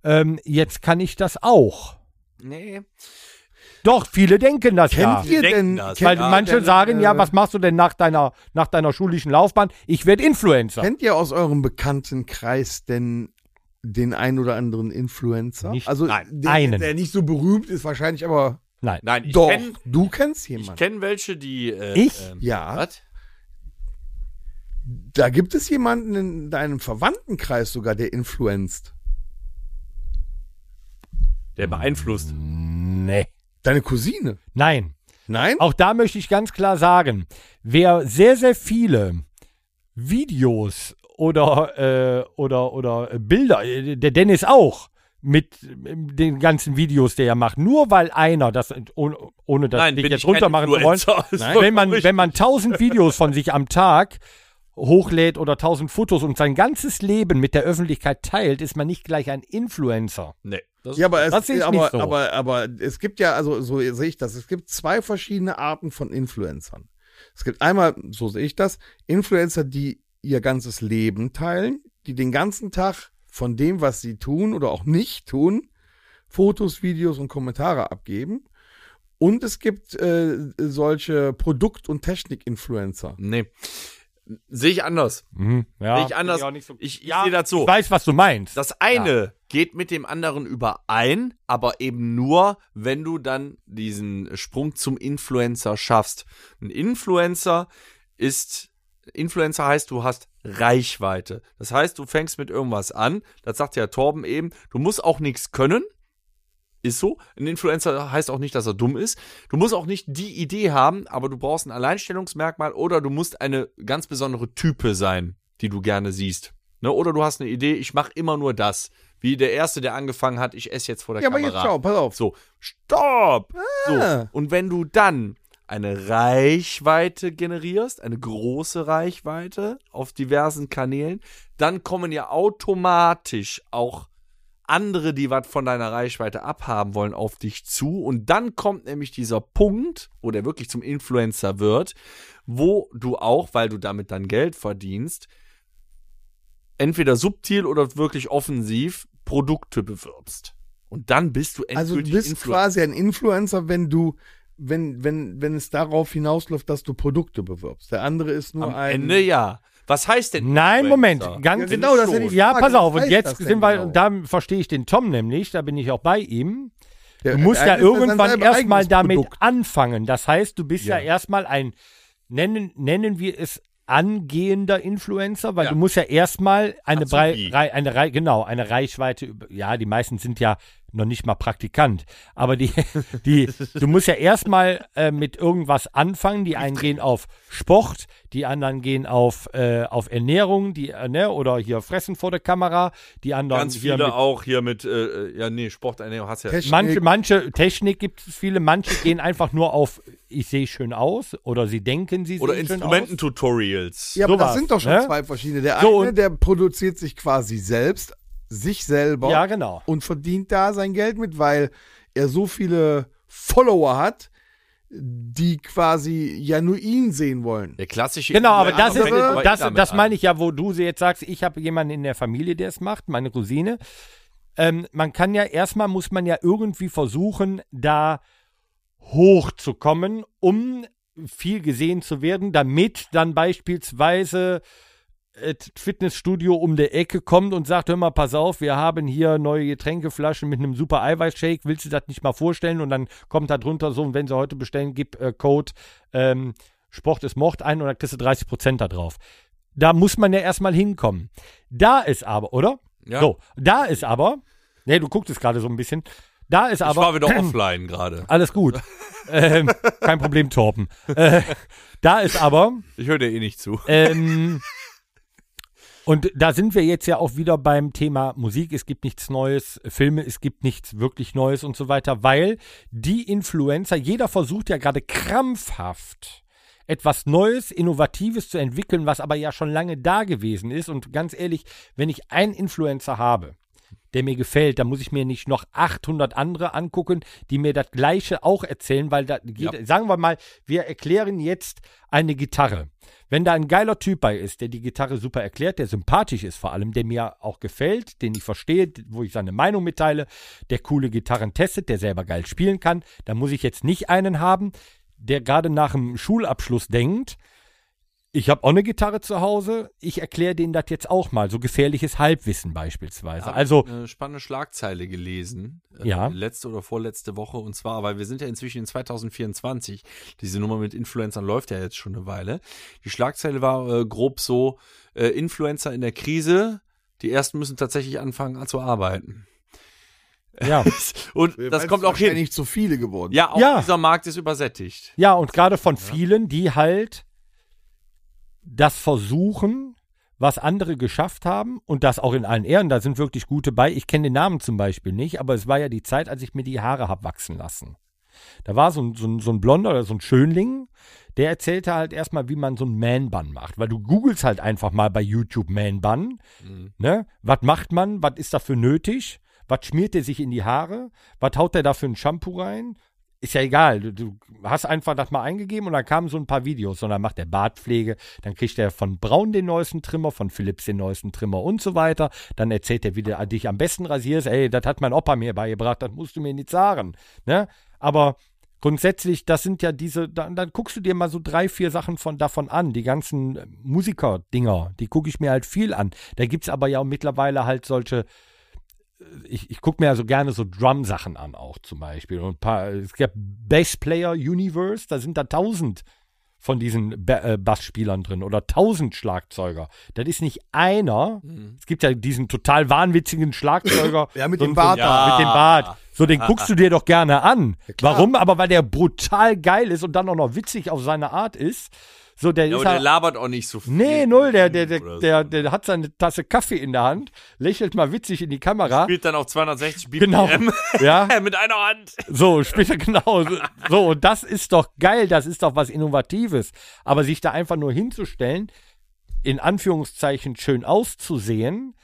[SPEAKER 2] Ähm, jetzt kann ich das auch.
[SPEAKER 3] Nee.
[SPEAKER 2] Doch, viele denken das ja.
[SPEAKER 4] Kennt ihr
[SPEAKER 3] Die denken
[SPEAKER 4] denn?
[SPEAKER 3] das.
[SPEAKER 4] Kennt
[SPEAKER 2] Weil
[SPEAKER 4] ihr
[SPEAKER 2] manche
[SPEAKER 4] denn,
[SPEAKER 2] sagen, ja,
[SPEAKER 4] äh,
[SPEAKER 2] was machst du denn nach deiner, nach deiner schulischen Laufbahn? Ich werde Influencer.
[SPEAKER 4] Kennt ihr aus eurem bekannten Kreis denn den ein oder anderen Influencer?
[SPEAKER 2] Nicht
[SPEAKER 4] also
[SPEAKER 3] nein,
[SPEAKER 4] der,
[SPEAKER 2] einen.
[SPEAKER 4] der nicht so berühmt ist wahrscheinlich, aber
[SPEAKER 2] Nein.
[SPEAKER 3] Nein, ich
[SPEAKER 4] doch,
[SPEAKER 3] kenne
[SPEAKER 4] du kennst
[SPEAKER 3] ich
[SPEAKER 4] jemanden.
[SPEAKER 3] kenn welche, die. Äh,
[SPEAKER 2] Ich?
[SPEAKER 3] Ähm,
[SPEAKER 4] ja,
[SPEAKER 3] was?
[SPEAKER 4] da gibt es jemanden in deinem Verwandtenkreis sogar, der influenzt.
[SPEAKER 3] Der beeinflusst.
[SPEAKER 2] Nee.
[SPEAKER 4] Deine Cousine.
[SPEAKER 2] Nein.
[SPEAKER 4] Nein?
[SPEAKER 2] Auch da möchte ich ganz klar sagen, wer sehr, sehr viele Videos oder, äh, oder, oder äh, Bilder, äh, der Dennis auch, mit ähm, den ganzen Videos, der er macht, nur weil einer, das, ohne, ohne das
[SPEAKER 3] Nein,
[SPEAKER 2] dich
[SPEAKER 3] bin
[SPEAKER 2] jetzt
[SPEAKER 3] ich kein
[SPEAKER 2] runtermachen zu wollen,
[SPEAKER 3] Influencer. Ist
[SPEAKER 2] Nein.
[SPEAKER 3] vollkommen
[SPEAKER 2] wenn man,
[SPEAKER 3] richtig.
[SPEAKER 2] wenn man tausend Videos von sich am Tag hochlädt oder tausend Fotos und sein ganzes Leben mit der Öffentlichkeit teilt, ist man nicht gleich ein Influencer.
[SPEAKER 3] Nee. Das
[SPEAKER 4] Ja, aber es,
[SPEAKER 2] Das sehe ich
[SPEAKER 4] aber,
[SPEAKER 2] nicht so.
[SPEAKER 4] aber, aber es gibt ja, also so sehe ich das, es gibt zwei verschiedene Arten von Influencern. Es gibt einmal, so sehe ich das, Influencer, die ihr ganzes Leben teilen, die den ganzen Tag von dem, was sie tun oder auch nicht tun, Fotos, Videos und Kommentare abgeben. Und es gibt äh, solche Produkt- und Technik-Influencer.
[SPEAKER 3] Nee. Sehe ich anders.
[SPEAKER 2] Mhm, ja.
[SPEAKER 3] Sehe ich anders.
[SPEAKER 2] Ich, auch
[SPEAKER 3] Ich,
[SPEAKER 2] nicht so
[SPEAKER 3] ich
[SPEAKER 2] Ja,
[SPEAKER 3] sehe das so.
[SPEAKER 2] ich weiß, was du meinst.
[SPEAKER 3] Das eine geht mit dem anderen überein, aber eben nur, wenn du dann diesen Sprung zum Influencer schaffst. Ein Influencer ist, Influencer heißt, du hast Reichweite. Das heißt, du fängst mit irgendwas an. Das sagt ja Torben eben. Du musst auch nichts können. Ist so. Ein Influencer heißt auch nicht, dass er dumm ist. Du musst auch nicht die Idee haben, aber du brauchst ein Alleinstellungsmerkmal oder du musst eine ganz besondere Type sein, die du gerne siehst. Ne? Oder du hast eine Idee, ich mache immer nur das. Wie der Erste, der angefangen hat, ich esse jetzt vor der
[SPEAKER 4] Ja, aber
[SPEAKER 3] Kamera.
[SPEAKER 4] jetzt schau, pass auf.
[SPEAKER 3] So, stopp!
[SPEAKER 4] Ah.
[SPEAKER 3] So, und wenn du dann eine Reichweite generierst, eine große Reichweite auf diversen Kanälen, dann kommen ja automatisch auch andere, die was von deiner Reichweite abhaben wollen, auf dich zu. Und dann kommt nämlich dieser Punkt, wo der wirklich zum Influencer wird, wo du auch, weil du damit dann Geld verdienst, entweder subtil oder wirklich offensiv Produkte bewirbst. Und dann bist du endgültig
[SPEAKER 4] Also du bist
[SPEAKER 3] Influencer.
[SPEAKER 4] quasi ein Influencer, wenn du, wenn, wenn, wenn es darauf hinausläuft, dass du Produkte bewirbst. Der andere ist nur
[SPEAKER 3] Am
[SPEAKER 4] ein.
[SPEAKER 3] Ende ja. Was heißt denn?
[SPEAKER 2] Nein, Moment.
[SPEAKER 3] Influencer?
[SPEAKER 2] Ganz
[SPEAKER 4] Ja, genau, das hätte ich
[SPEAKER 2] Ja,
[SPEAKER 4] gefragt.
[SPEAKER 2] pass auf.
[SPEAKER 4] Was
[SPEAKER 2] Und
[SPEAKER 4] heißt
[SPEAKER 2] jetzt
[SPEAKER 4] das denn
[SPEAKER 2] sind wir,
[SPEAKER 4] genau?
[SPEAKER 2] und da verstehe ich den Tom nämlich, da bin ich auch bei ihm.
[SPEAKER 4] der,
[SPEAKER 2] Du musst
[SPEAKER 4] der
[SPEAKER 2] ja
[SPEAKER 4] eine ist sein
[SPEAKER 2] irgendwann
[SPEAKER 4] eigenes
[SPEAKER 2] erstmal damit
[SPEAKER 4] Produkt.
[SPEAKER 2] anfangen. Das heißt, du bist ja,
[SPEAKER 4] Ja.
[SPEAKER 2] erstmal ein, nennen, nennen wir es angehender Influencer, weil
[SPEAKER 3] Ja.
[SPEAKER 2] du musst ja erstmal eine,
[SPEAKER 3] Azubi.
[SPEAKER 2] Brei, Rei- eine Rei- genau, eine Reichweite über, ja, die meisten sind ja noch nicht mal Praktikant, aber die, die, du musst ja erstmal äh, mit irgendwas anfangen, die einen gehen auf Sport, die anderen gehen auf, äh, auf Ernährung, die, äh, ne, oder hier fressen vor der Kamera, die anderen
[SPEAKER 3] Ganz
[SPEAKER 2] hier
[SPEAKER 3] viele
[SPEAKER 2] mit
[SPEAKER 3] auch hier mit, äh, ja, nee, Sporternährung hast ja.
[SPEAKER 4] Technik.
[SPEAKER 2] Manche, manche Technik gibt es viele, manche gehen einfach nur auf, ich sehe schön aus oder sie denken, sie
[SPEAKER 3] Oder
[SPEAKER 2] sehen schön aus.
[SPEAKER 3] Instrumententutorials.
[SPEAKER 4] Ja, aber das
[SPEAKER 2] sowas,
[SPEAKER 4] sind doch schon
[SPEAKER 2] ne?
[SPEAKER 4] zwei verschiedene. Der
[SPEAKER 2] So,
[SPEAKER 4] eine,
[SPEAKER 2] und-
[SPEAKER 4] der produziert sich quasi selbst sich selber
[SPEAKER 2] Ja, genau.
[SPEAKER 4] und verdient da sein Geld mit, weil er so viele Follower hat, die quasi ja nur ihn sehen wollen.
[SPEAKER 3] Der klassische.
[SPEAKER 2] Genau, aber das ist,
[SPEAKER 3] fängt aber
[SPEAKER 2] das,
[SPEAKER 3] damit
[SPEAKER 2] das
[SPEAKER 3] an.
[SPEAKER 2] meine ich ja, wo du jetzt sagst, ich habe jemanden in der Familie, der es macht, meine Cousine. Ähm, man kann ja, erstmal muss man ja irgendwie versuchen, da hochzukommen, um viel gesehen zu werden, damit dann beispielsweise das Fitnessstudio um der Ecke kommt und sagt, hör mal, pass auf, wir haben hier neue Getränkeflaschen mit einem super Eiweißshake, willst du das nicht mal vorstellen? Und dann kommt da drunter so, und wenn sie heute bestellen, gib äh, Code ähm, Sport ist Mord ein und dann kriegst du 30 Prozent da drauf. Da muss man ja erstmal hinkommen. Da ist aber, oder?
[SPEAKER 3] Ja.
[SPEAKER 2] So, da ist aber, nee, du guckst es gerade so ein bisschen, da ist
[SPEAKER 3] Ich
[SPEAKER 2] aber...
[SPEAKER 3] war wieder offline gerade.
[SPEAKER 2] Alles gut. ähm, kein Problem, Torben. Äh, da ist aber...
[SPEAKER 3] Ich höre dir eh nicht zu.
[SPEAKER 2] Ähm, und da sind wir jetzt ja auch wieder beim Thema Musik. Es gibt nichts Neues, Filme, es gibt nichts wirklich Neues und so weiter, weil die Influencer, jeder versucht ja gerade krampfhaft etwas Neues, Innovatives zu entwickeln, was aber ja schon lange da gewesen ist. Und ganz ehrlich, wenn ich einen Influencer habe, der mir gefällt, da muss ich mir nicht noch 800 andere angucken, die mir das Gleiche auch erzählen, weil da, jeder, sagen wir mal, wir erklären jetzt eine Gitarre. Wenn da ein geiler Typ bei ist, der die Gitarre super erklärt, der sympathisch ist vor allem, der mir auch gefällt, den ich verstehe, wo ich seine Meinung mitteile, der coole Gitarren testet, der selber geil spielen kann, da muss ich jetzt nicht einen haben, der gerade nach dem Schulabschluss denkt, ich habe auch eine Gitarre zu Hause, ich erkläre denen das jetzt auch mal, so gefährliches Halbwissen beispielsweise.
[SPEAKER 3] Hab
[SPEAKER 2] also
[SPEAKER 3] ich eine Äh, spannende Schlagzeile gelesen. äh,
[SPEAKER 2] Ja.
[SPEAKER 3] Letzte oder vorletzte Woche. Und zwar, weil wir sind ja inzwischen in 2024. Diese Nummer mit Influencern läuft ja jetzt schon eine Weile. Die Schlagzeile war äh, grob so, äh, Influencer in der Krise. Die ersten müssen tatsächlich anfangen an zu arbeiten.
[SPEAKER 2] Ja,
[SPEAKER 3] Und das
[SPEAKER 4] Weil
[SPEAKER 3] kommt
[SPEAKER 4] es
[SPEAKER 3] auch hin.
[SPEAKER 4] Nicht zu viele geworden.
[SPEAKER 3] Ja, auch
[SPEAKER 2] Ja.
[SPEAKER 3] dieser Markt ist übersättigt.
[SPEAKER 2] ja und gerade von vielen, die halt das versuchen, was andere geschafft haben und das auch in allen Ehren, da sind wirklich gute bei. Ich kenne den Namen zum Beispiel nicht, aber es war ja die Zeit, als ich mir die Haare hab wachsen lassen. Da war so ein, so ein, so ein Blonder oder so ein Schönling, der erzählte halt erstmal, wie man so einen Man-Bun macht. Weil du googelst halt einfach mal bei YouTube Man-Bun. Ne? Was macht man? Was ist dafür nötig? Was schmiert er sich in die Haare? Was haut er da für ein Shampoo rein? Ist ja egal. Du, du hast einfach das mal eingegeben und dann kamen so ein paar Videos. Und dann macht er Bartpflege, dann kriegt er von Braun den neuesten Trimmer, von Philips den neuesten Trimmer und so weiter. Dann erzählt er, wie du dich am besten rasierst. Ey, das hat mein Opa mir beigebracht, das musst du mir nicht sagen. Ne? Aber grundsätzlich, das sind ja diese, dann, dann guckst du dir mal so drei, vier Sachen von davon an. Die ganzen äh, Musiker-Dinger, die gucke ich mir halt viel an. Da gibt es aber ja auch mittlerweile halt solche, äh, ich, ich gucke mir ja so gerne so Drum-Sachen an, auch zum Beispiel. Und ein paar, es gibt Bassplayer Universe, da sind da tausend von diesen Ba- äh, Bassspielern drin oder tausend Schlagzeuger. Das ist nicht einer.
[SPEAKER 3] Mhm.
[SPEAKER 2] Es gibt ja diesen total wahnwitzigen Schlagzeuger.
[SPEAKER 4] Ja, mit
[SPEAKER 2] so
[SPEAKER 4] dem
[SPEAKER 2] ein-
[SPEAKER 4] Bart
[SPEAKER 2] So,
[SPEAKER 4] da.
[SPEAKER 2] Mit dem Bart. So, den guckst du dir doch gerne an. Warum? Aber weil der brutal geil ist und dann auch noch witzig auf seine Art ist. So, der
[SPEAKER 3] Ja,
[SPEAKER 2] ist
[SPEAKER 3] aber der
[SPEAKER 2] halt,
[SPEAKER 3] labert auch nicht so viel.
[SPEAKER 2] Nee, null, der, der, der,
[SPEAKER 3] Oder so.
[SPEAKER 2] der, der hat seine Tasse Kaffee in der Hand, lächelt mal witzig in die Kamera.
[SPEAKER 3] spielt dann auf 260 BPM
[SPEAKER 2] Genau. ja,
[SPEAKER 3] mit einer Hand.
[SPEAKER 2] so, später genau. so- So, und das ist doch geil, das ist doch was Innovatives. Aber sich da einfach nur hinzustellen, in Anführungszeichen schön auszusehen,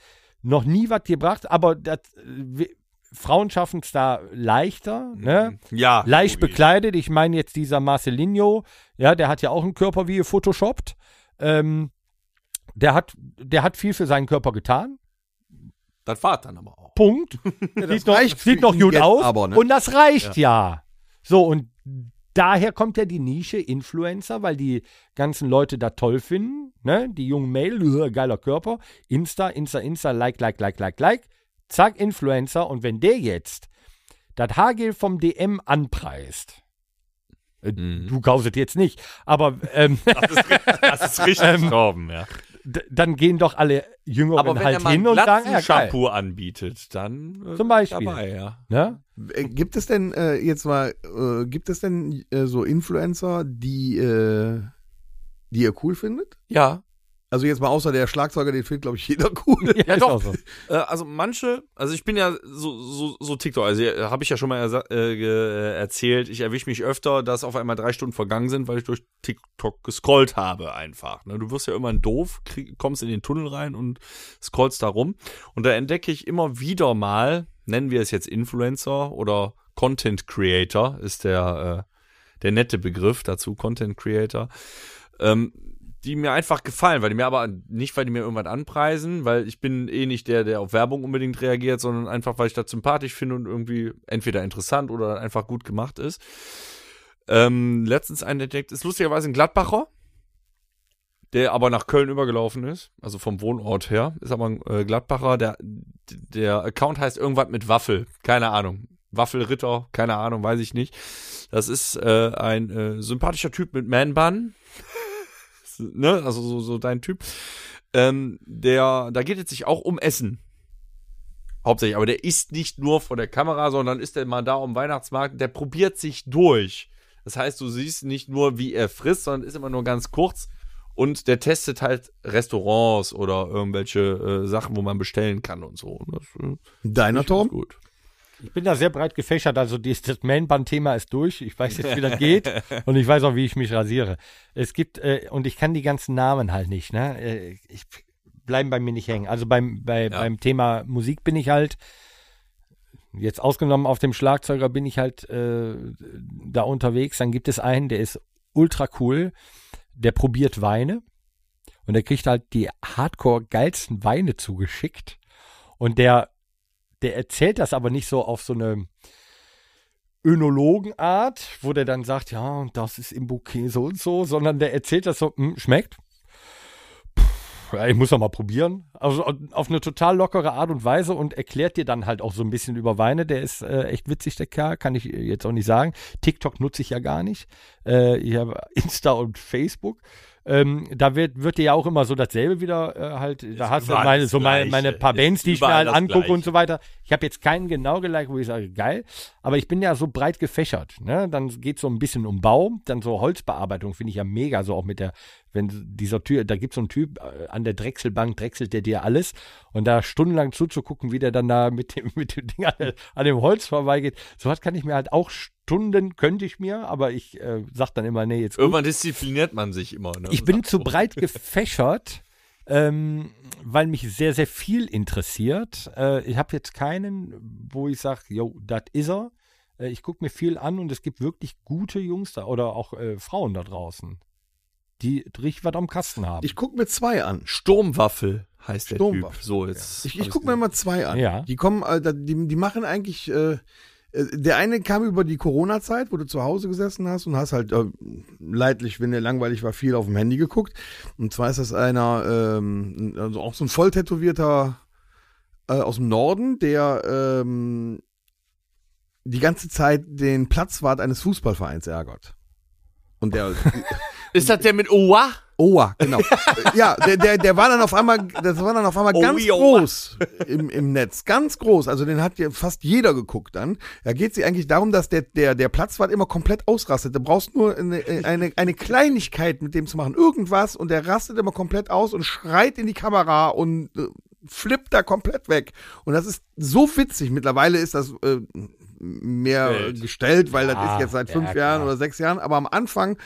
[SPEAKER 2] noch nie was gebracht, aber das, äh, wir- Frauen schaffen es da leichter, ne?
[SPEAKER 3] Ja.
[SPEAKER 2] Leicht
[SPEAKER 3] Ui.
[SPEAKER 2] bekleidet, ich meine jetzt dieser Marcelinho, ja, der hat ja auch einen Körper wie gefotoshoppt. Ähm, der hat, der hat viel für seinen Körper getan.
[SPEAKER 3] Das war dann aber auch.
[SPEAKER 2] Punkt. sieht noch,
[SPEAKER 4] reicht für
[SPEAKER 2] sieht noch
[SPEAKER 4] ihn
[SPEAKER 2] gut
[SPEAKER 4] jetzt
[SPEAKER 2] aus.
[SPEAKER 4] aber, ne?
[SPEAKER 2] Und das reicht ja. So, und daher kommt ja die Nische Influencer, weil die ganzen Leute da toll finden. Ne? Die jungen Mail, äh, geiler Körper. Insta, Insta, Insta, like, like, like, like, like. Zack, Influencer. Und wenn der jetzt das Haargel vom DM anpreist, äh, du kauset jetzt nicht, aber ähm,
[SPEAKER 3] Das ist richtig Torben, ja.
[SPEAKER 2] d- dann gehen doch alle Jüngeren
[SPEAKER 3] Aber wenn
[SPEAKER 2] halt
[SPEAKER 3] er mal
[SPEAKER 2] hin und sagen, ja, geil.
[SPEAKER 3] Shampoo anbietet, dann äh,
[SPEAKER 2] Zum Beispiel.
[SPEAKER 3] dabei, ja.
[SPEAKER 2] Ne?
[SPEAKER 4] Äh, Gibt es denn äh, jetzt mal, äh, gibt es denn äh, so Influencer, die, äh, die ihr cool findet?
[SPEAKER 3] Ja,
[SPEAKER 4] Also jetzt mal außer der Schlagzeuger, den findet, glaube ich, jeder cool.
[SPEAKER 2] Ja,
[SPEAKER 3] doch.
[SPEAKER 2] auch so.
[SPEAKER 3] Äh, also manche, also ich bin ja so, so, so TikTok, also äh, habe ich ja schon mal ersa- äh, ge- erzählt, ich erwische mich öfter, dass auf einmal drei Stunden vergangen sind, weil ich durch TikTok gescrollt habe einfach. Ne? Du wirst ja irgendwann doof, krieg, kommst in den Tunnel rein und scrollst da rum. Und da entdecke ich immer wieder mal, nennen wir es jetzt Influencer oder Content Creator ist der, äh, der nette Begriff dazu, Content Creator. Ähm, die mir einfach gefallen, weil die mir aber nicht, weil die mir irgendwas anpreisen, weil ich bin eh nicht der, der auf Werbung unbedingt reagiert, sondern einfach, weil ich das sympathisch finde und irgendwie entweder interessant oder einfach gut gemacht ist. Ähm, letztens einen entdeckt, ist lustigerweise ein Gladbacher, der aber nach Köln übergelaufen ist, also vom Wohnort her, ist aber ein äh, Gladbacher, der, der Account heißt irgendwas mit Waffel, keine Ahnung. Waffelritter, keine Ahnung, weiß ich nicht. Das ist äh, ein äh, sympathischer Typ mit Man-Bun, ne, also so, so dein Typ, ähm, der, da geht es sich auch um Essen. Hauptsächlich, aber der ist nicht nur vor der Kamera, sondern ist der mal da am Weihnachtsmarkt, der probiert sich durch. Das heißt, du siehst nicht nur, wie er frisst, sondern ist immer nur ganz kurz und der testet halt Restaurants oder irgendwelche äh, Sachen, wo man bestellen kann und so. Und Das äh,
[SPEAKER 4] Deiner
[SPEAKER 3] ist
[SPEAKER 4] Tom?
[SPEAKER 3] gut.
[SPEAKER 2] Ich bin da sehr breit gefächert, also dies- das Man-Band-Thema ist durch. Ich weiß jetzt, wie das geht und ich weiß auch, wie ich mich rasiere. Es gibt, äh, und ich kann die ganzen Namen halt nicht, ne? Äh, ich bleiben bei mir nicht hängen. Also beim, bei, beim Thema Musik bin ich halt, jetzt ausgenommen auf dem Schlagzeuger bin ich halt äh, da unterwegs. Dann gibt es einen, der ist ultra cool, der probiert Weine und der kriegt halt die hardcore geilsten Weine zugeschickt und der der erzählt das aber nicht so auf so eine Önologenart, wo der dann sagt, ja, und das ist im Bouquet so und so, sondern der erzählt das so, hm, schmeckt. Puh, ja, ich muss doch mal probieren. Also und auf eine total lockere Art und Weise und erklärt dir dann halt auch so ein bisschen über Weine. Der ist äh, echt witzig, der Kerl, kann ich äh, jetzt auch nicht sagen. TikTok nutze ich ja gar nicht. Äh, ich habe Insta und Facebook. Ähm, da wird, wird dir ja auch immer so dasselbe wieder äh, halt, da hast du
[SPEAKER 3] überall
[SPEAKER 2] meine,
[SPEAKER 3] das
[SPEAKER 2] so meine,
[SPEAKER 3] Gleiche.
[SPEAKER 2] meine paar
[SPEAKER 3] Ist
[SPEAKER 2] Bands, die ich mir
[SPEAKER 3] überall
[SPEAKER 2] halt
[SPEAKER 3] das
[SPEAKER 2] angucke und
[SPEAKER 3] Gleiche.
[SPEAKER 2] so weiter. Ich habe jetzt keinen genau geliked, wo ich sage, geil, aber ich bin ja so breit gefächert. Ne? Dann geht so ein bisschen um Baum, dann so Holzbearbeitung finde ich ja mega, so auch mit der, wenn dieser Tür, da gibt es so einen Typ äh, an der Drechselbank, drechselt der dir alles und da stundenlang zuzugucken, wie der dann da mit dem, mit dem Ding an, an dem Holz vorbeigeht, sowas kann ich mir halt auch Stunden könnte ich mir, aber ich äh, sag dann immer, nee, jetzt gut.
[SPEAKER 3] Irgendwann diszipliniert man sich immer. Ne?
[SPEAKER 2] Ich bin
[SPEAKER 3] Sagt,
[SPEAKER 2] zu
[SPEAKER 3] oh,
[SPEAKER 2] breit gefächert, ähm, weil mich sehr, sehr viel interessiert. Äh, ich habe jetzt keinen, wo ich sage, yo, das is er. Äh, ich gucke mir viel an und es gibt wirklich gute Jungs da oder auch äh, Frauen da draußen, die richtig was am Kasten haben.
[SPEAKER 4] Ich gucke mir zwei an.
[SPEAKER 3] Sturmwaffel heißt der
[SPEAKER 4] Sturmwaffel.
[SPEAKER 3] Typ. So, jetzt.
[SPEAKER 4] Ich,
[SPEAKER 3] hab
[SPEAKER 4] ich
[SPEAKER 3] ich's
[SPEAKER 4] gucke mir mal zwei an.
[SPEAKER 2] Ja.
[SPEAKER 4] Die kommen, äh, da- die, die machen eigentlich. Äh, äh, der eine kam über die Corona-Zeit, wo du zu Hause gesessen hast und hast halt äh, leidlich, wenn der langweilig war, viel auf dem Handy geguckt. Und zwar ist das einer, ähm, also auch so ein voll tätowierter äh, aus dem Norden, der ähm, die ganze Zeit den Platzwart eines Fußballvereins ärgert. Und der
[SPEAKER 3] Ist das der mit Oa?
[SPEAKER 4] Oha, genau. ja, der, der, der war dann auf einmal, das war dann auf einmal
[SPEAKER 3] Oh,
[SPEAKER 4] ganz
[SPEAKER 3] yo.
[SPEAKER 4] groß im, im Netz. Ganz groß. Also den hat ja fast jeder geguckt dann. Da geht es eigentlich darum, dass der, der, der Platzwart immer komplett ausrastet. Du brauchst nur eine, eine, eine Kleinigkeit mit dem zu machen. Irgendwas und der rastet immer komplett aus und schreit in die Kamera und äh, flippt da komplett weg. Und das ist so witzig. Mittlerweile ist das äh, mehr
[SPEAKER 3] Welt.
[SPEAKER 4] gestellt, weil das
[SPEAKER 2] Ja,
[SPEAKER 4] ist jetzt
[SPEAKER 2] Ah,
[SPEAKER 4] seit
[SPEAKER 2] ja,
[SPEAKER 4] fünf
[SPEAKER 2] klar.
[SPEAKER 4] Jahren oder sechs Jahren. Aber am Anfang,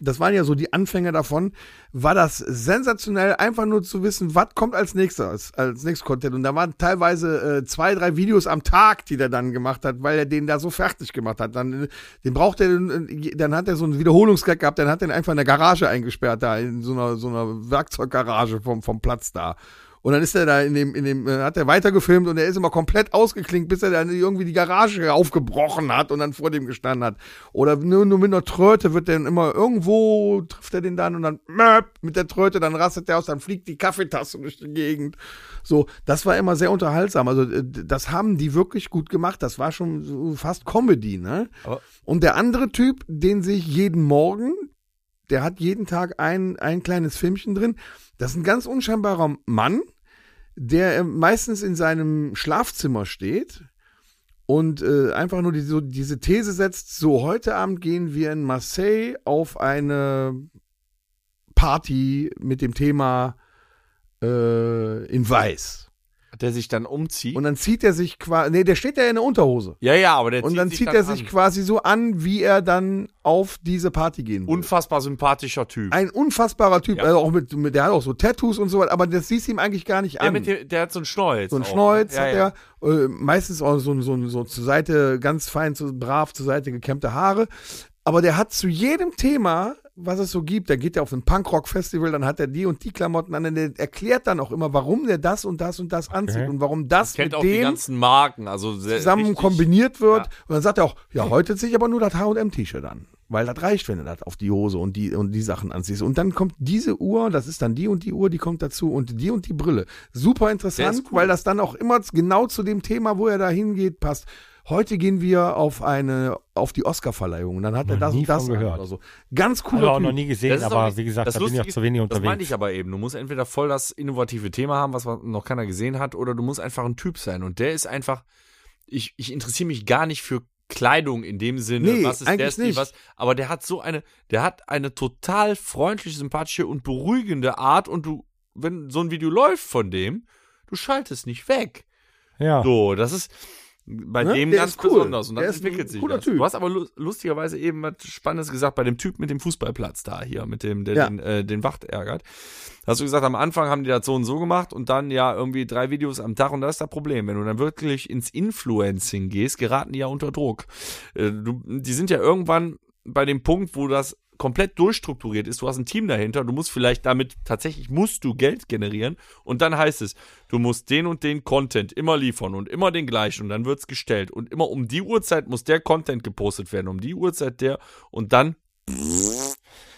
[SPEAKER 4] das waren ja so die Anfänge davon, war das sensationell, einfach nur zu wissen, was kommt als nächstes, als nächstes Content. Und da waren teilweise äh, zwei, drei Videos am Tag, die der dann gemacht hat, weil er den da so fertig gemacht hat. Dann, äh, den braucht er, äh, dann hat er so einen Wiederholungsgag gehabt, dann hat er ihn einfach in der Garage eingesperrt, da in so einer, so einer Werkzeuggarage vom, vom Platz da. Und dann ist er da in dem, in dem, äh, hat er weitergefilmt und er ist immer komplett ausgeklinkt, bis er dann irgendwie die Garage aufgebrochen hat und dann vor dem gestanden hat. Oder nur, nur mit einer Tröte wird dann immer irgendwo, trifft er den dann und dann möp, mit der Tröte, dann rastet der aus, dann fliegt die Kaffeetasse durch die Gegend. So, das war immer sehr unterhaltsam. Also äh, das haben die wirklich gut gemacht. Das war schon so fast Comedy, ne?
[SPEAKER 3] Aber-
[SPEAKER 4] und der andere Typ, den sehe ich jeden Morgen, der hat jeden Tag ein, ein kleines Filmchen drin. Das ist ein ganz unscheinbarer Mann, der äh, meistens in seinem Schlafzimmer steht und äh, einfach nur die, so, diese These setzt, so heute Abend gehen wir in Marseille auf eine Party mit dem Thema äh, in weiß.
[SPEAKER 3] Der sich dann umzieht.
[SPEAKER 4] Und dann zieht er sich quasi, nee, der steht ja in der Unterhose.
[SPEAKER 3] ja, ja, aber der
[SPEAKER 4] Und dann
[SPEAKER 3] sich
[SPEAKER 4] zieht er sich
[SPEAKER 3] an.
[SPEAKER 4] quasi so an, wie er dann auf diese Party gehen will.
[SPEAKER 3] Unfassbar sympathischer Typ.
[SPEAKER 4] Ein unfassbarer Typ,
[SPEAKER 3] Ja.
[SPEAKER 4] also auch mit, mit, der hat auch so Tattoos und so was, aber das siehst du ihm eigentlich gar nicht
[SPEAKER 3] der,
[SPEAKER 4] an.
[SPEAKER 3] mit dem, der hat so einen Schneuz.
[SPEAKER 4] so ein
[SPEAKER 3] auch. ne?
[SPEAKER 4] Schneuz
[SPEAKER 3] ja,
[SPEAKER 4] hat
[SPEAKER 3] ja.
[SPEAKER 4] er, äh, meistens auch so, so, so zur Seite, ganz fein, so brav zur Seite gekämmte Haare. Aber der hat zu jedem Thema, was es so gibt, da geht er auf ein Punkrock-Festival, dann hat er die und die Klamotten an, und der erklärt dann auch immer, warum der das und das und das anzieht und warum das
[SPEAKER 3] Kennt
[SPEAKER 4] mit
[SPEAKER 3] auch die
[SPEAKER 4] dem
[SPEAKER 3] ganzen Marken. Also sehr,
[SPEAKER 4] zusammen
[SPEAKER 3] richtig-
[SPEAKER 4] kombiniert wird.
[SPEAKER 3] Ja.
[SPEAKER 4] Und dann sagt er auch, ja, heute zieh ich aber nur das H&M-T-Shirt an. Weil das reicht, wenn du das auf die Hose und die, und die Sachen anziehst. Und dann kommt diese Uhr, das ist dann die und die Uhr, die kommt dazu und die und die Brille. Super interessant,
[SPEAKER 3] Der ist cool.
[SPEAKER 4] weil das dann auch immer z- genau zu dem Thema, wo er da hingeht, passt. Heute gehen wir auf eine, auf die Oscarverleihung und dann hat er
[SPEAKER 2] Noch
[SPEAKER 4] das
[SPEAKER 2] nie
[SPEAKER 4] und das
[SPEAKER 2] von
[SPEAKER 4] an
[SPEAKER 2] gehört.
[SPEAKER 4] oder so. Ganz
[SPEAKER 2] Habe ich
[SPEAKER 4] cooler
[SPEAKER 2] auch noch
[SPEAKER 4] Typ.
[SPEAKER 2] nie gesehen,
[SPEAKER 3] ist
[SPEAKER 2] aber
[SPEAKER 3] doch-
[SPEAKER 2] wie gesagt,
[SPEAKER 3] das
[SPEAKER 2] da bin ich
[SPEAKER 3] Lustige
[SPEAKER 2] auch zu wenig
[SPEAKER 3] ist- Das meine
[SPEAKER 2] unterwegs.
[SPEAKER 3] ich aber eben. Du musst entweder voll das innovative Thema haben, was man noch keiner gesehen hat, oder du musst einfach ein Typ sein. Und der ist einfach, ich, ich interessiere mich gar nicht für Kleidung in dem Sinne,
[SPEAKER 4] Nee,
[SPEAKER 3] was ist
[SPEAKER 4] eigentlich
[SPEAKER 3] der Stil,
[SPEAKER 4] nicht.
[SPEAKER 3] was, aber der hat so eine, der hat eine total freundliche, sympathische und beruhigende Art und du, wenn so ein Video läuft von dem, du schaltest nicht weg.
[SPEAKER 2] Ja.
[SPEAKER 3] So, das ist bei
[SPEAKER 4] Ne?
[SPEAKER 3] dem
[SPEAKER 4] Der
[SPEAKER 3] ganz
[SPEAKER 4] ist cool.
[SPEAKER 3] besonders und
[SPEAKER 4] Der
[SPEAKER 3] das
[SPEAKER 4] ist ein
[SPEAKER 3] entwickelt sich
[SPEAKER 4] cooler
[SPEAKER 3] das.
[SPEAKER 4] Typ.
[SPEAKER 3] Du hast aber lu- lustigerweise eben was Spannendes gesagt bei dem Typ mit dem Fußballplatz da hier, mit dem, der
[SPEAKER 4] Ja.
[SPEAKER 3] den, äh, den Wacht ärgert. Da Hast du gesagt, am Anfang haben die das so und so gemacht und dann ja irgendwie drei Videos am Tag und das ist das Problem. Wenn du dann wirklich ins Influencing gehst, geraten die ja unter Druck. Äh, du, die sind ja irgendwann bei dem Punkt, wo das komplett durchstrukturiert ist. Du hast ein Team dahinter, du musst vielleicht damit tatsächlich musst du Geld generieren und dann heißt es, du musst den und den Content immer liefern und immer den gleichen und dann wird's gestellt und immer um die Uhrzeit muss der Content gepostet werden, um die Uhrzeit der und dann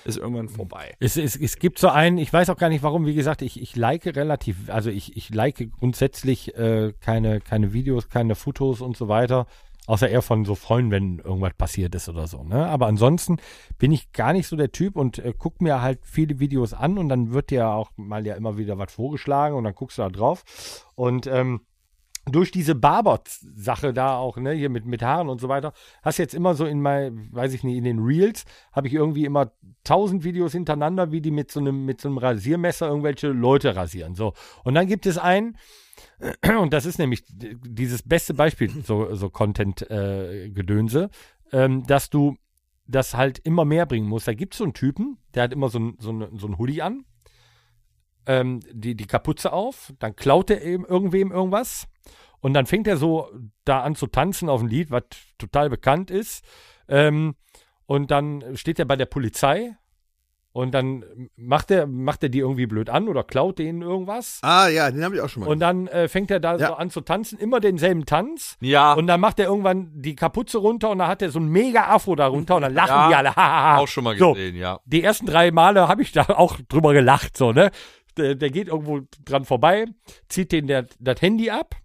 [SPEAKER 3] ist irgendwann vorbei.
[SPEAKER 2] Es, es, es gibt so einen, ich weiß auch gar nicht warum, wie gesagt, ich, ich like relativ, also ich, ich like grundsätzlich äh, keine, keine Videos, keine Fotos und so weiter. Außer eher von so Freunden, wenn irgendwas passiert ist oder so. Ne? Aber ansonsten bin ich gar nicht so der Typ und äh, guck mir halt viele Videos an und dann wird dir auch mal ja immer wieder was vorgeschlagen und dann guckst du da drauf. Und ähm, durch diese Barber-Sache da auch, ne, hier mit, mit Haaren und so weiter, hast jetzt immer so in mein, weiß ich nicht, in den Reels habe ich irgendwie immer tausend Videos hintereinander, wie die mit so einem, mit so einem Rasiermesser irgendwelche Leute rasieren. So. Und dann gibt es einen, und das ist nämlich d- dieses beste Beispiel, so, so Content-Gedönse, ähm, dass du das halt immer mehr bringen musst. Da gibt es so einen Typen, der hat immer so ein, so ein, so ein Hoodie an, ähm, die, die Kapuze auf, dann klaut er eben irgendwem irgendwas und dann fängt er so da an zu tanzen auf ein Lied, was total bekannt ist. Ähm, und dann steht er bei der Polizei und dann macht er, macht er die irgendwie blöd an oder klaut denen irgendwas.
[SPEAKER 4] Ah ja, den habe ich auch schon mal.
[SPEAKER 2] Und dann äh, fängt er da
[SPEAKER 4] Ja.
[SPEAKER 2] so an zu tanzen, immer denselben Tanz.
[SPEAKER 3] Ja,
[SPEAKER 2] Und dann macht er irgendwann die Kapuze runter und dann hat er so ein mega Afro darunter und dann lachen
[SPEAKER 3] Ja,
[SPEAKER 2] die alle.
[SPEAKER 3] auch schon mal
[SPEAKER 2] so.
[SPEAKER 3] gesehen, ja.
[SPEAKER 2] Die ersten drei Male habe ich da auch drüber gelacht, so, ne? Der, der geht irgendwo dran vorbei, zieht den der, das Handy ab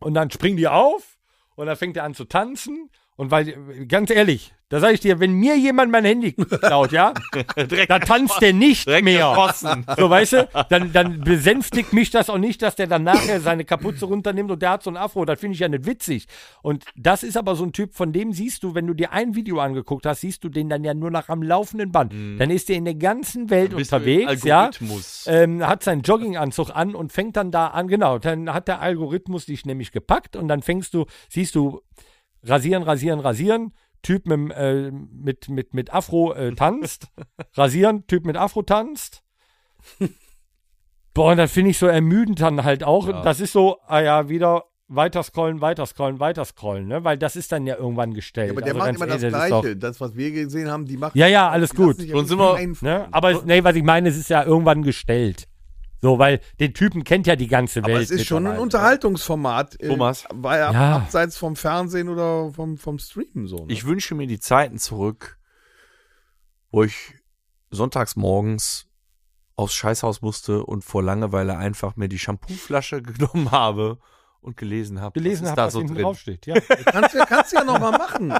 [SPEAKER 2] und dann springen die auf und dann fängt er an zu tanzen. Und weil, ganz ehrlich, da sage ich dir, wenn mir jemand mein Handy klaut, ja, dann tanzt der nicht
[SPEAKER 3] Direkt
[SPEAKER 2] mehr.
[SPEAKER 3] geschossen.
[SPEAKER 2] So, weißt du, dann, dann besänftigt mich das auch nicht, dass der dann nachher seine Kapuze runternimmt und der hat so ein Afro. Das finde ich ja nicht witzig. Und das ist aber so ein Typ, von dem siehst du, wenn du dir ein Video angeguckt hast, siehst du den dann ja nur noch am laufenden Band. Dann ist der in der ganzen Welt
[SPEAKER 3] Mhm. Bist du im
[SPEAKER 2] unterwegs, ja.
[SPEAKER 3] Algorithmus.
[SPEAKER 2] Ähm, hat seinen Jogginganzug an und fängt dann da an, genau, dann hat der Algorithmus dich nämlich gepackt und dann fängst du, siehst du, rasieren, rasieren, rasieren, Typ mit, dem, äh, mit, mit, mit Afro äh, tanzt, rasieren, Typ mit Afro tanzt. Boah, und das finde ich so ermüdend dann halt auch.
[SPEAKER 3] Ja.
[SPEAKER 2] Das ist so, ah ja, wieder weiter scrollen, weiter scrollen, weiter scrollen, ne? Weil das ist dann ja irgendwann gestellt.
[SPEAKER 4] ja, aber der
[SPEAKER 2] Also
[SPEAKER 4] macht
[SPEAKER 2] ganz
[SPEAKER 4] immer das
[SPEAKER 2] ehrlich, ist doch-
[SPEAKER 4] Gleiche. das, was wir gesehen haben, die machen.
[SPEAKER 2] Ja, ja, alles
[SPEAKER 4] die lassen
[SPEAKER 2] gut.
[SPEAKER 4] sich
[SPEAKER 3] Schon sind
[SPEAKER 4] nicht
[SPEAKER 3] wir-
[SPEAKER 4] einfallen.
[SPEAKER 2] Ne? Aber es, nee, was ich meine, es ist ja irgendwann gestellt. So, weil den Typen kennt ja die ganze Welt.
[SPEAKER 4] Aber es ist schon ein
[SPEAKER 2] mittlerweile.
[SPEAKER 4] Unterhaltungsformat. äh,
[SPEAKER 3] Thomas.
[SPEAKER 4] War ja,
[SPEAKER 2] Ja.
[SPEAKER 4] abseits vom Fernsehen oder vom, vom Streamen so. ne?
[SPEAKER 3] Ich wünsche mir die Zeiten zurück, wo ich sonntags morgens aufs Scheißhaus musste und vor Langeweile einfach mir die Shampooflasche genommen habe und gelesen habe.
[SPEAKER 2] Gelesen habe,
[SPEAKER 3] da
[SPEAKER 2] was
[SPEAKER 3] so
[SPEAKER 2] hinten
[SPEAKER 3] drin.
[SPEAKER 2] draufsteht. Ja.
[SPEAKER 4] kannst, du- kannst du ja nochmal machen.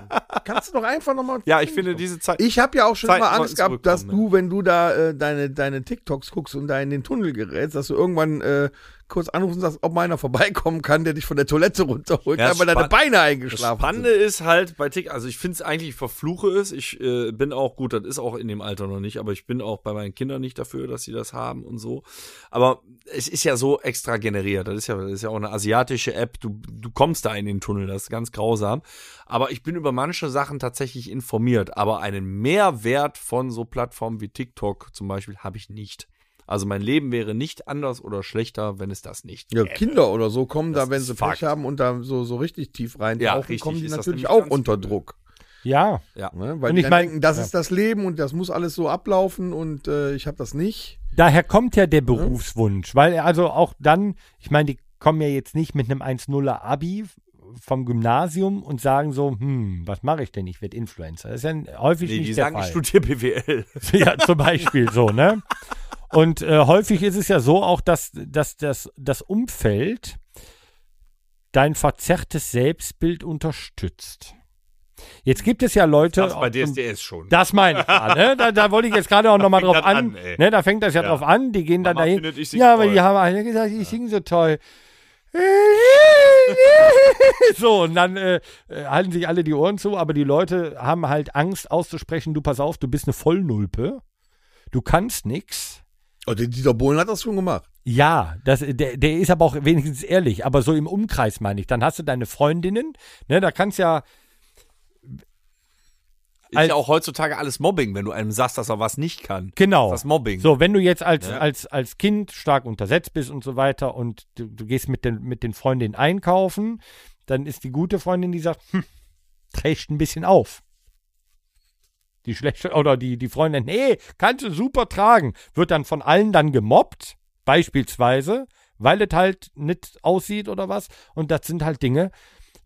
[SPEAKER 4] Kannst du doch einfach nochmal.
[SPEAKER 3] Ja, ich finde diese Zeit.
[SPEAKER 4] Ich habe ja auch schon
[SPEAKER 3] Zeit
[SPEAKER 4] immer
[SPEAKER 3] sollten
[SPEAKER 4] Angst gehabt, dass
[SPEAKER 3] zurückkommen,
[SPEAKER 4] du, wenn du da äh, deine, deine TikToks guckst und da in den Tunnel gerätst, dass du irgendwann äh, kurz anrufen und sagst, ob mal einer vorbeikommen kann, der dich von der Toilette runterholt,
[SPEAKER 3] Ja,
[SPEAKER 4] weil
[SPEAKER 3] spann-
[SPEAKER 4] deine Beine
[SPEAKER 3] Das
[SPEAKER 4] eingeschlafen
[SPEAKER 3] Spannende ist halt bei TikTok, also ich finde es eigentlich, ich verfluche es. Ich äh, bin auch, gut, das ist auch in dem Alter noch nicht, aber ich bin auch bei meinen Kindern nicht dafür, dass sie das haben und so. Aber es ist ja so extra generiert. Das ist ja, das ist ja auch eine asiatische App. Du, du kommst da in den Tunnel, das ist ganz grausam. Aber ich bin über manche Sachen tatsächlich informiert. Aber einen Mehrwert von so Plattformen wie TikTok zum Beispiel habe ich nicht. Also mein Leben wäre nicht anders oder schlechter, wenn es das nicht
[SPEAKER 4] Ja, Kinder oder so kommen
[SPEAKER 3] Das
[SPEAKER 4] da, wenn
[SPEAKER 3] ist
[SPEAKER 4] sie
[SPEAKER 3] Fakt.
[SPEAKER 4] Pech haben und da so, so richtig tief rein
[SPEAKER 3] Ja,
[SPEAKER 4] tauchen,
[SPEAKER 3] richtig,
[SPEAKER 4] kommen die
[SPEAKER 3] ist das
[SPEAKER 4] natürlich
[SPEAKER 3] nämlich
[SPEAKER 4] auch
[SPEAKER 3] ganz
[SPEAKER 4] unter
[SPEAKER 3] übel.
[SPEAKER 4] Druck.
[SPEAKER 2] Ja.
[SPEAKER 3] Ja.
[SPEAKER 4] Ne? Weil
[SPEAKER 2] Und
[SPEAKER 4] die
[SPEAKER 2] ich
[SPEAKER 4] dann
[SPEAKER 2] mein-
[SPEAKER 4] denken, das
[SPEAKER 2] ja.
[SPEAKER 4] ist das Leben und das muss alles so ablaufen und äh, ich habe das nicht.
[SPEAKER 2] Daher kommt ja der Berufswunsch, weil also auch dann, ich meine, die kommen ja jetzt nicht mit einem 1-0er Abi vom Gymnasium und sagen so, hm, was mache ich denn? Ich werde Influencer. Das ist ja häufig
[SPEAKER 3] Nee,
[SPEAKER 2] nicht
[SPEAKER 3] die
[SPEAKER 2] der
[SPEAKER 3] sagen, ich
[SPEAKER 2] Fall.
[SPEAKER 3] studiere BWL.
[SPEAKER 2] Ja, zum Beispiel so, ne? Und äh, häufig ist es ja so auch, dass, dass, dass das Umfeld dein verzerrtes Selbstbild unterstützt. Jetzt gibt es ja Leute.
[SPEAKER 3] Das bei
[SPEAKER 2] auch zum-
[SPEAKER 3] DSDS schon.
[SPEAKER 2] das meine ich gerade. Ne? Da, da wollte ich jetzt gerade auch nochmal
[SPEAKER 3] fängt
[SPEAKER 2] drauf
[SPEAKER 3] das
[SPEAKER 2] an.
[SPEAKER 3] an, ey.
[SPEAKER 2] ne? Da fängt das ja,
[SPEAKER 3] Ja.
[SPEAKER 2] drauf an. Die gehen
[SPEAKER 3] Mama
[SPEAKER 2] dann dahin.
[SPEAKER 3] findet, ich sing
[SPEAKER 2] ja, aber die
[SPEAKER 3] toll.
[SPEAKER 2] haben alle gesagt, ich singe so toll. So, und dann äh, äh, halten sich alle die Ohren zu, aber die Leute haben halt Angst auszusprechen, du pass auf, du bist eine Vollnulpe, du kannst nix.
[SPEAKER 4] Oh, der Dieter Bohlen hat das schon gemacht.
[SPEAKER 2] Ja, das, der, der ist aber auch wenigstens ehrlich, aber so im Umkreis meine ich. Dann hast du deine Freundinnen, ne, da kannst ja,
[SPEAKER 3] Ist ja auch heutzutage alles Mobbing, wenn du einem sagst, dass er was nicht kann.
[SPEAKER 2] Genau.
[SPEAKER 3] Das ist Mobbing.
[SPEAKER 2] So, wenn du jetzt als,
[SPEAKER 3] Ja.
[SPEAKER 2] als, als Kind stark untersetzt bist und so weiter und du, du gehst mit den, mit den Freundinnen einkaufen, dann ist die gute Freundin, die sagt, hm, trägt ein bisschen auf. Die schlechte, oder die, die Freundin, nee, kannst du super tragen. Wird dann von allen dann gemobbt, beispielsweise, weil es halt nicht aussieht oder was. Und das sind halt Dinge,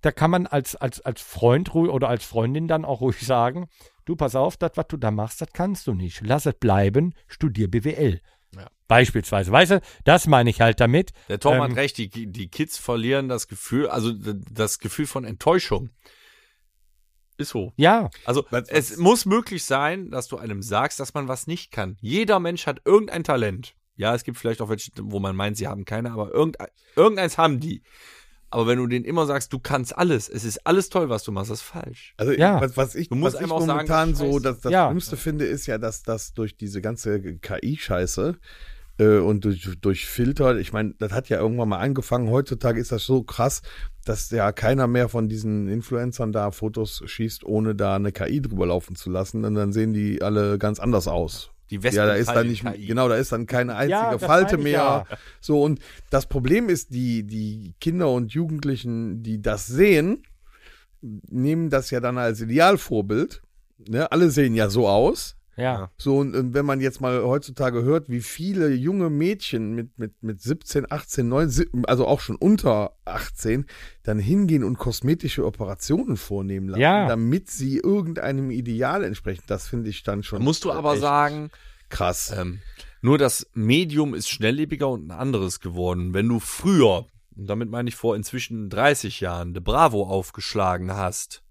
[SPEAKER 2] da kann man als, als, als Freund ruhig oder als Freundin dann auch ruhig sagen, du pass auf, das, was du da machst, das kannst du nicht. Lass es bleiben, studier BWL.
[SPEAKER 3] Ja.
[SPEAKER 2] Beispielsweise, weißt du, das meine ich halt damit.
[SPEAKER 3] Der Tom
[SPEAKER 2] Ähm,
[SPEAKER 3] hat recht, die, die Kids verlieren das Gefühl, also d- das Gefühl von Enttäuschung. Ist so.
[SPEAKER 2] Ja,
[SPEAKER 3] Also
[SPEAKER 4] Was-
[SPEAKER 3] es muss möglich sein, dass du einem sagst, dass man was nicht kann. Jeder Mensch hat irgendein Talent. Ja, es gibt vielleicht auch welche, wo man meint, sie haben keine, aber irgendein, irgendeins haben die. Aber wenn du denen immer sagst, du kannst alles, es ist alles toll, was du machst, das ist falsch.
[SPEAKER 4] Also
[SPEAKER 2] Ja.
[SPEAKER 4] was, was ich,
[SPEAKER 3] Du musst
[SPEAKER 4] was ich
[SPEAKER 3] einem auch sagen,
[SPEAKER 4] momentan so
[SPEAKER 3] Scheiße.
[SPEAKER 4] das, das
[SPEAKER 2] Ja.
[SPEAKER 4] Schlimmste finde, ist ja, dass das durch diese ganze KI-Scheiße äh, und durch, durch Filter, ich meine, das hat ja irgendwann mal angefangen, heutzutage ist das so krass, dass ja keiner mehr von diesen Influencern da Fotos schießt, ohne da eine KI drüber laufen zu lassen. Und dann sehen die alle ganz anders aus.
[SPEAKER 3] Die
[SPEAKER 4] Ja, da ist
[SPEAKER 3] Wespen-
[SPEAKER 4] dann nicht,
[SPEAKER 3] KI.
[SPEAKER 4] genau, da ist dann keine einzige
[SPEAKER 2] Ja, das
[SPEAKER 4] Falte
[SPEAKER 2] meine ich
[SPEAKER 4] mehr.
[SPEAKER 2] ja.
[SPEAKER 4] So, und das Problem ist, die, die Kinder und Jugendlichen, die das sehen, nehmen das ja dann als Idealvorbild. Ne? Alle sehen ja so aus.
[SPEAKER 2] ja.
[SPEAKER 4] So, und, und wenn man jetzt mal heutzutage hört, wie viele junge Mädchen mit, mit, mit 17, 18, 19, also auch schon unter 18, dann hingehen und kosmetische Operationen vornehmen lassen,
[SPEAKER 2] Ja.
[SPEAKER 4] damit sie irgendeinem Ideal entsprechen, das finde ich dann
[SPEAKER 3] Da
[SPEAKER 4] schon.
[SPEAKER 3] musst du aber
[SPEAKER 4] echt
[SPEAKER 3] sagen,
[SPEAKER 4] Krass.
[SPEAKER 3] Ähm, nur das Medium ist schnelllebiger und ein anderes geworden. Wenn du früher, und damit meine ich vor inzwischen 30 Jahren, De Bravo aufgeschlagen hast,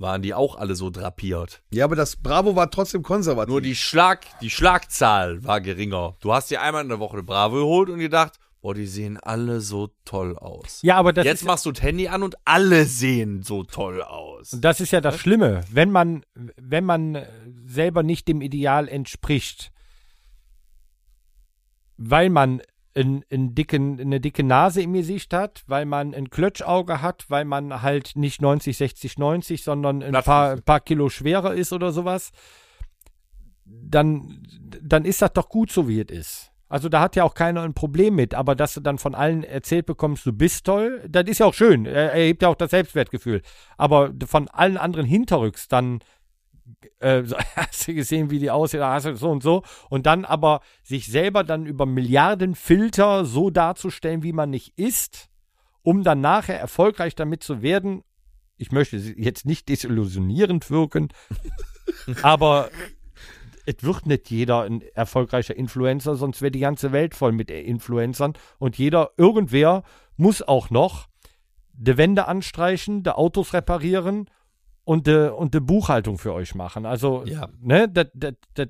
[SPEAKER 3] waren die auch alle so drapiert.
[SPEAKER 4] Ja, aber das Bravo war trotzdem konservativ.
[SPEAKER 3] Nur die Schlag, die Schlagzahl war geringer. Du hast dir einmal in der Woche De Bravo geholt und gedacht, boah, die sehen alle so toll aus.
[SPEAKER 2] Ja, aber das
[SPEAKER 3] Jetzt
[SPEAKER 2] ist-
[SPEAKER 3] machst du das Handy an und alle sehen so toll aus.
[SPEAKER 2] Und das ist ja das Schlimme, wenn man, wenn man äh, selber nicht dem Ideal entspricht, weil man einen, einen dicken, eine dicke Nase im Gesicht hat, weil man ein Klötschauge hat, weil man halt nicht 90, 60, 90, sondern ein paar,
[SPEAKER 3] Plattfüße.
[SPEAKER 2] paar Kilo schwerer ist oder sowas, dann, dann ist das doch gut so, wie es ist. Also da hat ja auch keiner ein Problem mit, aber dass du dann von allen erzählt bekommst, du bist toll, das ist ja auch schön, er erhebt ja auch das Selbstwertgefühl. Aber von allen anderen hinterrücks dann äh, so, hast du gesehen, wie die aussieht, hast du so und so. Und dann aber sich selber dann über Milliarden Filter so darzustellen, wie man nicht ist, um dann nachher erfolgreich damit zu werden. Ich möchte jetzt nicht desillusionierend wirken, aber es wird nicht jeder ein erfolgreicher Influencer, sonst wäre die ganze Welt voll mit Influencern und jeder, irgendwer muss auch noch die Wände anstreichen, die Autos reparieren und die und de Buchhaltung für euch machen. Also,
[SPEAKER 3] Ja.
[SPEAKER 2] ne, das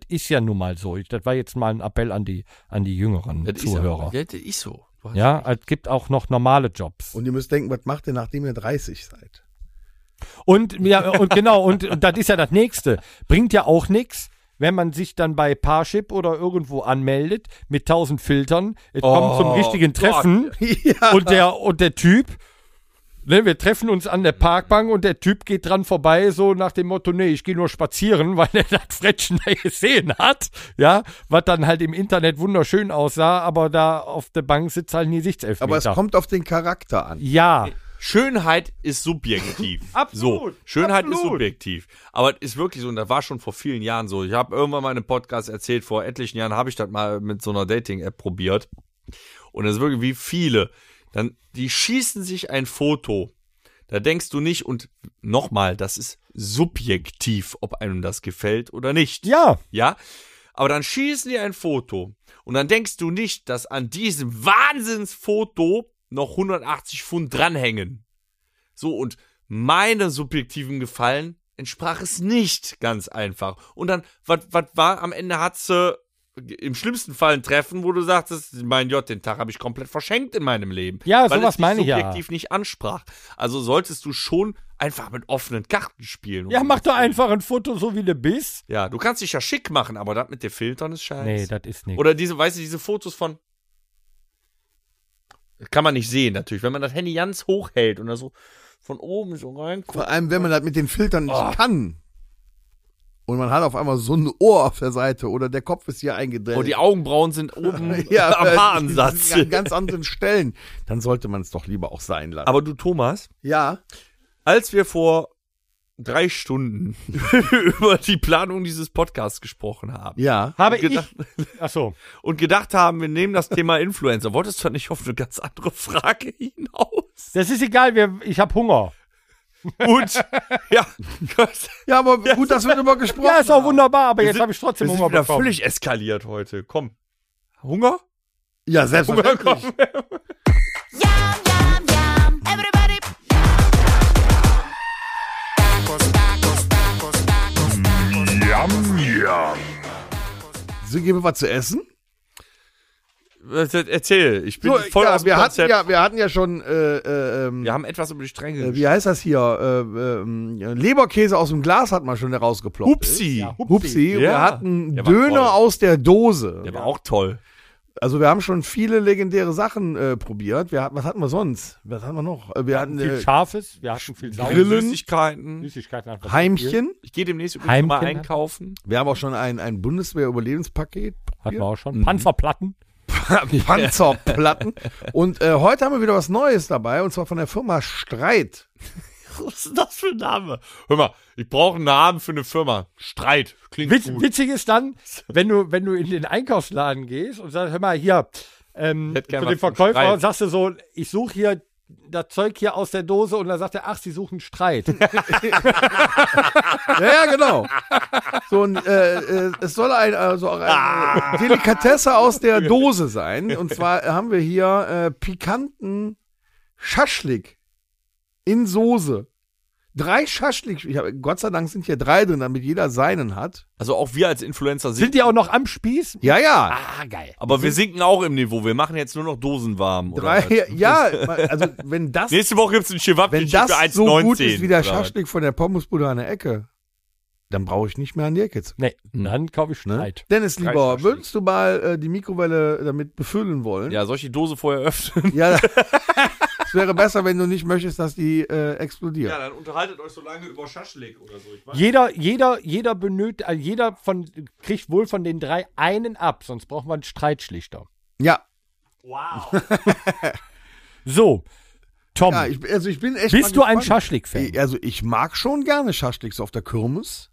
[SPEAKER 2] ist ja nun mal so. Ich- Das war jetzt mal ein Appell an die, an die jüngeren
[SPEAKER 3] Das ist,
[SPEAKER 2] Zuhörer.
[SPEAKER 3] ja, das ist so. Du weiß
[SPEAKER 2] Ja,
[SPEAKER 3] ich
[SPEAKER 2] es gibt auch noch normale Jobs.
[SPEAKER 4] Und ihr müsst denken, was macht ihr, nachdem ihr 30 seid?
[SPEAKER 2] Und ja, und genau, und, und das ist ja das nächste. Bringt ja auch nichts, wenn man sich dann bei Parship oder irgendwo anmeldet mit tausend Filtern. Es kommt zum richtigen Treffen
[SPEAKER 4] ja.
[SPEAKER 2] und der und der Typ, ne, wir treffen uns an der Parkbank und der Typ geht dran vorbei, so nach dem Motto, nee, ich gehe nur spazieren, weil er das Frettchen da gesehen hat. Ja, was dann halt im Internet wunderschön aussah, aber da auf der Bank sitzt halt nie Sichtselfmeter.
[SPEAKER 4] Aber es kommt auf den Charakter an.
[SPEAKER 2] Ja,
[SPEAKER 3] Schönheit ist subjektiv.
[SPEAKER 2] Absolut,
[SPEAKER 3] So, Schönheit ist
[SPEAKER 2] absolut.
[SPEAKER 3] subjektiv. Aber es ist wirklich so, und das war schon vor vielen Jahren so. Ich habe irgendwann mal in einem Podcast erzählt, vor etlichen Jahren habe ich das mal mit so einer Dating-App probiert. Und das ist wirklich wie viele. Dann, die schießen sich ein Foto. Da denkst du nicht, und nochmal, das ist subjektiv, ob einem das gefällt oder nicht.
[SPEAKER 2] ja,
[SPEAKER 3] Ja? Aber dann schießen die ein Foto. Und dann denkst du nicht, dass an diesem Wahnsinnsfoto noch 180 Pfund dranhängen. So, und meinem subjektiven Gefallen entsprach es nicht ganz einfach. Und dann, was war, am Ende hat sie im schlimmsten Fall ein Treffen, wo du sagtest, mein Gott, den Tag habe ich komplett verschenkt in meinem Leben.
[SPEAKER 2] Ja,
[SPEAKER 3] weil
[SPEAKER 2] sowas
[SPEAKER 3] es dich
[SPEAKER 2] meine ich ja.
[SPEAKER 3] subjektiv nicht ansprach. Also solltest du schon einfach mit offenen Karten spielen.
[SPEAKER 2] ja, mach doch einfach ein Foto, so wie du bist.
[SPEAKER 3] Ja, du kannst dich ja schick machen, aber das mit den Filtern ist scheiße.
[SPEAKER 2] Nee, das ist nichts.
[SPEAKER 3] Oder diese, weißt du, diese Fotos von. Kann man nicht sehen, natürlich. Wenn man das Handy ganz hoch hält und da so von oben so reinguckt.
[SPEAKER 4] Vor allem, wenn man das mit den Filtern nicht
[SPEAKER 3] Oh.
[SPEAKER 4] kann. Und man hat auf einmal so ein Ohr auf der Seite oder der Kopf ist hier eingedreht.
[SPEAKER 3] Oh, die Augenbrauen sind oben am
[SPEAKER 4] äh,
[SPEAKER 3] Haaransatz.
[SPEAKER 4] An ganz anderen Stellen. Dann sollte man es doch lieber auch sein lassen.
[SPEAKER 3] Aber du, Thomas,
[SPEAKER 4] ja.
[SPEAKER 3] als wir vor drei Stunden über die Planung dieses Podcasts gesprochen haben
[SPEAKER 4] Ja.
[SPEAKER 2] Habe
[SPEAKER 3] gedacht-
[SPEAKER 2] ich. Ach so.
[SPEAKER 3] und gedacht haben, wir nehmen das Thema Influencer, wolltest du nicht auf eine ganz andere Frage hinaus?
[SPEAKER 2] Das ist egal, wir, ich habe Hunger.
[SPEAKER 3] Gut, ja, Gott.
[SPEAKER 4] Ja, aber gut, dass wir darüber gesprochen
[SPEAKER 2] Ja, ist auch
[SPEAKER 4] haben.
[SPEAKER 2] wunderbar, aber
[SPEAKER 3] Wir
[SPEAKER 2] jetzt
[SPEAKER 3] sind-
[SPEAKER 2] habe ich trotzdem
[SPEAKER 3] wir sind
[SPEAKER 2] Hunger
[SPEAKER 3] wieder
[SPEAKER 2] bekommen.
[SPEAKER 3] völlig eskaliert heute. Komm. Hunger?
[SPEAKER 4] Ja,
[SPEAKER 3] Oh
[SPEAKER 4] selbstverständlich.
[SPEAKER 5] Yum, yum, yum. Everybody.
[SPEAKER 1] Yum, yum.
[SPEAKER 4] So, gehen wir was zu essen?
[SPEAKER 3] Äh, Erzähl, ich bin voll
[SPEAKER 4] ja,
[SPEAKER 3] aus dem
[SPEAKER 4] wir, hatten
[SPEAKER 3] Konzept.
[SPEAKER 4] ja, wir hatten ja schon, äh, äh, ähm,
[SPEAKER 3] Wir haben etwas über die Stränge.
[SPEAKER 4] äh,
[SPEAKER 3] gesch-
[SPEAKER 4] wie heißt das hier? Äh, ähm, ja, Leberkäse aus dem Glas hat man schon herausgeploppt.
[SPEAKER 3] Upsi.
[SPEAKER 2] Ja, Hupsi.
[SPEAKER 4] Hupsi, wir
[SPEAKER 3] Ja.
[SPEAKER 4] hatten
[SPEAKER 3] Der war
[SPEAKER 4] Döner
[SPEAKER 3] toll.
[SPEAKER 4] aus der Dose.
[SPEAKER 3] Der war auch toll.
[SPEAKER 4] Also wir haben schon viele legendäre Sachen äh, probiert. Wir, hatten- was hatten wir sonst? Was hatten wir noch? Äh, Wir hatten
[SPEAKER 2] Viel
[SPEAKER 4] äh,
[SPEAKER 2] Scharfes, wir hatten viel Saures.
[SPEAKER 3] Grillen. Süßigkeiten.
[SPEAKER 2] Süßigkeiten. hat was gespielt.
[SPEAKER 4] Heimchen.
[SPEAKER 3] Ich gehe demnächst übrigens
[SPEAKER 2] Heimkind
[SPEAKER 3] mal
[SPEAKER 2] hat-
[SPEAKER 3] einkaufen.
[SPEAKER 4] Wir haben auch schon ein, ein Bundeswehr-Überlebenspaket.
[SPEAKER 2] Hatten wir auch schon. Panzerplatten.
[SPEAKER 4] Panzerplatten. Und äh, heute haben wir wieder was Neues dabei, und zwar von der Firma Streit.
[SPEAKER 3] Was ist das für ein Name? Hör mal, ich brauche einen Namen für eine Firma. Streit. Klingt
[SPEAKER 2] Witz,
[SPEAKER 3] gut.
[SPEAKER 2] witzig ist dann, wenn du, wenn du in den Einkaufsladen gehst und sagst, hör mal hier, ähm,
[SPEAKER 3] hätte gern
[SPEAKER 2] zu
[SPEAKER 3] was
[SPEAKER 2] dem
[SPEAKER 3] zum
[SPEAKER 2] Verkäufer
[SPEAKER 3] Streit.
[SPEAKER 2] sagst du so, ich suche hier das Zeug hier aus der Dose und dann sagt er, ach, sie suchen Streit.
[SPEAKER 4] Ja, ja, genau. So ein, äh, äh, es soll ein, also auch eine
[SPEAKER 3] Ah.
[SPEAKER 4] Delikatesse aus der Dose sein. Und zwar haben wir hier äh, pikanten Schaschlik in Soße. Drei Schaschlik. Ich hab, Gott sei Dank sind hier drei drin, damit jeder seinen hat.
[SPEAKER 3] Also auch wir als Influencer sind.
[SPEAKER 2] Sind die auch noch am Spieß?
[SPEAKER 4] Ja, ja.
[SPEAKER 2] Ah, geil.
[SPEAKER 3] aber wir sinken auch im Niveau. Wir machen jetzt nur noch Dosen warm. Oder?
[SPEAKER 4] drei, ja, also wenn das,
[SPEAKER 3] Nächste Woche gibt's einen Chewabchen
[SPEAKER 4] wenn
[SPEAKER 3] für
[SPEAKER 4] das
[SPEAKER 3] 1,19.
[SPEAKER 4] so gut ist wie der
[SPEAKER 3] oder was?
[SPEAKER 4] Schaschlik von der Pommesbude an der Ecke, dann brauche ich nicht mehr an die Ecke zu
[SPEAKER 2] Nee, dann kaufe ich
[SPEAKER 4] Ne?
[SPEAKER 2] Streit.
[SPEAKER 4] Dennis,
[SPEAKER 3] Kein
[SPEAKER 4] lieber,
[SPEAKER 3] Verstehen.
[SPEAKER 4] würdest du mal äh, die Mikrowelle damit befüllen wollen?
[SPEAKER 3] Ja, soll ich die Dose vorher öffnen?
[SPEAKER 4] Ja, es wäre besser, wenn du nicht möchtest, dass die äh, explodiert.
[SPEAKER 3] dann unterhaltet euch so lange über Schaschlik oder so. Ich weiß.
[SPEAKER 2] Jeder, jeder, jeder benötigt, äh, jeder von, kriegt wohl von den drei einen ab, sonst braucht man einen Streitschlichter.
[SPEAKER 4] Ja,
[SPEAKER 2] So, Tom,
[SPEAKER 4] ja ich, also ich bin echt.
[SPEAKER 2] bist du
[SPEAKER 4] mal
[SPEAKER 2] ein
[SPEAKER 4] gespannt.
[SPEAKER 2] Schaschlik-Fan?
[SPEAKER 4] Also ich mag schon gerne Schaschlik so auf der Kirmes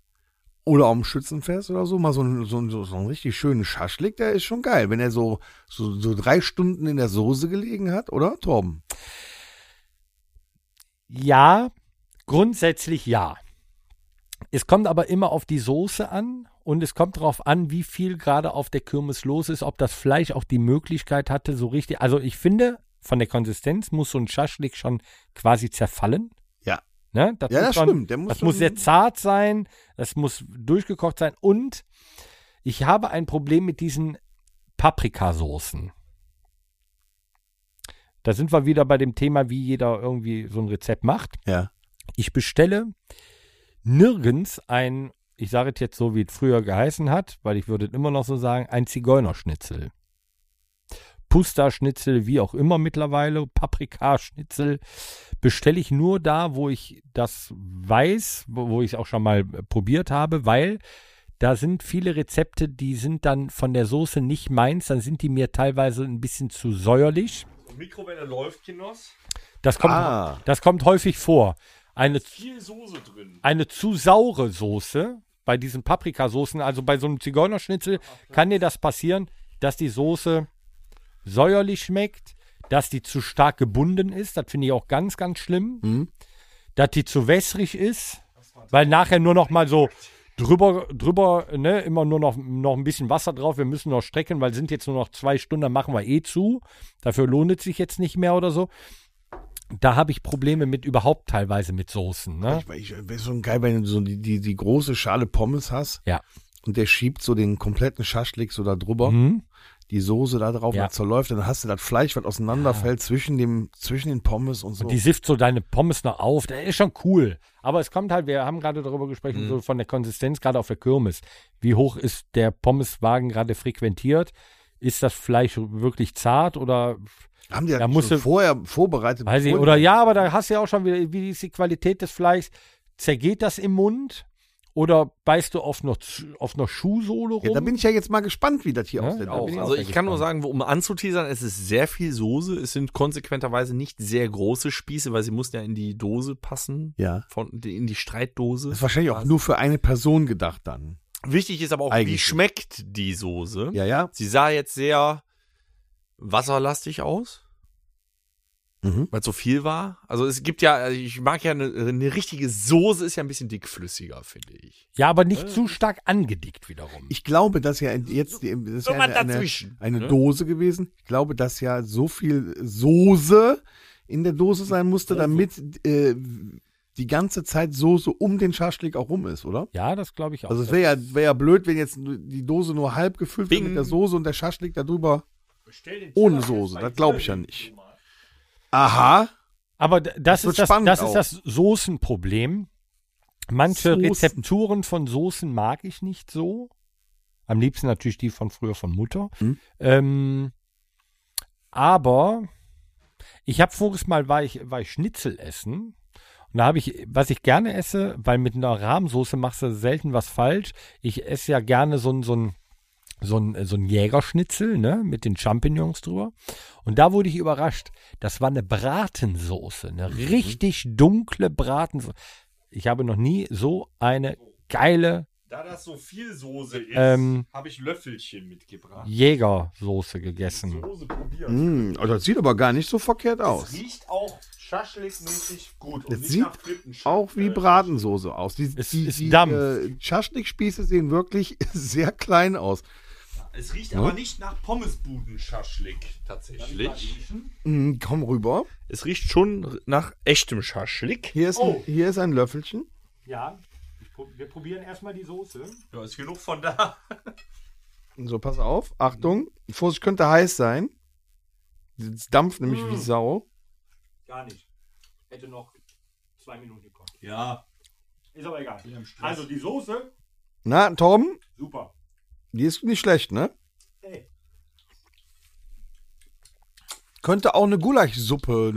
[SPEAKER 4] oder am Schützenfest oder so. Mal so ein, so ein, so ein richtig schönen Schaschlik, der ist schon geil. Wenn er so, so, so drei Stunden in der Soße gelegen hat, oder, Torben?
[SPEAKER 2] Ja, grundsätzlich ja. Es kommt aber immer auf die Soße an und es kommt darauf an, wie viel gerade auf der Kirmes los ist, ob das Fleisch auch die Möglichkeit hatte, so richtig. Also ich finde, von der Konsistenz muss so ein Schaschlik schon quasi zerfallen.
[SPEAKER 4] Ja.
[SPEAKER 2] Ne?
[SPEAKER 4] Ja,
[SPEAKER 2] muss
[SPEAKER 4] das
[SPEAKER 2] schon-
[SPEAKER 4] stimmt. Der muss
[SPEAKER 2] das
[SPEAKER 4] schon-
[SPEAKER 2] muss sehr zart sein, das muss durchgekocht sein und ich habe ein Problem mit diesen Paprikasoßen. Da sind wir wieder bei dem Thema, wie jeder irgendwie so ein Rezept macht.
[SPEAKER 4] Ja.
[SPEAKER 2] Ich bestelle nirgends ein, ich sage es jetzt so, wie es früher geheißen hat, weil ich würde es immer noch so sagen, ein Zigeunerschnitzel. Pusta-Schnitzel, wie auch immer mittlerweile, Paprikaschnitzel, bestelle ich nur da, wo ich das weiß, wo wo ich es auch schon mal äh, probiert habe, weil da sind viele Rezepte, die sind dann von der Soße nicht meins, dann sind die mir teilweise ein bisschen zu säuerlich.
[SPEAKER 3] Mikrowelle läuft, Kinos.
[SPEAKER 2] Das kommt,
[SPEAKER 4] Ah.
[SPEAKER 2] das kommt häufig vor. Eine
[SPEAKER 3] Viel Soße drin.
[SPEAKER 2] eine zu saure Soße bei diesen Paprikasoßen, also bei so einem Zigeunerschnitzel, kann dir das passieren, dass die Soße säuerlich schmeckt, dass die zu stark gebunden ist. Das finde ich auch ganz, ganz schlimm. Dass die zu wässrig ist, weil nachher nur noch mal so drüber, drüber, ne, immer nur noch, noch ein bisschen Wasser drauf. Wir müssen noch strecken, weil sind jetzt nur noch zwei Stunden, dann machen wir eh zu. Dafür lohnt es sich jetzt nicht mehr oder so. Da habe ich Probleme mit überhaupt teilweise mit Soßen. Ne?
[SPEAKER 4] Ich, ich, ich so geil, wenn du so die, die, die große Schale Pommes hast
[SPEAKER 2] Ja.
[SPEAKER 4] und der schiebt so den kompletten Schaschlik so da drüber, die Soße da drauf,
[SPEAKER 2] Mhm. Ja.
[SPEAKER 4] und das zerläuft, dann hast du das Fleisch, was auseinanderfällt zwischen, dem, zwischen den Pommes und so.
[SPEAKER 2] Die sifft so deine Pommes noch auf. Das ist schon cool. Aber es kommt halt, wir haben gerade darüber
[SPEAKER 4] Mhm.
[SPEAKER 2] gesprochen, so von der Konsistenz, gerade auf der Kirmes. Wie hoch ist der Pommeswagen gerade frequentiert? Ist das Fleisch wirklich zart oder
[SPEAKER 4] Haben die das
[SPEAKER 2] Da musst
[SPEAKER 4] schon
[SPEAKER 2] du-
[SPEAKER 4] vorher vorbereitet?
[SPEAKER 2] weiß ich,
[SPEAKER 4] bevor-
[SPEAKER 2] oder ja, aber da hast du ja auch schon wieder, wie ist die Qualität des Fleischs? Zergeht das im Mund? Oder beißt du auf noch, zu- auf noch Schuhsohle rum?
[SPEAKER 4] Ja, da bin ich ja jetzt mal gespannt, wie das hier
[SPEAKER 2] Ja,
[SPEAKER 4] aussieht. Da
[SPEAKER 3] Auch.
[SPEAKER 4] bin ich
[SPEAKER 3] Also
[SPEAKER 4] auch
[SPEAKER 3] ich
[SPEAKER 4] sehr
[SPEAKER 3] kann nur
[SPEAKER 4] gespannt.
[SPEAKER 3] sagen, um anzuteasern, es ist sehr viel Soße. Es sind konsequenterweise nicht sehr große Spieße, weil sie mussten ja in die Dose passen.
[SPEAKER 4] Ja.
[SPEAKER 3] Von, in die Streitdose. Also,
[SPEAKER 4] Das ist wahrscheinlich auch nur für eine Person gedacht dann.
[SPEAKER 3] Wichtig ist aber auch, wie
[SPEAKER 4] Eigentlich.
[SPEAKER 3] schmeckt die Soße.
[SPEAKER 4] Ja, ja.
[SPEAKER 3] Sie sah jetzt sehr wasserlastig aus,
[SPEAKER 4] Mhm.
[SPEAKER 3] weil es so viel war. Also es gibt ja, also ich mag ja eine, eine richtige Soße, ist ja ein bisschen dickflüssiger, finde ich.
[SPEAKER 2] ja, aber nicht zu stark angedickt wiederum.
[SPEAKER 4] Äh. Ich glaube, dass ja jetzt die, das ist
[SPEAKER 3] So
[SPEAKER 4] ja
[SPEAKER 3] was
[SPEAKER 4] eine, eine,
[SPEAKER 3] dazwischen,
[SPEAKER 4] eine
[SPEAKER 3] ne?
[SPEAKER 4] Dose gewesen. Ich glaube, dass ja so viel Soße in der Dose sein
[SPEAKER 3] Also.
[SPEAKER 4] musste, damit äh, die ganze Zeit Soße um den Schaschlik auch rum ist, oder?
[SPEAKER 2] ja, das glaube ich auch.
[SPEAKER 4] Also es wäre ja, wär ja blöd, wenn jetzt nur- die Dose nur halb gefüllt wird
[SPEAKER 3] Bing.
[SPEAKER 4] mit der Soße und der Schaschlik darüber ohne Soße. Das glaube ich ja nicht. Aha.
[SPEAKER 2] Aber d- das,
[SPEAKER 4] wird
[SPEAKER 2] ist das,
[SPEAKER 4] spannend
[SPEAKER 2] das ist
[SPEAKER 4] auch.
[SPEAKER 2] das Soßenproblem. Manche
[SPEAKER 4] Soßen.
[SPEAKER 2] Rezepturen von Soßen mag ich nicht so. Am liebsten natürlich die von früher von Mutter. Ähm, aber ich habe voriges Mal war ich, war ich Schnitzel essen. Und da habe ich, was ich gerne esse, weil mit einer Rahmsoße machst du selten was falsch. Ich esse ja gerne so ein, so ein, so ein, so ein Jägerschnitzel, ne, mit den Champignons drüber. Und da wurde ich überrascht. Das war eine Bratensoße, eine richtig dunkle Bratensoße. Ich habe noch nie so eine geile
[SPEAKER 3] Da das so viel Soße ist,
[SPEAKER 2] Ähm.
[SPEAKER 3] habe ich Löffelchen mitgebracht.
[SPEAKER 2] Jägersoße
[SPEAKER 1] Mhm.
[SPEAKER 2] gegessen.
[SPEAKER 3] Soße probiert.
[SPEAKER 4] Hm, oh, das sieht aber gar nicht so verkehrt aus.
[SPEAKER 3] Riecht auch schaschlikmäßig gut.
[SPEAKER 4] Das sieht
[SPEAKER 1] äh,
[SPEAKER 4] auch
[SPEAKER 3] äh,
[SPEAKER 4] wie Bratensoße aus. Die,
[SPEAKER 2] Es
[SPEAKER 4] die,
[SPEAKER 2] ist
[SPEAKER 4] die
[SPEAKER 2] Dampf.
[SPEAKER 4] äh, Schaschlikspieße sehen wirklich sehr klein aus.
[SPEAKER 3] Es riecht aber
[SPEAKER 4] Hm?
[SPEAKER 3] nicht nach Pommesbuden-Schaschlik tatsächlich.
[SPEAKER 4] Hm, komm rüber.
[SPEAKER 3] Es riecht schon nach echtem Schaschlik.
[SPEAKER 4] Hier ist, ein, hier ist ein Löffelchen.
[SPEAKER 2] Ja, wir probieren erstmal die Soße.
[SPEAKER 3] Ja, ist genug von da.
[SPEAKER 4] So, pass auf. Achtung. Vorsicht, könnte heiß sein. Es dampft nämlich wie Sau.
[SPEAKER 2] Mm. Gar nicht. Hätte noch zwei Minuten gekonnt.
[SPEAKER 3] Ja.
[SPEAKER 2] Ist aber egal. Also die Soße,
[SPEAKER 4] Na, Tom,
[SPEAKER 2] super.
[SPEAKER 4] die ist nicht schlecht, ne?
[SPEAKER 2] Ey.
[SPEAKER 4] Könnte auch eine Gulaschsuppe-Soße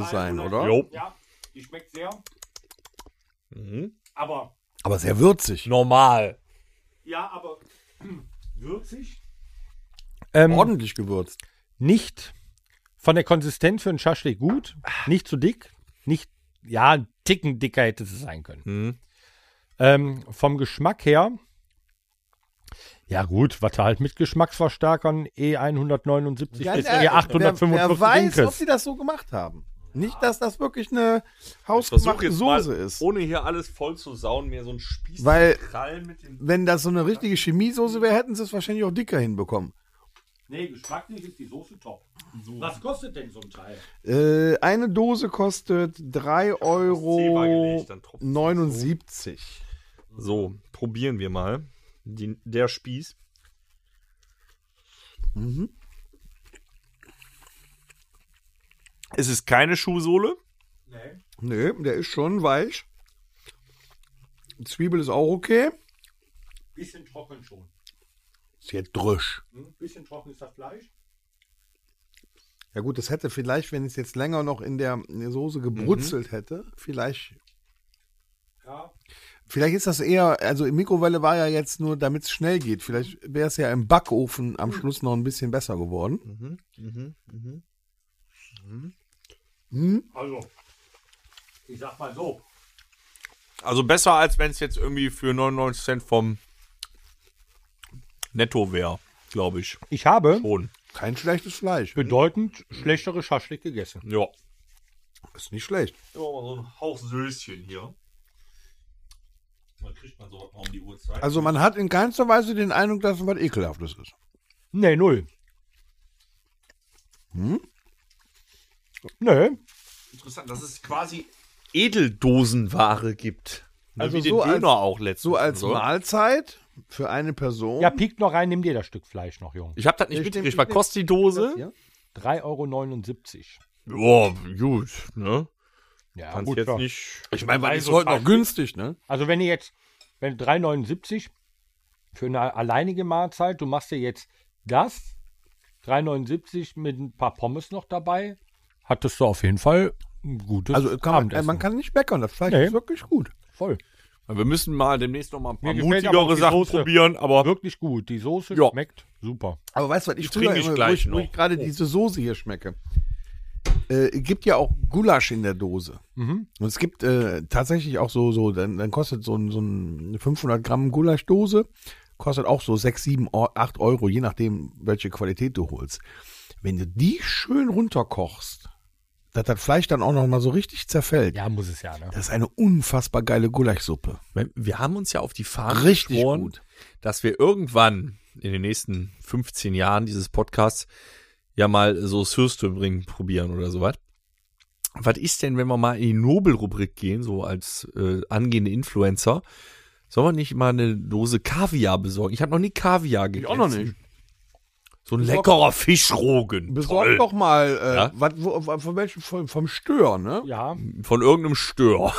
[SPEAKER 2] Könnte
[SPEAKER 4] sein,
[SPEAKER 2] sein,
[SPEAKER 4] oder?
[SPEAKER 3] Jo.
[SPEAKER 2] Ja, die schmeckt sehr. Aber,
[SPEAKER 4] Aber sehr würzig.
[SPEAKER 3] Normal.
[SPEAKER 2] ja, aber würzig.
[SPEAKER 4] Ordentlich gewürzt.
[SPEAKER 2] Ähm, nicht von der Konsistenz für einen Schaschlik gut, nicht zu dick, nicht, ja, einen Ticken dicker hätte es sein können. Ähm, vom Geschmack her, ja gut, was du halt mit Geschmacksverstärkern E179 bis eh E845
[SPEAKER 4] äh, wer, wer weiß, ob
[SPEAKER 2] kriegst.
[SPEAKER 4] sie das so gemacht haben. Nicht, dass das wirklich eine
[SPEAKER 3] Versuch
[SPEAKER 4] hausgemachte
[SPEAKER 3] jetzt
[SPEAKER 4] Soße
[SPEAKER 3] mal,
[SPEAKER 4] ist.
[SPEAKER 3] ohne hier alles voll zu sauen, mir so ein Spieß
[SPEAKER 4] Weil-
[SPEAKER 3] zu krallen mit dem
[SPEAKER 4] Wenn das so eine richtige Chemiesoße wäre, hätten sie es wahrscheinlich auch dicker hinbekommen.
[SPEAKER 2] Nee, geschmacklich ist die Soße top. Was kostet denn so ein Teil?
[SPEAKER 4] Äh, eine Dose kostet 3,79
[SPEAKER 3] Zebra
[SPEAKER 4] Euro.
[SPEAKER 3] gelegt, dann tropft es
[SPEAKER 4] 79.
[SPEAKER 3] So, probieren wir mal. Die, der Spieß. Mhm. Es ist keine Schuhsohle.
[SPEAKER 4] Nee, der ist schon weich. Zwiebel ist auch okay.
[SPEAKER 2] Bisschen trocken schon.
[SPEAKER 4] Sehr drüsch.
[SPEAKER 2] Hm? Bisschen trocken ist das Fleisch.
[SPEAKER 4] Ja gut, das hätte vielleicht, wenn es jetzt länger noch in der, in der Soße gebrutzelt
[SPEAKER 3] Mhm.
[SPEAKER 4] hätte, vielleicht,
[SPEAKER 2] Ja.
[SPEAKER 4] vielleicht ist das eher, also in Mikrowelle war ja jetzt nur, damit es schnell geht. Vielleicht wäre es ja im Backofen
[SPEAKER 3] Mhm.
[SPEAKER 4] am Schluss noch ein bisschen besser geworden.
[SPEAKER 2] Also, ich sag mal so.
[SPEAKER 3] Also besser, als wenn es jetzt irgendwie für 99 Cent vom Netto wäre, glaube ich.
[SPEAKER 2] Ich habe
[SPEAKER 3] Schon.
[SPEAKER 4] Kein schlechtes Fleisch.
[SPEAKER 2] bedeutend schlechtere Schaschlik gegessen.
[SPEAKER 3] Ja.
[SPEAKER 4] Ist nicht schlecht.
[SPEAKER 3] Ja, so ein Hauch Söschen hier. Man kriegt man sowas mal um die Uhrzeit.
[SPEAKER 4] Also man hat in keinster Weise den Eindruck, dass es was Ekelhaftes ist.
[SPEAKER 2] Nee, null. Hm? Nee.
[SPEAKER 3] Interessant, dass es quasi Edeldosenware gibt. Ne,
[SPEAKER 4] Also
[SPEAKER 3] wie
[SPEAKER 4] so als-
[SPEAKER 3] auch letztens.
[SPEAKER 4] So als
[SPEAKER 3] und
[SPEAKER 4] Mahlzeit für eine Person.
[SPEAKER 2] Ja, piekt noch rein, nimm dir das Stück Fleisch noch, Junge.
[SPEAKER 3] Ich habe das nicht
[SPEAKER 4] Ich
[SPEAKER 3] mitgekriegt.
[SPEAKER 4] denk,
[SPEAKER 3] Was
[SPEAKER 4] ich-
[SPEAKER 3] kostet die Dose?
[SPEAKER 2] 3,79 Euro.
[SPEAKER 3] Boah, gut. Ne?
[SPEAKER 2] Ja,
[SPEAKER 3] Kannst
[SPEAKER 2] gut,
[SPEAKER 3] jetzt
[SPEAKER 2] klar.
[SPEAKER 3] nicht.
[SPEAKER 4] Ich meine, was
[SPEAKER 2] Weil
[SPEAKER 4] ist
[SPEAKER 2] so
[SPEAKER 4] heute noch
[SPEAKER 2] Fleisch-
[SPEAKER 4] günstig, ne?
[SPEAKER 2] Also wenn ihr jetzt, wenn 3,79 für eine alleinige Mahlzeit, du machst dir jetzt das, 3,79 mit ein paar Pommes noch dabei, hattest du auf jeden Fall ein gutes
[SPEAKER 4] Also kann man,
[SPEAKER 2] Abendessen.
[SPEAKER 4] man kann nicht meckern, das Fleisch
[SPEAKER 2] Nee.
[SPEAKER 4] ist wirklich gut.
[SPEAKER 2] Voll.
[SPEAKER 3] Wir müssen mal demnächst noch mal ein paar
[SPEAKER 2] Mir gefällt aber auch
[SPEAKER 3] mutigere
[SPEAKER 2] die
[SPEAKER 3] Sachen
[SPEAKER 2] Soße.
[SPEAKER 3] probieren, aber
[SPEAKER 2] Wirklich gut. Die Soße
[SPEAKER 3] Ja.
[SPEAKER 2] schmeckt super.
[SPEAKER 4] Aber weißt du, was ich
[SPEAKER 3] Die trinke ich
[SPEAKER 4] immer,
[SPEAKER 3] gleich
[SPEAKER 4] wo ich, wo ich
[SPEAKER 3] noch.
[SPEAKER 4] gerade diese Soße hier schmecke. Äh, gibt ja auch Gulasch in der Dose.
[SPEAKER 3] Mhm.
[SPEAKER 4] Und es gibt äh, tatsächlich auch so, so dann, dann kostet so, ein- so ein 500 Gramm Gulaschdose, kostet auch so 6, 7, 8 Euro, je nachdem, welche Qualität du holst. Wenn du die schön runterkochst, dass das Fleisch dann auch noch mal so richtig zerfällt,
[SPEAKER 2] Ja, muss es ja, ne?
[SPEAKER 4] das ist eine unfassbar geile Gulaschsuppe.
[SPEAKER 3] wir haben uns ja auf die Fahne
[SPEAKER 4] Richtig
[SPEAKER 3] geschworen,
[SPEAKER 4] gut.
[SPEAKER 3] dass wir irgendwann in den nächsten 15 Jahren dieses Podcasts ja mal so Sürstümring probieren oder sowas. Was ist denn, wenn wir mal in die Nobel-Rubrik gehen, so als äh, angehende Influencer? Soll man nicht mal eine Dose Kaviar besorgen? Ich habe noch nie Kaviar gegessen.
[SPEAKER 4] auch noch nicht.
[SPEAKER 3] So ein leckerer Fischrogen.
[SPEAKER 4] Besorg
[SPEAKER 3] Toll.
[SPEAKER 4] doch mal, äh,
[SPEAKER 3] Ja?
[SPEAKER 4] wat, wo, wa- von welchem, vom, vom Stör, ne?
[SPEAKER 2] Ja,
[SPEAKER 3] Von irgendeinem Stör.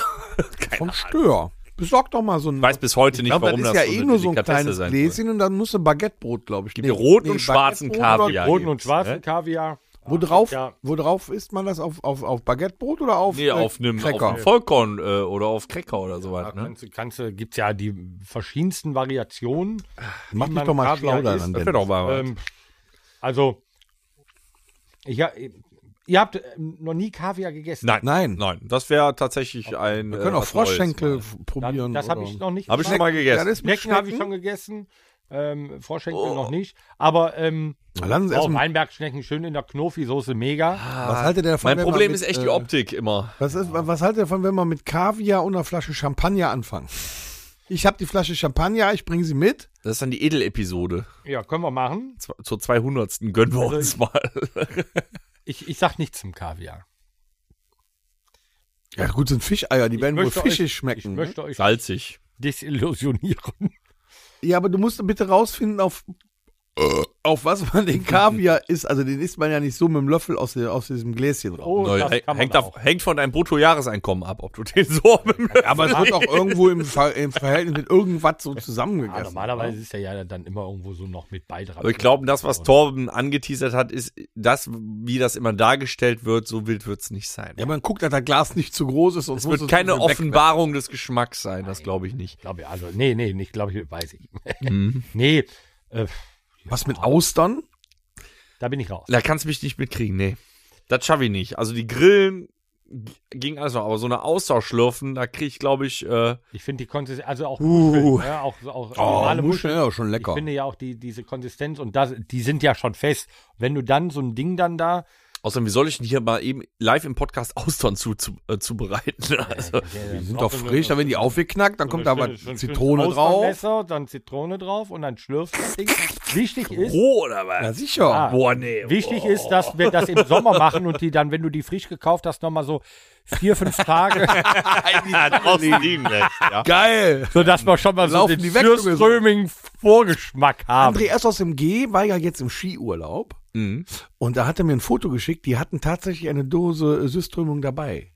[SPEAKER 4] vom Stör. Besorg doch mal so ein.
[SPEAKER 3] Ich weiß bis heute
[SPEAKER 4] Ich
[SPEAKER 3] nicht,
[SPEAKER 4] glaub,
[SPEAKER 3] warum das,
[SPEAKER 4] das ist ja eh
[SPEAKER 3] eine
[SPEAKER 4] nur so ein
[SPEAKER 3] Delikatesse
[SPEAKER 4] kleines
[SPEAKER 3] sein soll.
[SPEAKER 4] Gläschen und dann musst du Baguettebrot, glaube ich.
[SPEAKER 3] Gibt ja roten und schwarzen
[SPEAKER 4] Baguettebrot oder-
[SPEAKER 3] Kaviar. Ja,
[SPEAKER 2] roten und
[SPEAKER 3] gibt's,
[SPEAKER 2] schwarzen
[SPEAKER 3] ne?
[SPEAKER 2] Kaviar.
[SPEAKER 4] Wo drauf,
[SPEAKER 2] Ja.
[SPEAKER 4] wo drauf isst man das? Auf, auf, auf Baguettebrot oder auf,
[SPEAKER 3] Nee,
[SPEAKER 4] äh,
[SPEAKER 3] auf einem, auf
[SPEAKER 4] Cracker?
[SPEAKER 3] einem Vollkorn äh, oder auf Cracker oder sowas.
[SPEAKER 2] Da
[SPEAKER 3] ne?
[SPEAKER 2] kannst, du- kannst, du- gibt's ja die verschiedensten Variationen.
[SPEAKER 4] Mach
[SPEAKER 2] wie
[SPEAKER 4] dich
[SPEAKER 2] man
[SPEAKER 4] doch mal
[SPEAKER 2] Kaviar
[SPEAKER 4] schlau da
[SPEAKER 2] isst.
[SPEAKER 4] dann,
[SPEAKER 3] Das
[SPEAKER 4] Dennis.
[SPEAKER 3] wäre doch mal
[SPEAKER 2] Ähm, also, ich, ha- ihr habt ähm, noch nie Kaviar gegessen.
[SPEAKER 3] Nein,
[SPEAKER 4] Nein.
[SPEAKER 3] nein. Das wäre tatsächlich ein. äh,
[SPEAKER 4] Wir können auch Froschschenkel f-
[SPEAKER 2] Dann-
[SPEAKER 4] probieren.
[SPEAKER 2] das habe ich noch nicht.
[SPEAKER 3] Habe ich Oh. schon
[SPEAKER 2] gemacht.
[SPEAKER 3] mal gegessen.
[SPEAKER 4] das ist mit
[SPEAKER 2] Schnecken habe ich schon
[SPEAKER 4] Schnecken.
[SPEAKER 2] gegessen. Ähm, Froschschenkel noch nicht. Aber ähm,
[SPEAKER 4] Na, lass uns
[SPEAKER 2] oh,
[SPEAKER 4] erstmal.
[SPEAKER 2] Weinbergschnecken schön in der Knofi-Soße, mega.
[SPEAKER 3] Ah.
[SPEAKER 4] Was haltet ihr davon?
[SPEAKER 3] Mein
[SPEAKER 4] wenn man
[SPEAKER 3] Problem
[SPEAKER 4] mit,
[SPEAKER 3] ist echt
[SPEAKER 4] äh,
[SPEAKER 3] die Optik immer.
[SPEAKER 4] Was, ist, was haltet ihr davon, wenn man mit Kaviar und einer Flasche Champagner anfangen? Ich habe die Flasche Champagner, ich bringe sie mit.
[SPEAKER 3] Das ist dann die Edel-Episode.
[SPEAKER 2] Ja, können wir machen.
[SPEAKER 3] Z- Zur 200. gönnen wir uns mal.
[SPEAKER 2] Ich, ich sag nichts zum Kaviar.
[SPEAKER 4] Ja gut, sind Fischeier, die werden wohl
[SPEAKER 2] möchte
[SPEAKER 4] fischig
[SPEAKER 2] euch,
[SPEAKER 4] schmecken.
[SPEAKER 2] Ich
[SPEAKER 4] ne?
[SPEAKER 2] möchte euch
[SPEAKER 3] Salzig.
[SPEAKER 2] desillusionieren.
[SPEAKER 4] Ja, aber du musst bitte rausfinden, auf, auf was man den Kaviar isst. Also den isst man ja nicht so mit dem Löffel aus, der, aus diesem Gläschen raus.
[SPEAKER 2] Oh,
[SPEAKER 3] Neu-
[SPEAKER 2] das
[SPEAKER 3] hängt,
[SPEAKER 2] kann man
[SPEAKER 3] dav-
[SPEAKER 2] auch.
[SPEAKER 3] hängt von deinem Bruttojahreseinkommen ab, ob du den so
[SPEAKER 4] aber es wird auch irgendwo im, Ver im Verhältnis mit irgendwas so
[SPEAKER 2] Ja,
[SPEAKER 4] zusammengegessen. ne?
[SPEAKER 2] normalerweise ist der ja dann immer irgendwo so noch mit bei dran.
[SPEAKER 3] Aber ich glaube, das, was Torben angeteasert hat, ist das, wie das immer dargestellt wird, so wild wird's nicht sein.
[SPEAKER 4] ja, man guckt, dass das Glas nicht zu groß ist. Sonst
[SPEAKER 3] es wird
[SPEAKER 4] muss
[SPEAKER 3] keine
[SPEAKER 4] weg-
[SPEAKER 3] Offenbarung des Geschmacks sein, das glaube ich nicht.
[SPEAKER 2] Ich glaube, also, nee, nee, nicht, glaube ich, weiß ich. nee, äh,
[SPEAKER 4] Was mit Austern?
[SPEAKER 2] da bin ich raus.
[SPEAKER 3] Da kannst du mich nicht mitkriegen, nee. Das schaffe ich nicht. Also die Grillen g- ging alles noch, aber so eine Auster schlürfen, da kriege ich, glaube ich, äh,
[SPEAKER 2] Ich finde die Konsistenz, also auch
[SPEAKER 3] Uh.
[SPEAKER 2] Muscheln, ja, auch, auch normale Muscheln.
[SPEAKER 4] ja, schon lecker.
[SPEAKER 2] Ich finde ja auch die, diese Konsistenz und das, die sind ja schon fest. Wenn du dann so ein Ding dann da,
[SPEAKER 3] außerdem, wie soll ich denn hier mal eben live im Podcast Austern zu, zu, äh, zubereiten? Also,
[SPEAKER 4] die sind doch frisch, dann wenn die aufgeknackt, dann kommt da aber Zitrone drauf.
[SPEAKER 2] Messer, dann Zitrone drauf und dann schlürfst du das Ding. Wichtig ist,
[SPEAKER 3] roh oder
[SPEAKER 4] Ja,
[SPEAKER 3] was?
[SPEAKER 4] sicher.
[SPEAKER 2] Ah,
[SPEAKER 3] Boah, nee.
[SPEAKER 2] wichtig ist, dass wir das im Sommer machen und die dann, wenn du die frisch gekauft hast, nochmal so vier, fünf Tage,
[SPEAKER 3] Draußen liegen lässt. Ja.
[SPEAKER 4] Geil.
[SPEAKER 2] sodass wir schon mal so
[SPEAKER 4] Laufen
[SPEAKER 2] den
[SPEAKER 4] die weg, Junge, so.
[SPEAKER 2] Türströming-Vorgeschmack haben.
[SPEAKER 4] André S. aus dem G war ja jetzt im Skiurlaub
[SPEAKER 3] Mhm.
[SPEAKER 4] und da hat er mir ein Foto geschickt, die hatten tatsächlich eine Dose äh, Süßströmung dabei.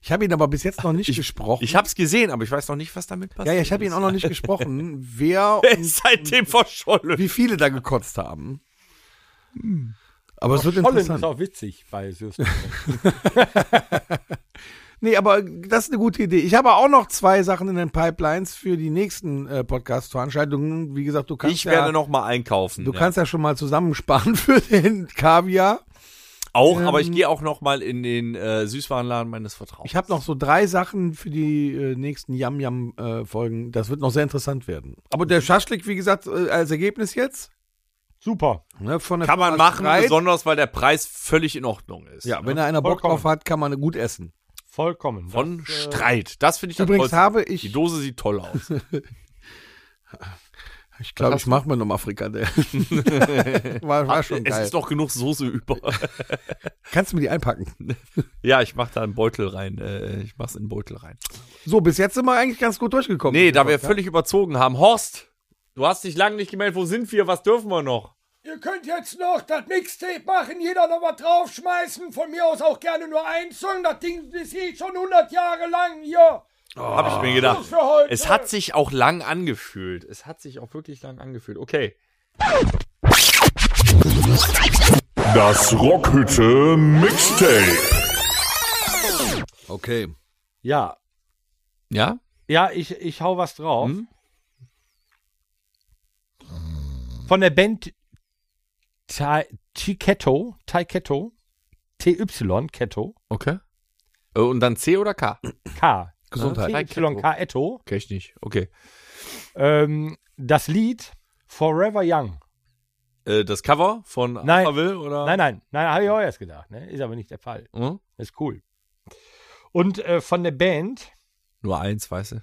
[SPEAKER 4] Ich habe ihn aber bis jetzt noch nicht gesprochen.
[SPEAKER 3] Ich hab's gesehen, aber ich weiß noch nicht, was damit
[SPEAKER 4] ja,
[SPEAKER 3] passiert.
[SPEAKER 4] ja, ich habe ihn auch noch nicht gesprochen, wer
[SPEAKER 3] Er
[SPEAKER 4] und
[SPEAKER 3] ist seitdem verschollen.
[SPEAKER 4] wie viele da gekotzt haben. Aber es wird
[SPEAKER 2] Schollen ist
[SPEAKER 4] interessant.
[SPEAKER 2] auch witzig bei Süßströming.
[SPEAKER 4] Nee, aber das ist eine gute Idee. Ich habe auch noch zwei Sachen in den Pipelines für die nächsten äh, Podcast-Veranstaltungen. Wie gesagt, du kannst
[SPEAKER 3] Ich
[SPEAKER 4] ja,
[SPEAKER 3] werde noch mal einkaufen.
[SPEAKER 4] du
[SPEAKER 3] ja.
[SPEAKER 4] kannst ja schon mal zusammensparen für den Kaviar.
[SPEAKER 3] auch, aber ich gehe auch noch mal in den äh, Süßwarenladen meines Vertrauens.
[SPEAKER 4] ähm, Ich habe noch so drei Sachen für die äh, nächsten Yam Yam äh, Folgen. Das wird noch sehr interessant werden. Aber der Schaschlik, wie gesagt, äh, als Ergebnis jetzt
[SPEAKER 2] Super.
[SPEAKER 4] ne, von der
[SPEAKER 3] kann man
[SPEAKER 4] Firma
[SPEAKER 3] machen,
[SPEAKER 4] Streit.
[SPEAKER 3] besonders weil der Preis völlig in Ordnung ist.
[SPEAKER 4] Ja, wenn da einer Bock
[SPEAKER 2] Vollkommen.
[SPEAKER 4] drauf hat, kann man gut essen.
[SPEAKER 2] Vollkommen. ne?
[SPEAKER 3] Von Streit. Das finde ich das
[SPEAKER 4] Übrigens
[SPEAKER 3] Tollste.
[SPEAKER 4] habe ich-
[SPEAKER 3] Die Dose sieht toll aus.
[SPEAKER 4] Ich glaube, ich mache mir nochmal Frikadellen. war, war schon
[SPEAKER 3] es
[SPEAKER 4] geil.
[SPEAKER 3] ist noch genug Soße über.
[SPEAKER 4] Kannst du mir die einpacken?
[SPEAKER 3] ja, ich mache da einen Beutel rein. Äh, ich mach's in den Beutel rein.
[SPEAKER 4] So, bis jetzt sind wir eigentlich ganz gut durchgekommen.
[SPEAKER 3] Nee, da wir völlig überzogen haben. Horst, du hast dich lange nicht gemeldet. Wo sind wir? Was dürfen wir noch?
[SPEAKER 2] Ihr könnt jetzt noch das Mixtape machen, jeder noch was draufschmeißen. Von mir aus auch gerne nur ein Song. Das Ding ist eh schon 100 Jahre lang hier.
[SPEAKER 3] Hab ich mir gedacht.
[SPEAKER 2] Schluss für heute.
[SPEAKER 3] Es hat sich auch lang angefühlt. Es hat sich auch wirklich lang angefühlt. Okay.
[SPEAKER 1] Das Rockhütte Mixtape.
[SPEAKER 4] Okay.
[SPEAKER 2] Ja,
[SPEAKER 3] Ja?
[SPEAKER 2] ja, ich, ich hau was drauf. Von der Band Ti- Tiketto, Tiketto, TY, Ketto,
[SPEAKER 3] Okay. Äh, Und dann C oder K?
[SPEAKER 2] K.
[SPEAKER 4] Gesundheit.
[SPEAKER 2] TY, Etto.
[SPEAKER 3] Kenn ich nicht. Okay.
[SPEAKER 2] Ähm, das Lied Forever Young.
[SPEAKER 3] Äh, das Cover von
[SPEAKER 2] Nein.
[SPEAKER 3] Alpha Will oder?
[SPEAKER 2] Nein, nein, nein, habe ich auch erst gedacht. Ne? Ist aber nicht der Fall.
[SPEAKER 3] Hm?
[SPEAKER 2] Ist cool. Und äh, von der Band
[SPEAKER 3] Nur eins, weißt du?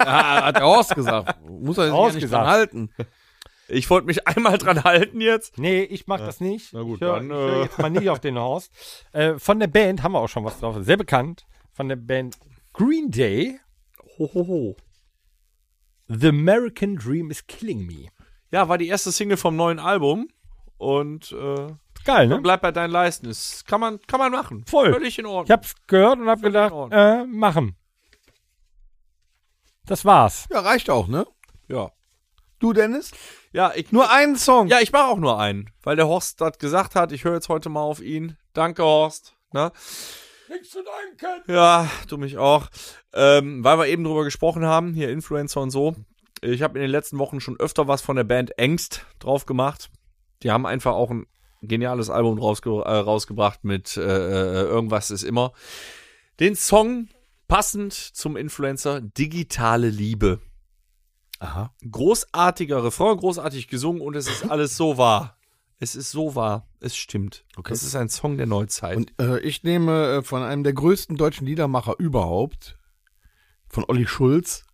[SPEAKER 4] Ah, hat der Horst gesagt. Muss er sich ja
[SPEAKER 2] Horst
[SPEAKER 4] nicht
[SPEAKER 2] gesagt.
[SPEAKER 4] dran halten.
[SPEAKER 3] Ich wollte mich einmal dran halten jetzt.
[SPEAKER 2] Nee, ich mach das nicht.
[SPEAKER 3] Na gut,
[SPEAKER 2] ich hör,
[SPEAKER 3] dann,
[SPEAKER 2] ich hör
[SPEAKER 3] äh.
[SPEAKER 2] jetzt mal nicht auf den Horst. Äh, von der Band haben wir auch schon was drauf. Sehr bekannt. Von der Band Green Day. The American Dream is Killing Me.
[SPEAKER 3] Ja, war die erste Single vom neuen Album. Und äh,
[SPEAKER 2] Geil, ne?
[SPEAKER 3] bleib bei deinen Leisten. Das kann man, kann man machen.
[SPEAKER 2] Voll.
[SPEAKER 3] Völlig in Ordnung.
[SPEAKER 2] Ich hab's gehört und hab gedacht,
[SPEAKER 3] Ordnung.
[SPEAKER 2] äh, machen. Das war's.
[SPEAKER 4] Ja, reicht auch, ne?
[SPEAKER 3] ja.
[SPEAKER 4] Du, Dennis?
[SPEAKER 3] Ja, ich,
[SPEAKER 4] Nur einen Song.
[SPEAKER 3] ja, ich mache auch nur einen, weil der Horst das gesagt hat. Ich höre jetzt heute mal auf ihn. Danke, Horst. Na?
[SPEAKER 2] Nichts zu danken.
[SPEAKER 3] Ja, du mich auch. Ähm, weil wir eben drüber gesprochen haben, hier Influencer und so. Ich habe in den letzten Wochen schon öfter was von der Band Ängst drauf gemacht. Die haben einfach auch ein geniales Album rausge äh, rausgebracht mit äh, äh, Irgendwas ist immer. Den Song passend zum Influencer Digitale Liebe.
[SPEAKER 4] Aha.
[SPEAKER 3] Großartiger Refrain, großartig gesungen und es ist alles so wahr. Es ist so wahr. Es stimmt.
[SPEAKER 4] Okay.
[SPEAKER 3] Das ist ein Song der Neuzeit.
[SPEAKER 4] Und äh, ich nehme äh, von einem der größten deutschen Liedermacher überhaupt, von Olli Schulz.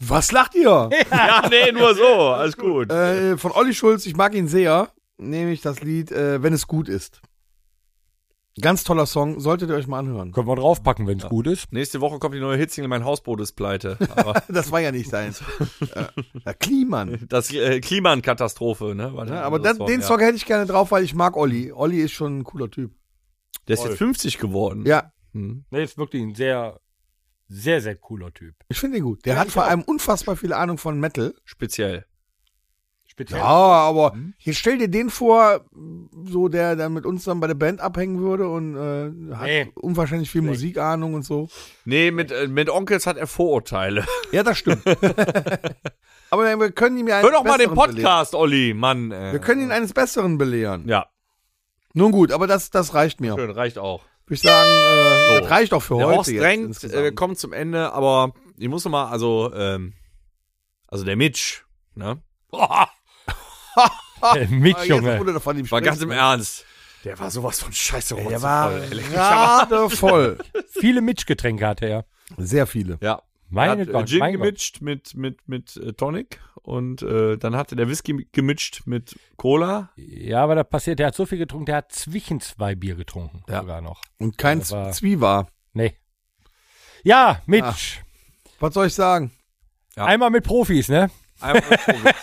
[SPEAKER 4] Was lacht ihr?
[SPEAKER 3] ja, nee, nur so. Alles gut.
[SPEAKER 4] Äh, von Olli Schulz, ich mag ihn sehr, nehme ich das Lied äh, Wenn es gut ist. Ganz toller Song, solltet ihr euch mal anhören.
[SPEAKER 2] Können wir draufpacken, wenn's gut ist.
[SPEAKER 3] Nächste Woche kommt die neue Hitsingle, mein Hausboot ist pleite. Aber
[SPEAKER 4] Das war ja nicht deins. äh, Kliman.
[SPEAKER 3] das äh, Klimakatastrophe, ne? War der
[SPEAKER 4] Ja, aber
[SPEAKER 3] andere
[SPEAKER 4] das, den
[SPEAKER 3] ja.
[SPEAKER 4] Song hätte ich gerne drauf, weil ich mag Olli. Olli ist schon ein cooler Typ.
[SPEAKER 3] Der ist jetzt 50 geworden.
[SPEAKER 4] Ja,
[SPEAKER 3] Hm.
[SPEAKER 2] Nee, ist wirklich ein sehr, sehr, sehr cooler Typ.
[SPEAKER 4] ich finde ihn gut. Der hat vor allem unfassbar viel Ahnung von Metal.
[SPEAKER 3] Speziell.
[SPEAKER 2] Speziell.
[SPEAKER 4] Ja, aber
[SPEAKER 3] Hm?
[SPEAKER 4] hier stell dir den vor, so der, der mit uns dann bei der Band abhängen würde und äh, hat
[SPEAKER 2] Nee.
[SPEAKER 4] unwahrscheinlich viel Musikahnung und so.
[SPEAKER 3] Nee, mit, äh, mit Onkels hat er Vorurteile.
[SPEAKER 4] Ja, das stimmt. aber wir können ihn ja
[SPEAKER 3] Hör
[SPEAKER 4] eines
[SPEAKER 3] doch mal den
[SPEAKER 4] Besseren Belehren.
[SPEAKER 3] Podcast, Olli, Mann. Äh.
[SPEAKER 4] Wir können ihn eines Besseren belehren.
[SPEAKER 3] ja,
[SPEAKER 4] Nun gut, aber das, das reicht mir.
[SPEAKER 3] schön, reicht auch.
[SPEAKER 4] Würde ich sagen, äh, das reicht auch für
[SPEAKER 3] Der
[SPEAKER 4] heute.
[SPEAKER 3] Horst
[SPEAKER 4] jetzt
[SPEAKER 3] drängt,
[SPEAKER 4] insgesamt.
[SPEAKER 3] äh, kommt zum Ende, aber ich muss noch mal, also, ähm, also der Mitch, ne?
[SPEAKER 4] Aber
[SPEAKER 2] Mit,
[SPEAKER 4] Ah, jetzt,
[SPEAKER 2] Äh, Junge.
[SPEAKER 4] wo du davon ihm
[SPEAKER 3] War ganz
[SPEAKER 4] sprichst,
[SPEAKER 3] im
[SPEAKER 4] ne?
[SPEAKER 3] Ernst. Der war sowas von scheiße
[SPEAKER 4] Der
[SPEAKER 3] rotzvoll,
[SPEAKER 4] war
[SPEAKER 3] ehrlich.
[SPEAKER 4] gerade voll.
[SPEAKER 2] Viele Mitschgetränke hatte er.
[SPEAKER 4] Sehr viele.
[SPEAKER 3] Ja,
[SPEAKER 2] Meine
[SPEAKER 3] hat, äh,
[SPEAKER 2] Gott,
[SPEAKER 3] Gin
[SPEAKER 2] mein Gott.
[SPEAKER 3] gemischt mit, mit, mit äh, Tonic und äh, dann hatte der Whisky gemischt mit Cola.
[SPEAKER 2] Ja, aber das passiert, der hat so viel getrunken, der hat zwischen zwei Bier getrunken.
[SPEAKER 3] Ja.
[SPEAKER 2] Sogar noch.
[SPEAKER 4] Und kein
[SPEAKER 2] Das war-
[SPEAKER 4] Zwieber.
[SPEAKER 2] Nee. Ja, Mitch.
[SPEAKER 4] Was soll ich sagen?
[SPEAKER 3] Ja.
[SPEAKER 2] Einmal mit Profis, ne?
[SPEAKER 3] Einfach mal probieren.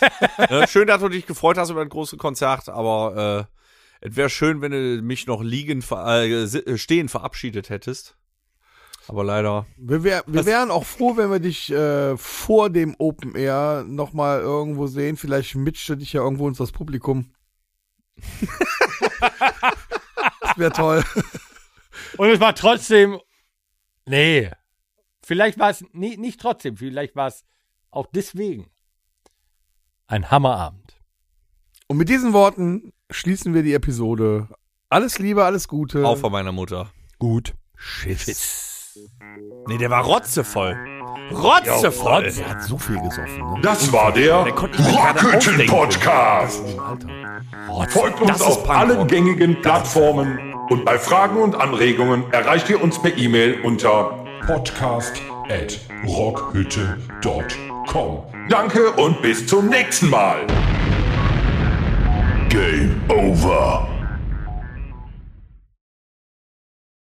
[SPEAKER 3] ne? Schön, dass du dich gefreut hast über das große Konzert, aber äh, es wäre schön, wenn du mich noch liegend ver äh, si- äh, stehen verabschiedet hättest. Aber leider.
[SPEAKER 4] Wir, wär, wir wären auch froh, wenn wir dich äh, vor dem Open Air nochmal irgendwo sehen. Vielleicht mitschst du dich ja irgendwo ins das Publikum. das wäre toll.
[SPEAKER 2] Und es war trotzdem. Nee. Vielleicht war es. Nee, nicht trotzdem. Vielleicht war es auch deswegen. Ein Hammerabend.
[SPEAKER 4] Und mit diesen Worten schließen wir die Episode. Alles Liebe, alles Gute.
[SPEAKER 3] Auch von meiner Mutter.
[SPEAKER 2] Gut.
[SPEAKER 3] Nee, der war rotzevoll. Rotzevoll!
[SPEAKER 4] Er hat so viel gesoffen. Ne?
[SPEAKER 1] Das war der
[SPEAKER 3] konnte ich mir gerade
[SPEAKER 1] Rockhütten
[SPEAKER 3] ausdenken.
[SPEAKER 1] Podcast. Folgt uns
[SPEAKER 3] das ist
[SPEAKER 1] auf
[SPEAKER 3] Punkrock.
[SPEAKER 1] allen gängigen Plattformen und bei Fragen und Anregungen erreicht ihr uns per E-Mail unter podcast at rockhütte.com. Danke und bis zum nächsten Mal. Game over.